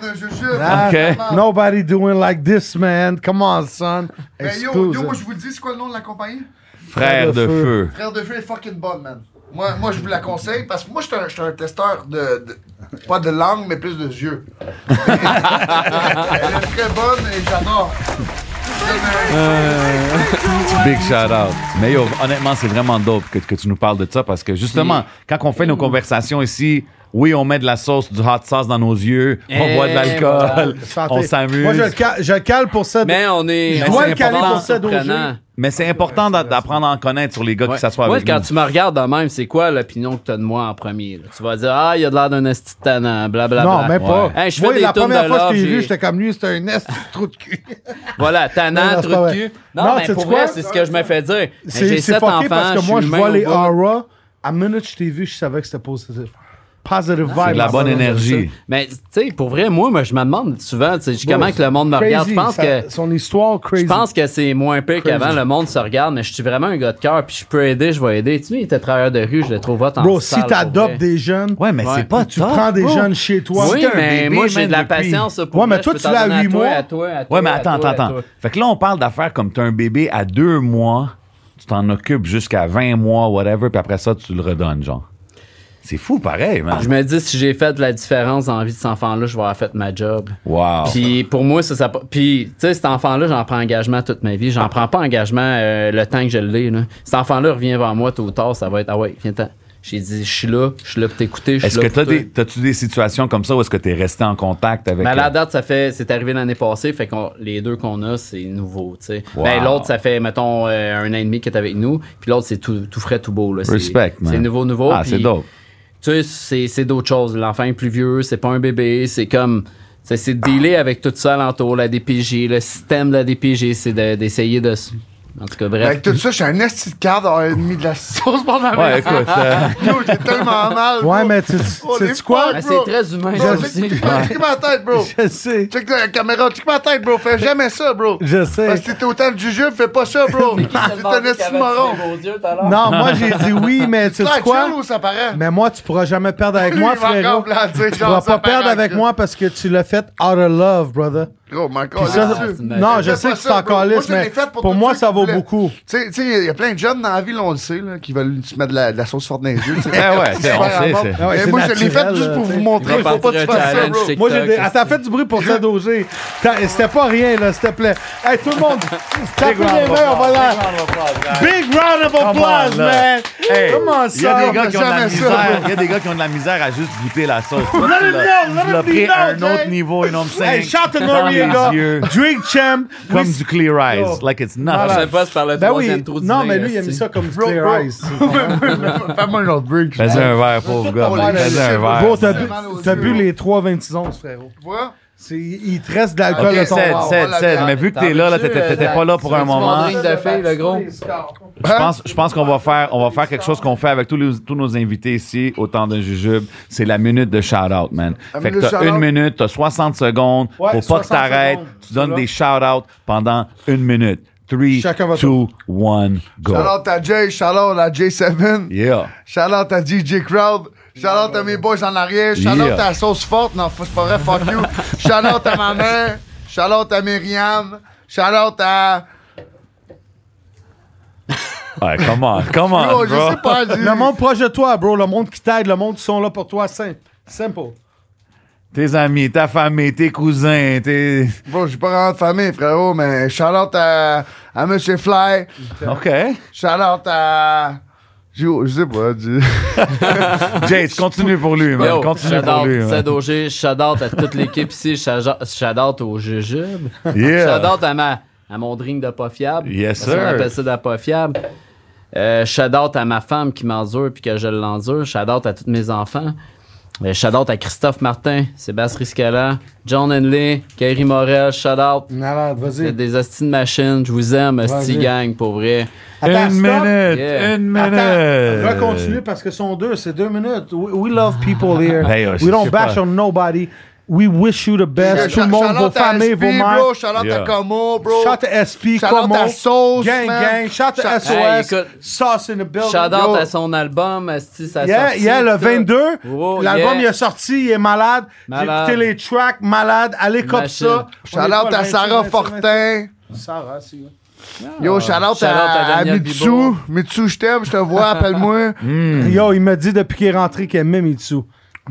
Ah, OK. Nobody doing like this, man. Come on, son. Mais yo, Excuse. yo, moi, je vous le dis, c'est quoi le nom de la compagnie? Frère de feu. Frère de feu est fucking bonne, man. Moi, moi, je vous la conseille parce que moi, je suis un, je suis un testeur de, de- Pas de langue, mais plus de yeux. Elle est très bonne et j'adore. Euh, Big shout out. Mais yo, honnêtement, c'est vraiment dope que, que tu nous parles de ça parce que justement, quand on fait nos conversations ici, oui, on met de la sauce, du hot sauce dans nos yeux, on Eh, boit de l'alcool, Santé. on s'amuse. Moi, je le ca- je le cale pour ça. Mais on est. Je Mais dois c'est le caler important. pour ça d'aujourd'hui. Mais c'est important d'a- d'apprendre à en connaître sur les gars qui s'assoient Moi, avec quand nous. tu me regardes de même, c'est quoi l'opinion que tu as de moi en premier? là? Tu vas dire, ah, il a de l'air d'un esti de tannant, blablabla. Non, même pas. Hey, je fais Moi, des la tunes première de fois que je love, l'ai vu, j'ai- j'étais comme lui, c'était un est de trou de cul. Voilà, Non, tannant, non, c'est truc pas de vrai. cul. Non, Non, mais sais-tu pour quoi? vrai, c'est ce que je me fais dire. Hey, C'est J'ai c'est sept fucké enfants, parce que moi, suis je humain vois au les bout. auras. À minute, je t'ai vu, je savais que c'était positif. Positive vibe. C'est de la man. bonne énergie. Mais, tu sais, pour vrai, moi, moi, je me demande souvent, tu sais, comment que le monde me Crazy, regarde. Je pense ça- que. Son histoire crazy. Je pense que c'est moins pire qu'avant, le monde se regarde, mais je suis vraiment un gars de cœur, puis je peux aider, je vais aider. Tu sais, il était travailleur de rue, je le trouve hot en Bro, salle, si pour vrai. t'adoptes des jeunes. Ouais, mais c'est pas Tu tough, prends des bro. jeunes chez toi. Oui, mais moi, j'ai de la patience. ça, Pour Ouais, mais vrai, toi, je peux tu l'as t'en à donner huit mois. À toi, à toi, Ouais, mais à attends, attends, toi, à toi. attends. Fait que là, on parle d'affaires comme t'as un bébé à deux mois, tu t'en occupes jusqu'à 20 mois, whatever, puis après ça, tu le redonnes, genre. C'est fou, pareil, man. Ah, Je me dis, si j'ai fait de la différence dans la vie de cet enfant-là, je vais avoir fait ma job. Wow. Puis pour moi, ça, ça puis tu sais, cet enfant-là, j'en prends engagement toute ma vie. J'en Ah. prends pas engagement euh, le temps que je l'ai. là. Cet enfant-là revient vers moi tôt ou tard, ça va être ah ouais, viens ten J'ai dit, je suis là, je suis là pour t'écouter, je suis Est-ce là que t'as pour toi. des, t'as-tu des situations comme ça où est-ce que t'es resté en contact avec... Ben, à euh, la date, ça fait, c'est arrivé l'année passée, fait que les deux qu'on a, c'est nouveau, tu sais. Wow. Ben, l'autre, ça fait, mettons, euh, un an et demi qu'il est avec nous, puis l'autre, c'est tout, tout frais, tout beau, là. C'est- Respect, man. C'est nouveau, nouveau. Ah, oh, puis, c'est dope. Tu sais, c'est, c'est d'autres choses. L'enfant est plus vieux, c'est pas un bébé, c'est comme, tu sais, c'est de dealer avec tout ça alentour, la DPJ, le système de la DPJ, c'est de- d'essayer de, s- en tout cas, bref. Avec Ben, tout ça, je suis un esti de cadre d'avoir mis de la sauce pendant Ouais, mes- écoute, euh. Yo, j'ai tellement mal. Ouais, bro. mais tu Oh, les sais quoi? fuck, Mais Ben, c'est bro. très humain, Bro, ça check- aussi. Check ma tête, bro. Je sais. Check la caméra, check ma tête, bro. Fais jamais ça, bro. Je sais. Parce que t'es autant de jujube, fais pas ça, bro. T'es un esti de moron. Non, moi, j'ai dit oui, mais tu sais Claire, quoi? chill ou ça paraît? Mais moi, tu pourras jamais perdre avec Lui, moi, il va frérot. encore blander, Tu genre, pourras ça pas perdre paraît avec que- moi parce que tu l'as fait out of love, brother. Oh my Puis God, ça, là-dessus. non, je Fais sais pas que c'est ça, bro. Moi, encore lisse, je l'ai mais fait pour pour tous moi, ceux ça qui vaut voulaient. beaucoup. Tu sais, tu sais, il y a plein de jeunes dans la ville, on le sait, là, qui veulent se mettre de la, de la sauce forte dans les yeux. tu sais. Ah Ouais, ouais, c'est- on Super sait, à mort. c'est- Mais Ouais, c'est moi, je l'ai fait naturel, juste pour là, vous montrer. Il va Faut pas que tu partir un fasses ça, challenge bro. Moi, j'ai des... Attends, fais du bruit pour ça, Dogé. T'as- C'était pas rien, là, s'il te plaît. Hey, tout le monde, tapez round les of mains, on va applause, là. big Big round of applause, là. man. Hey, Comment Il y a ça? des gars on qui fait ont de la jamais ça, misère. bro? Il y a des gars qui ont de la misère à juste goûter la sauce. Let Toi, tu him l'as- know, let tu l'as him pris know, à un Jay. autre niveau, you know what I'm saying? Hey, shout to Dans Nori les gars. yeux. Drink champ. Comme whisky- du clear eyes. Oh. Like it's Voilà. nothing. Ben oui. Non, mais lui, il a mis ça comme du clear eyes. Fais-moi un autre break. Fais-y un verre, pauvre gars. man. Ouais, Fais-y le- un verre. Bro, t'as bu, t'as bu les 3 26 11, frérot. C'est- Il te reste de l'alcool Ok, dans ton Ced, verre. Ced, Ced, mais vu que t'es là, là, t'étais- euh, t'étais pas là pour un moment. Tu veux un petit drink de fille, le gros? Hein? Je pense, je pense qu'on va faire, on va faire quelque chose qu'on fait avec tous, les- tous nos invités ici au temps d'un jujube. C'est la minute de shout-out, man. La fait que minute de t'as une shout-out. minute, t'as 60 secondes. Ouais, Faut pas que 60 t'arrêtes. secondes. Tu donnes Voilà. des shout-outs pendant une minute. 3, 2, 1, go. Shout-out à Jay, shout-out à J7, Yeah. shout-out à DJ Crowd, shout-out à mes boys en arrière, shout-out Yeah. à Sauce Forte, non, c'est pas vrai, fuck you, shout-out à ma mère, shout-out à Myriam, shout-out à... Ouais, come on, come on, Bro, je Ah, bro. sais pas, je- Le monde proche de toi, bro. Le monde qui t'aide, le monde qui sont là pour toi. Simple. Simple. Tes amis, ta famille, tes cousins, tes... Bro, j'ai pas vraiment de famille, frérot, mais shout-out à, à Monsieur Fly. OK. Shout-out à... Je je sais pas, du... Jay, tu continues pour lui, man. Yo, continue pour shout-out lui, man. Sad Auger, shout-out à toute l'équipe ici, shout- shout-out au jujube. Yeah. Shout-out à, ma- à mon drink de pas fiable. Yes, Parce qu'on sir. appelle ça de pas fiable. Euh, shout-out à ma femme qui m'endure puis que je l'endure. Shout-out à tous mes enfants. Euh, shout-out à Christophe Martin, Sébastien Riscala, John Henley, Kerry Morel, shout-out. Mm. Vous êtes des hosties de machine, je vous aime, hostie Vas-y. gang, pour vrai. Attends, stop. Yeah. Attends, on va continuer parce que sont deux, c'est deux minutes. We, we love people here. Hey, euh, we je don't sais bash pas. on nobody. We wish you the best. Tout le monde, vos familles, vos mères. Bro, shout-out à Yeah. Como, bro. Shout à SP, Shout-out Como. à Sauce, Gang, man. gang. Shout à SOS. Hey, écoute. Sauce in the building. Shout-out Yo. à son album, hostie, ça Yeah, sortie, yeah, le tout. 22. Wow, L'album, yeah. il est sorti, il est malade. Malade. J'ai écouté les tracks, malade. Allez, comme Machine. ça. Shout-out à Sarah Fortin. Sarah, si. Ah. Yo, shout-out Shout-out à, à à Daniel Mitsu. Bibeau. Mitsu, je t'aime, je te vois, appelle-moi. Yo, il m'a dit depuis qu'il est rentré qu'il aimait Mitsu.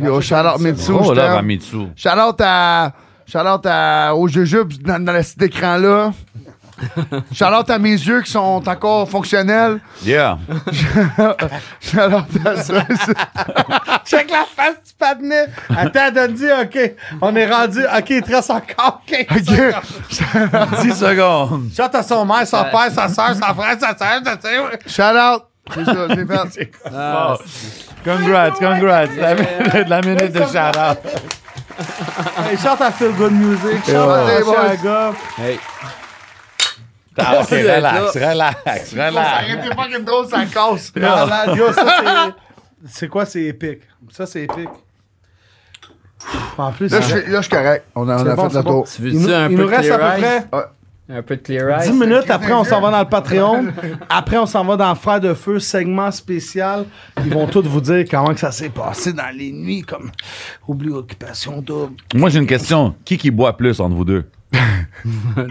Yo, shout-out Mitsu, Oh, je là, t'aime. Ramitsu. Shout-out à... Shout-out à... au jujube dans, dans cet écran-là. Shout-out à mes yeux qui sont encore fonctionnels. Yeah. Shout-out à ça. Check la face du patinet. Attends, Dandy, OK. On est rendu. OK, il te reste encore 15 secondes. 10 secondes. Shout à son mère, son père, sa soeur, sa frère, sa soeur, sa soeur. Shout-out. C'est ça, j'ai fait. Ah, Bon. Congrats, congrats. La minute, la minute de shout-out. Hey, shout à Feel Good Music. Shout Yo. à Hey, boys. Sacha Goff. Hey. Ah, OK, Merci d'être relax, là. relax, relax. Arrêtez pas qu'une drôle, ça casse. Malade. Yo, ça, c'est- c'est quoi, c'est épique? Ça, c'est épique. En plus, Là, ça- je suis là, je suis correct. On a, C'est on a bon, fait c'est le bon. tour. Tu veux-tu Il nous- un il peu nous de reste à peu Clear Ouais. Un peu de clear eyes. 10 minutes, après on s'en va dans le Patreon. Après on s'en va dans Frères de Feu, segment spécial. Ils vont tous vous dire comment que ça s'est passé dans les nuits, comme oublie occupation double. Moi, j'ai une question. Qui qui boit plus entre vous deux?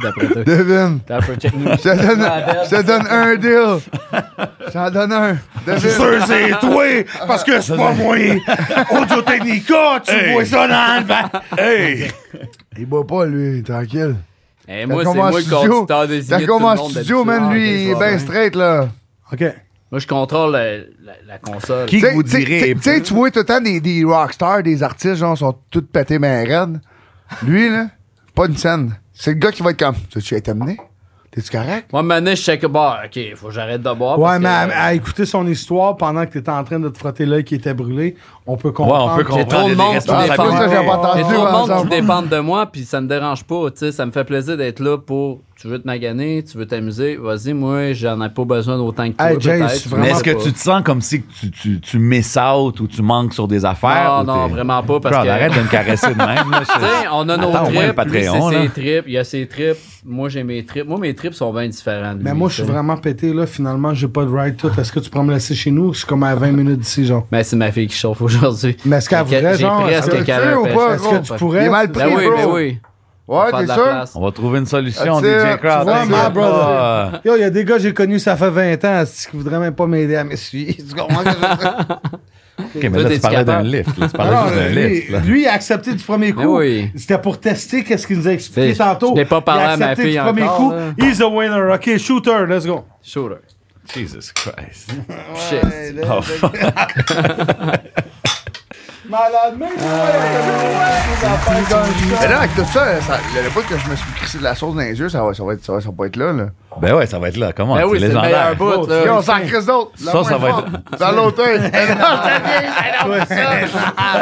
D'après toi. Devine. D'après Je te donne, je te donne un deal. J'en donne un. Devine. C'est sûr, Euh, c'est toi, parce que c'est pas moi. Audio Technica, tu Hey. vois ça dans le vent. Hey! Il boit pas, lui, tranquille. Eh, T'as moi, qu'on c'est va en moi le studio. conducteur désigné. T'as de tout qu'on le va en monde studio, d'habitude. man, Ah, ok, lui, il je est vois bien bien. straight, là. OK. Moi, je contrôle la, la- la console. T'sais- t'sais- t'sais- t'sais, tu vois tout le temps des, des rockstars, des artistes, genre, sont tous pétés mais raides. Lui, là, pas une scène. C'est le gars qui va être comme, tu veux-tu être amené? T'es-tu correct? Moi, maintenant, je sais que, bah, OK, faut que j'arrête de boire. Ouais, parce mais que, à, à écouter son histoire pendant que t'étais en train de te frotter l'œil qui était brûlé, on peut comprendre. on peut J'ai trop de monde qui dépend. Ah, ça, j'ai pas entendu, J'ai trop de par monde exemple. qui dépend de moi, puis ça me dérange pas. Tu sais, ça me fait plaisir d'être là pour. Tu veux te maganer, tu veux t'amuser, vas-y, moi, j'en ai pas besoin d'autant que toi. Hey, James, peut-être. Mais est-ce que Pas. tu te sens comme si tu, tu, tu miss out ou tu manques sur des affaires? Non, ou non, t'es- vraiment pas. Parce Bro, que... Arrête de me caresser de même. là, je- Tu sais, on a nos Attends, au moins le trips. Lui, Patreon, c'est là. ses trips. Il y a ses trips. Moi, j'ai mes trips. Moi, mes trips sont bien différents. de Mais lui, moi, je suis tu sais. vraiment pété, là. Finalement, j'ai pas de ride tout. Est-ce que tu pourrais me laisser chez nous? Je suis comme à 20 minutes d'ici, genre. Mais Ben, c'est ma fille qui chauffe aujourd'hui. Mais est-ce qu'elle J'ai- voudrait, j'ai genre? presque est-ce que- calé un ou pas, pêche. Est-ce que tu pourrais? Il est mal Ben pris, oui, bro. ben oui. Faut Ouais, faire t'es de la sûr? place. On va trouver une solution, Ah, tu sais, DJ Crowd. tu vois, That's my it. brother. Ah. Yo, il y a des gars que j'ai connus, ça fait 20 ans, qui voudraient même pas m'aider à m'essuyer. Tu comprends ce que je veux dire? OK, mais Toi, là, tu t'es-tu parlais d'un capable? lift. là. Tu parlais Ah, juste d'un lui, lift. là. lui, il a accepté du premier coup. Ben oui. C'était pour tester qu'est-ce qu'il nous a expliqué T'sais, je- tantôt. je n'ai pas parlé Il a à ma accepté fille du premier encore, coup. là. He's a winner. OK, shooter, let's go. Shooter. Jesus Christ. Shit. Oh, fuck. malade, mais Mais là, avec tout ça, ça- le, le bout que je me suis crissé de la sauce dans les yeux, ça va, ça va, être, ça va, ça va pas être là, là. Ben ouais, ça va être là. Comment? Ben oui, c'est c'est le légendaire. meilleur bout, là. Yo, on s'en crisse d'autres. Le Ça, ça moins va fort. être. Dans l'autre œil.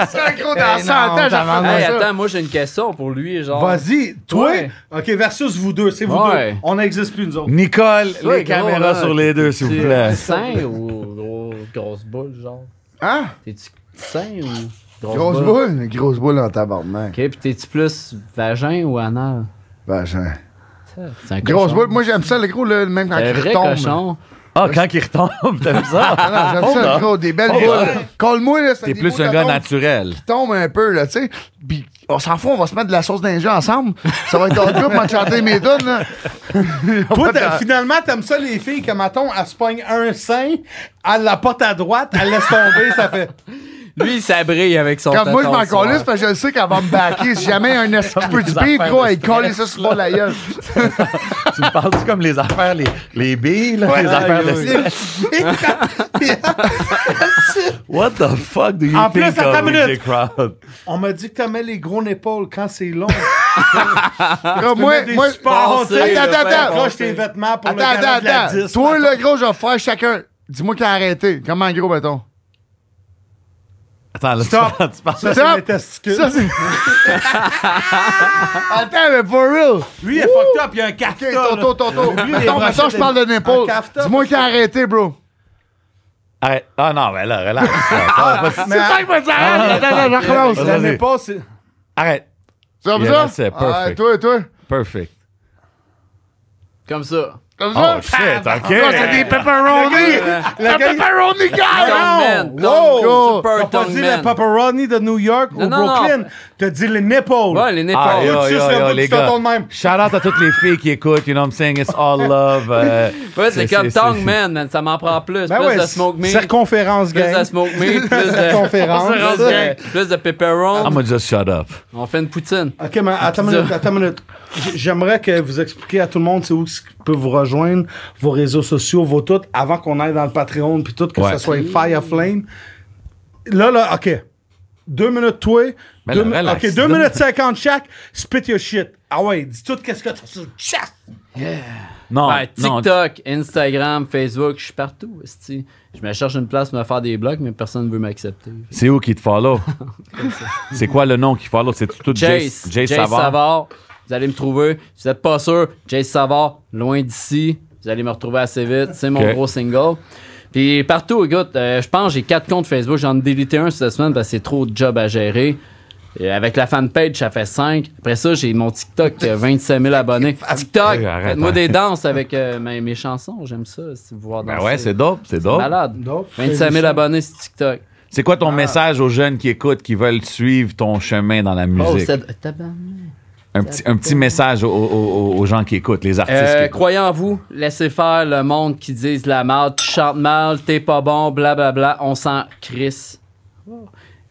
Ça, gros, dans 100 ans, j'en Hey, ferai attends, ça. moi j'ai une question pour lui, genre. Vas-y, toi, Ouais. OK, versus vous deux, c'est vous Ouais. deux. On n'existe plus, nous autres. Nicole, Ouais, les gros, caméras là, sur les deux, s'il vous t'es-tu plaît. Sain ou gros, grosse boule, genre? Hein? T'es-tu sain ou grosse, Grosse boule? boule, grosse boule en tabarnak. Ok, puis t'es-tu plus vagin ou anal? Vagin. C'est un Grosse cochon. boule, moi j'aime ça, le gros, là, même quand Un il vrai retombe. cochon. Ah, quand il retombe, t'aimes ça? Ah non, j'aime Oh, ça, non. le gros, des belles Oh, boules. ouais. Colle-moi, là, c'est T'es des plus boules un de gars tombe naturel. qui tombent un peu, là, tu sais. Puis on s'en fout, on va se mettre de la sauce dans les yeux ensemble. Ça va être ton groupe, on va chanter mes tunes, là. Toi, t'as- finalement, t'aimes ça les filles que, mettons, elle se pogne un sein, elle la porte à droite, elle laisse tomber, ça fait... Lui, il s'abrille avec son Comme moi, je téton m'en le soir. calisse parce que je le sais qu'elle va me baquer. Si jamais un peu du les bif, affaires gros, de elle colle ça stress, sur moi la gueule. tu me parles-tu comme les affaires, les, les billes, là, les affaires de stress? What the fuck do you En think plus, attends of une DJ minute. Crowd? On m'a dit que t'aimais les gros épaules quand c'est long. Gros, moi, moi, je pense. attends, attends, attends. Lâche tes vêtements pour attends, le gala attends, de la attends. 10. Toi, le gros, je vais faire chacun. Dis-moi qui a arrêté. Comment, gros, mettons? Attends, là, Stop. tu parles- tu parles. Ça, c'est mes testicules. Ça, c'est- Attends, mais for real. Lui, il est fucked up, il a un café. Toto, toto. Oublie les Mettons, mettons, brochettes je parle de en nipple. cafta. Dis-moi qui a arrêté, bro. Arrête. Ah non, mais là, relax. là. Parle pas de- C'est ça que moi, ça arrête. Attends, attends, je recommence. Vas-y. La nipple, c'est- Arrête. C'est comme Yeah, ça? that's it, Ah, perfect. Toi, toi. Perfect. Comme ça. Comme Oh shit, ok. Gros, Ah, c'est des pepperonis. C'est pepperoni guy. Tongue man, Wow! tongue, super T'as pas tongue dit man. les pepperoni de New York Non, ou non, non. Brooklyn. T'as dit les nipples. Ouais, les nipples. Ah, Faut yo, que tu yo, suces le yo, bout les du tonton gars. de même. Shout out à toutes les filles qui écoutent, you know what I'm saying? It's all love. euh, Ouais, c'est comme c'est- tongue man, man, ça m'en prend plus. Ben plus ouais, de smoke meat. circonférence, Plus gang. de smoke meat, plus de. Circonférence. plus de- Circonférence, Plus de pepperoni. I'ma just shut up. On fait une poutine. OK, mais attends une Pizza. minute, attends une minute. J- J'aimerais que vous expliquiez à tout le monde c'est où ils peuvent vous rejoindre, vos réseaux sociaux, vos tout, avant qu'on aille dans le Patreon puis tout, que Ouais. ça soit Fire Flame. Là, là, OK. Deux minutes, toi. Mais Deux là, mi- relax. OK, deux minutes cinquante chaque. Spit your shit. Ah ouais, dis tout qu'est-ce que t'as sur le chat. Non, Ben, Ah, non. TikTok, Instagram, Facebook, je suis partout. esti. Je me cherche une place pour me faire des blogs, mais personne ne veut m'accepter. C'est où qui te follow? c'est quoi le nom qui follow? C'est tout Jace, Jace, Savard. Vous allez me trouver. Si vous n'êtes pas sûr, Jace Savard, loin d'ici. Vous allez me retrouver assez vite. C'est mon Ok. gros single. Puis partout, écoute, euh, je pense que j'ai quatre comptes Facebook. J'en ai délité un cette semaine parce que c'est trop de jobs à gérer. Et avec la fanpage, ça fait 5. Après ça, j'ai mon TikTok, euh, 27 000 abonnés. TikTok, Hey, arrête, faites-moi hein. des danses avec euh, mes, mes chansons. J'aime ça, si vous voir danser. Ben ouais, c'est dope, c'est dope. Malade. Ah. Dope. 25 000 abonnés sur TikTok. C'est quoi ton message aux jeunes qui écoutent, qui veulent suivre ton chemin dans la Oh, musique? c'est... tabarnak. un, petit, un petit message aux, aux- aux- aux gens qui écoutent, les artistes Euh, qui écoutent. croyez en vous, laissez faire le monde qui dise la merde, tu chantes mal, t'es pas bon, blablabla, on s'en crisse.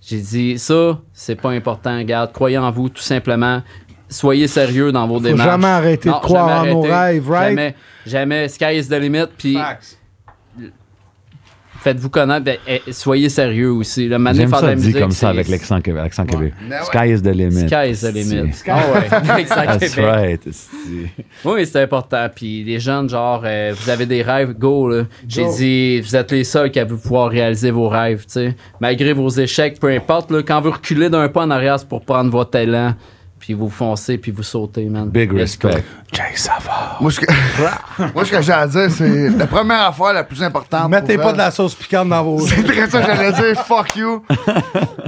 J'ai dit ça, c'est pas important, garde, croyez en vous tout simplement. Soyez sérieux dans vos démarches. jamais arrêter de croire jamais en nos arrêter. rêves, right? Jamais, jamais, sky is the limit, puis faites-vous connaître, ben, eh, soyez sérieux aussi. Le J'aime faire de ça la dit musique, comme ça c'est- avec l'accent québé- l'accent québécois. Sky is the limit. Sky is the limit. Si. Ah ouais, exact, That's Québec. right. si. Oui, c'est important. Puis les jeunes, genre, euh, vous avez des rêves, go. là. J'ai Go. dit, vous êtes les seuls qui avez pu pouvoir réaliser vos rêves, tu sais. Malgré vos échecs, peu importe, là, quand vous reculez d'un pas en arrière, c'est pour prendre votre talent, puis vous foncez, puis vous sautez, man. Big Let's go. respect. Jay Savard. Moi, ce que, moi, ce que j'ai à dire, c'est la première affaire la plus importante. Mettez Ah, pour pas elle. de la sauce piquante dans vos. C'est très ça que j'allais dire, fuck you.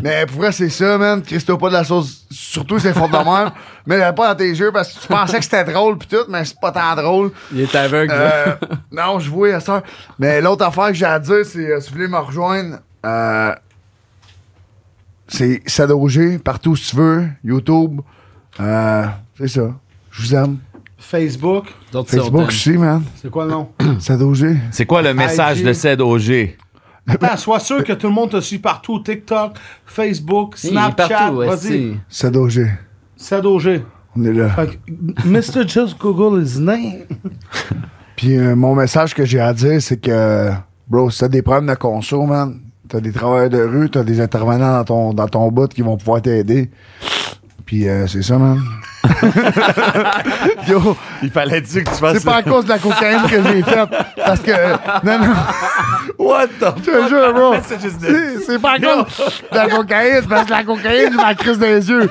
Mais pour vrai, c'est ça, man. Christo, pas de la sauce, surtout c'est fort de mer. Mais elle est pas dans tes yeux parce que tu pensais que c'était drôle pis tout, mais c'est pas tant drôle. Il est aveugle. Euh, là. non, je vois, ça. Mais l'autre affaire que j'ai à dire, c'est euh, si vous voulez me rejoindre, euh, c'est Sadogé, partout si tu veux, YouTube. Euh, c'est ça. Je vous aime. Facebook. D'autres Facebook aussi, man. C'est quoi le nom? Sadogé. C'est quoi le message IG. de Ced OG? Attends, sois sûr que tout le monde te suit partout. TikTok, Facebook, Il est Snapchat. partout, Vas-y. esti. Sadogé. Sadogé. On est là. Fait que, Mr. Just Google his name. Puis euh, mon message que j'ai à dire, c'est que, bro, si t'as des problèmes de conso, man, t'as- T'as des travailleurs de rue, t'as des intervenants dans ton, dans ton bout qui vont pouvoir t'aider. Puis euh, c'est ça, man. Yo, il fallait dire que tu fasses C'est pas à cause de la cocaïne que j'ai faite. Parce que. Non, non. What the Je te jure, bro. C'est juste de- C'est c'est pas à Yo. cause de la cocaïne, parce que la cocaïne, je m'en crisse dans les yeux.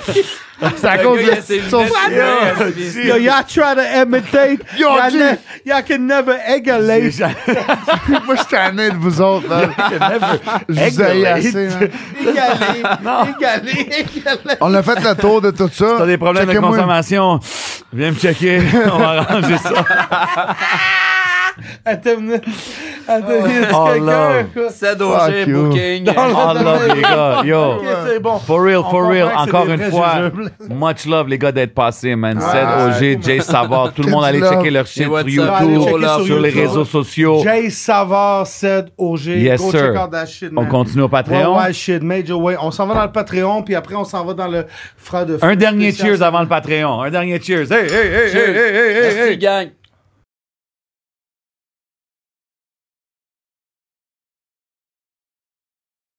C'est à Le cause gars, de. il a ses son- lunettes, il a ses Yo, lunettes. y'all try to imitate. Yo, y'all, G. ne- y'all can never égale. Moi, je suis tanné de vous autres, man. Je vous haïs assez, man. Égalé, égalé, égalé. On a fait le tour de tout ça. T'as des problèmes de Checkez-moi. consommation? Viens me checker. On va arranger ça. Attends une minute. Attends une minute, Oh, quelqu'un, love. quoi. C'est Fuck you. Booking. Oh, love, les gars. Yo. Ok, c'est bon. For real, for On real. comprend que Encore c'est des une vrais fois, jujubes. much love, les gars, d'être passés, man. Ouais. Seth, OG, Jay Savard. Tout le monde, allez Love. checker leur Et shit sur what's up, YouTube, allez checker sur, sur les YouTube. réseaux sociaux. Jay Savard, Ced, OG, Yes, go sir. check out that shit, On man. continue au Patreon. Ouais, ouais, shit, major way. On s'en va dans le Patreon, puis après, on s'en va dans le frère de Un dernier spécial. cheers avant le Patreon. Un dernier cheers. Hey, hey, hey, hey, hey, hey, hey, hey. Merci, gang.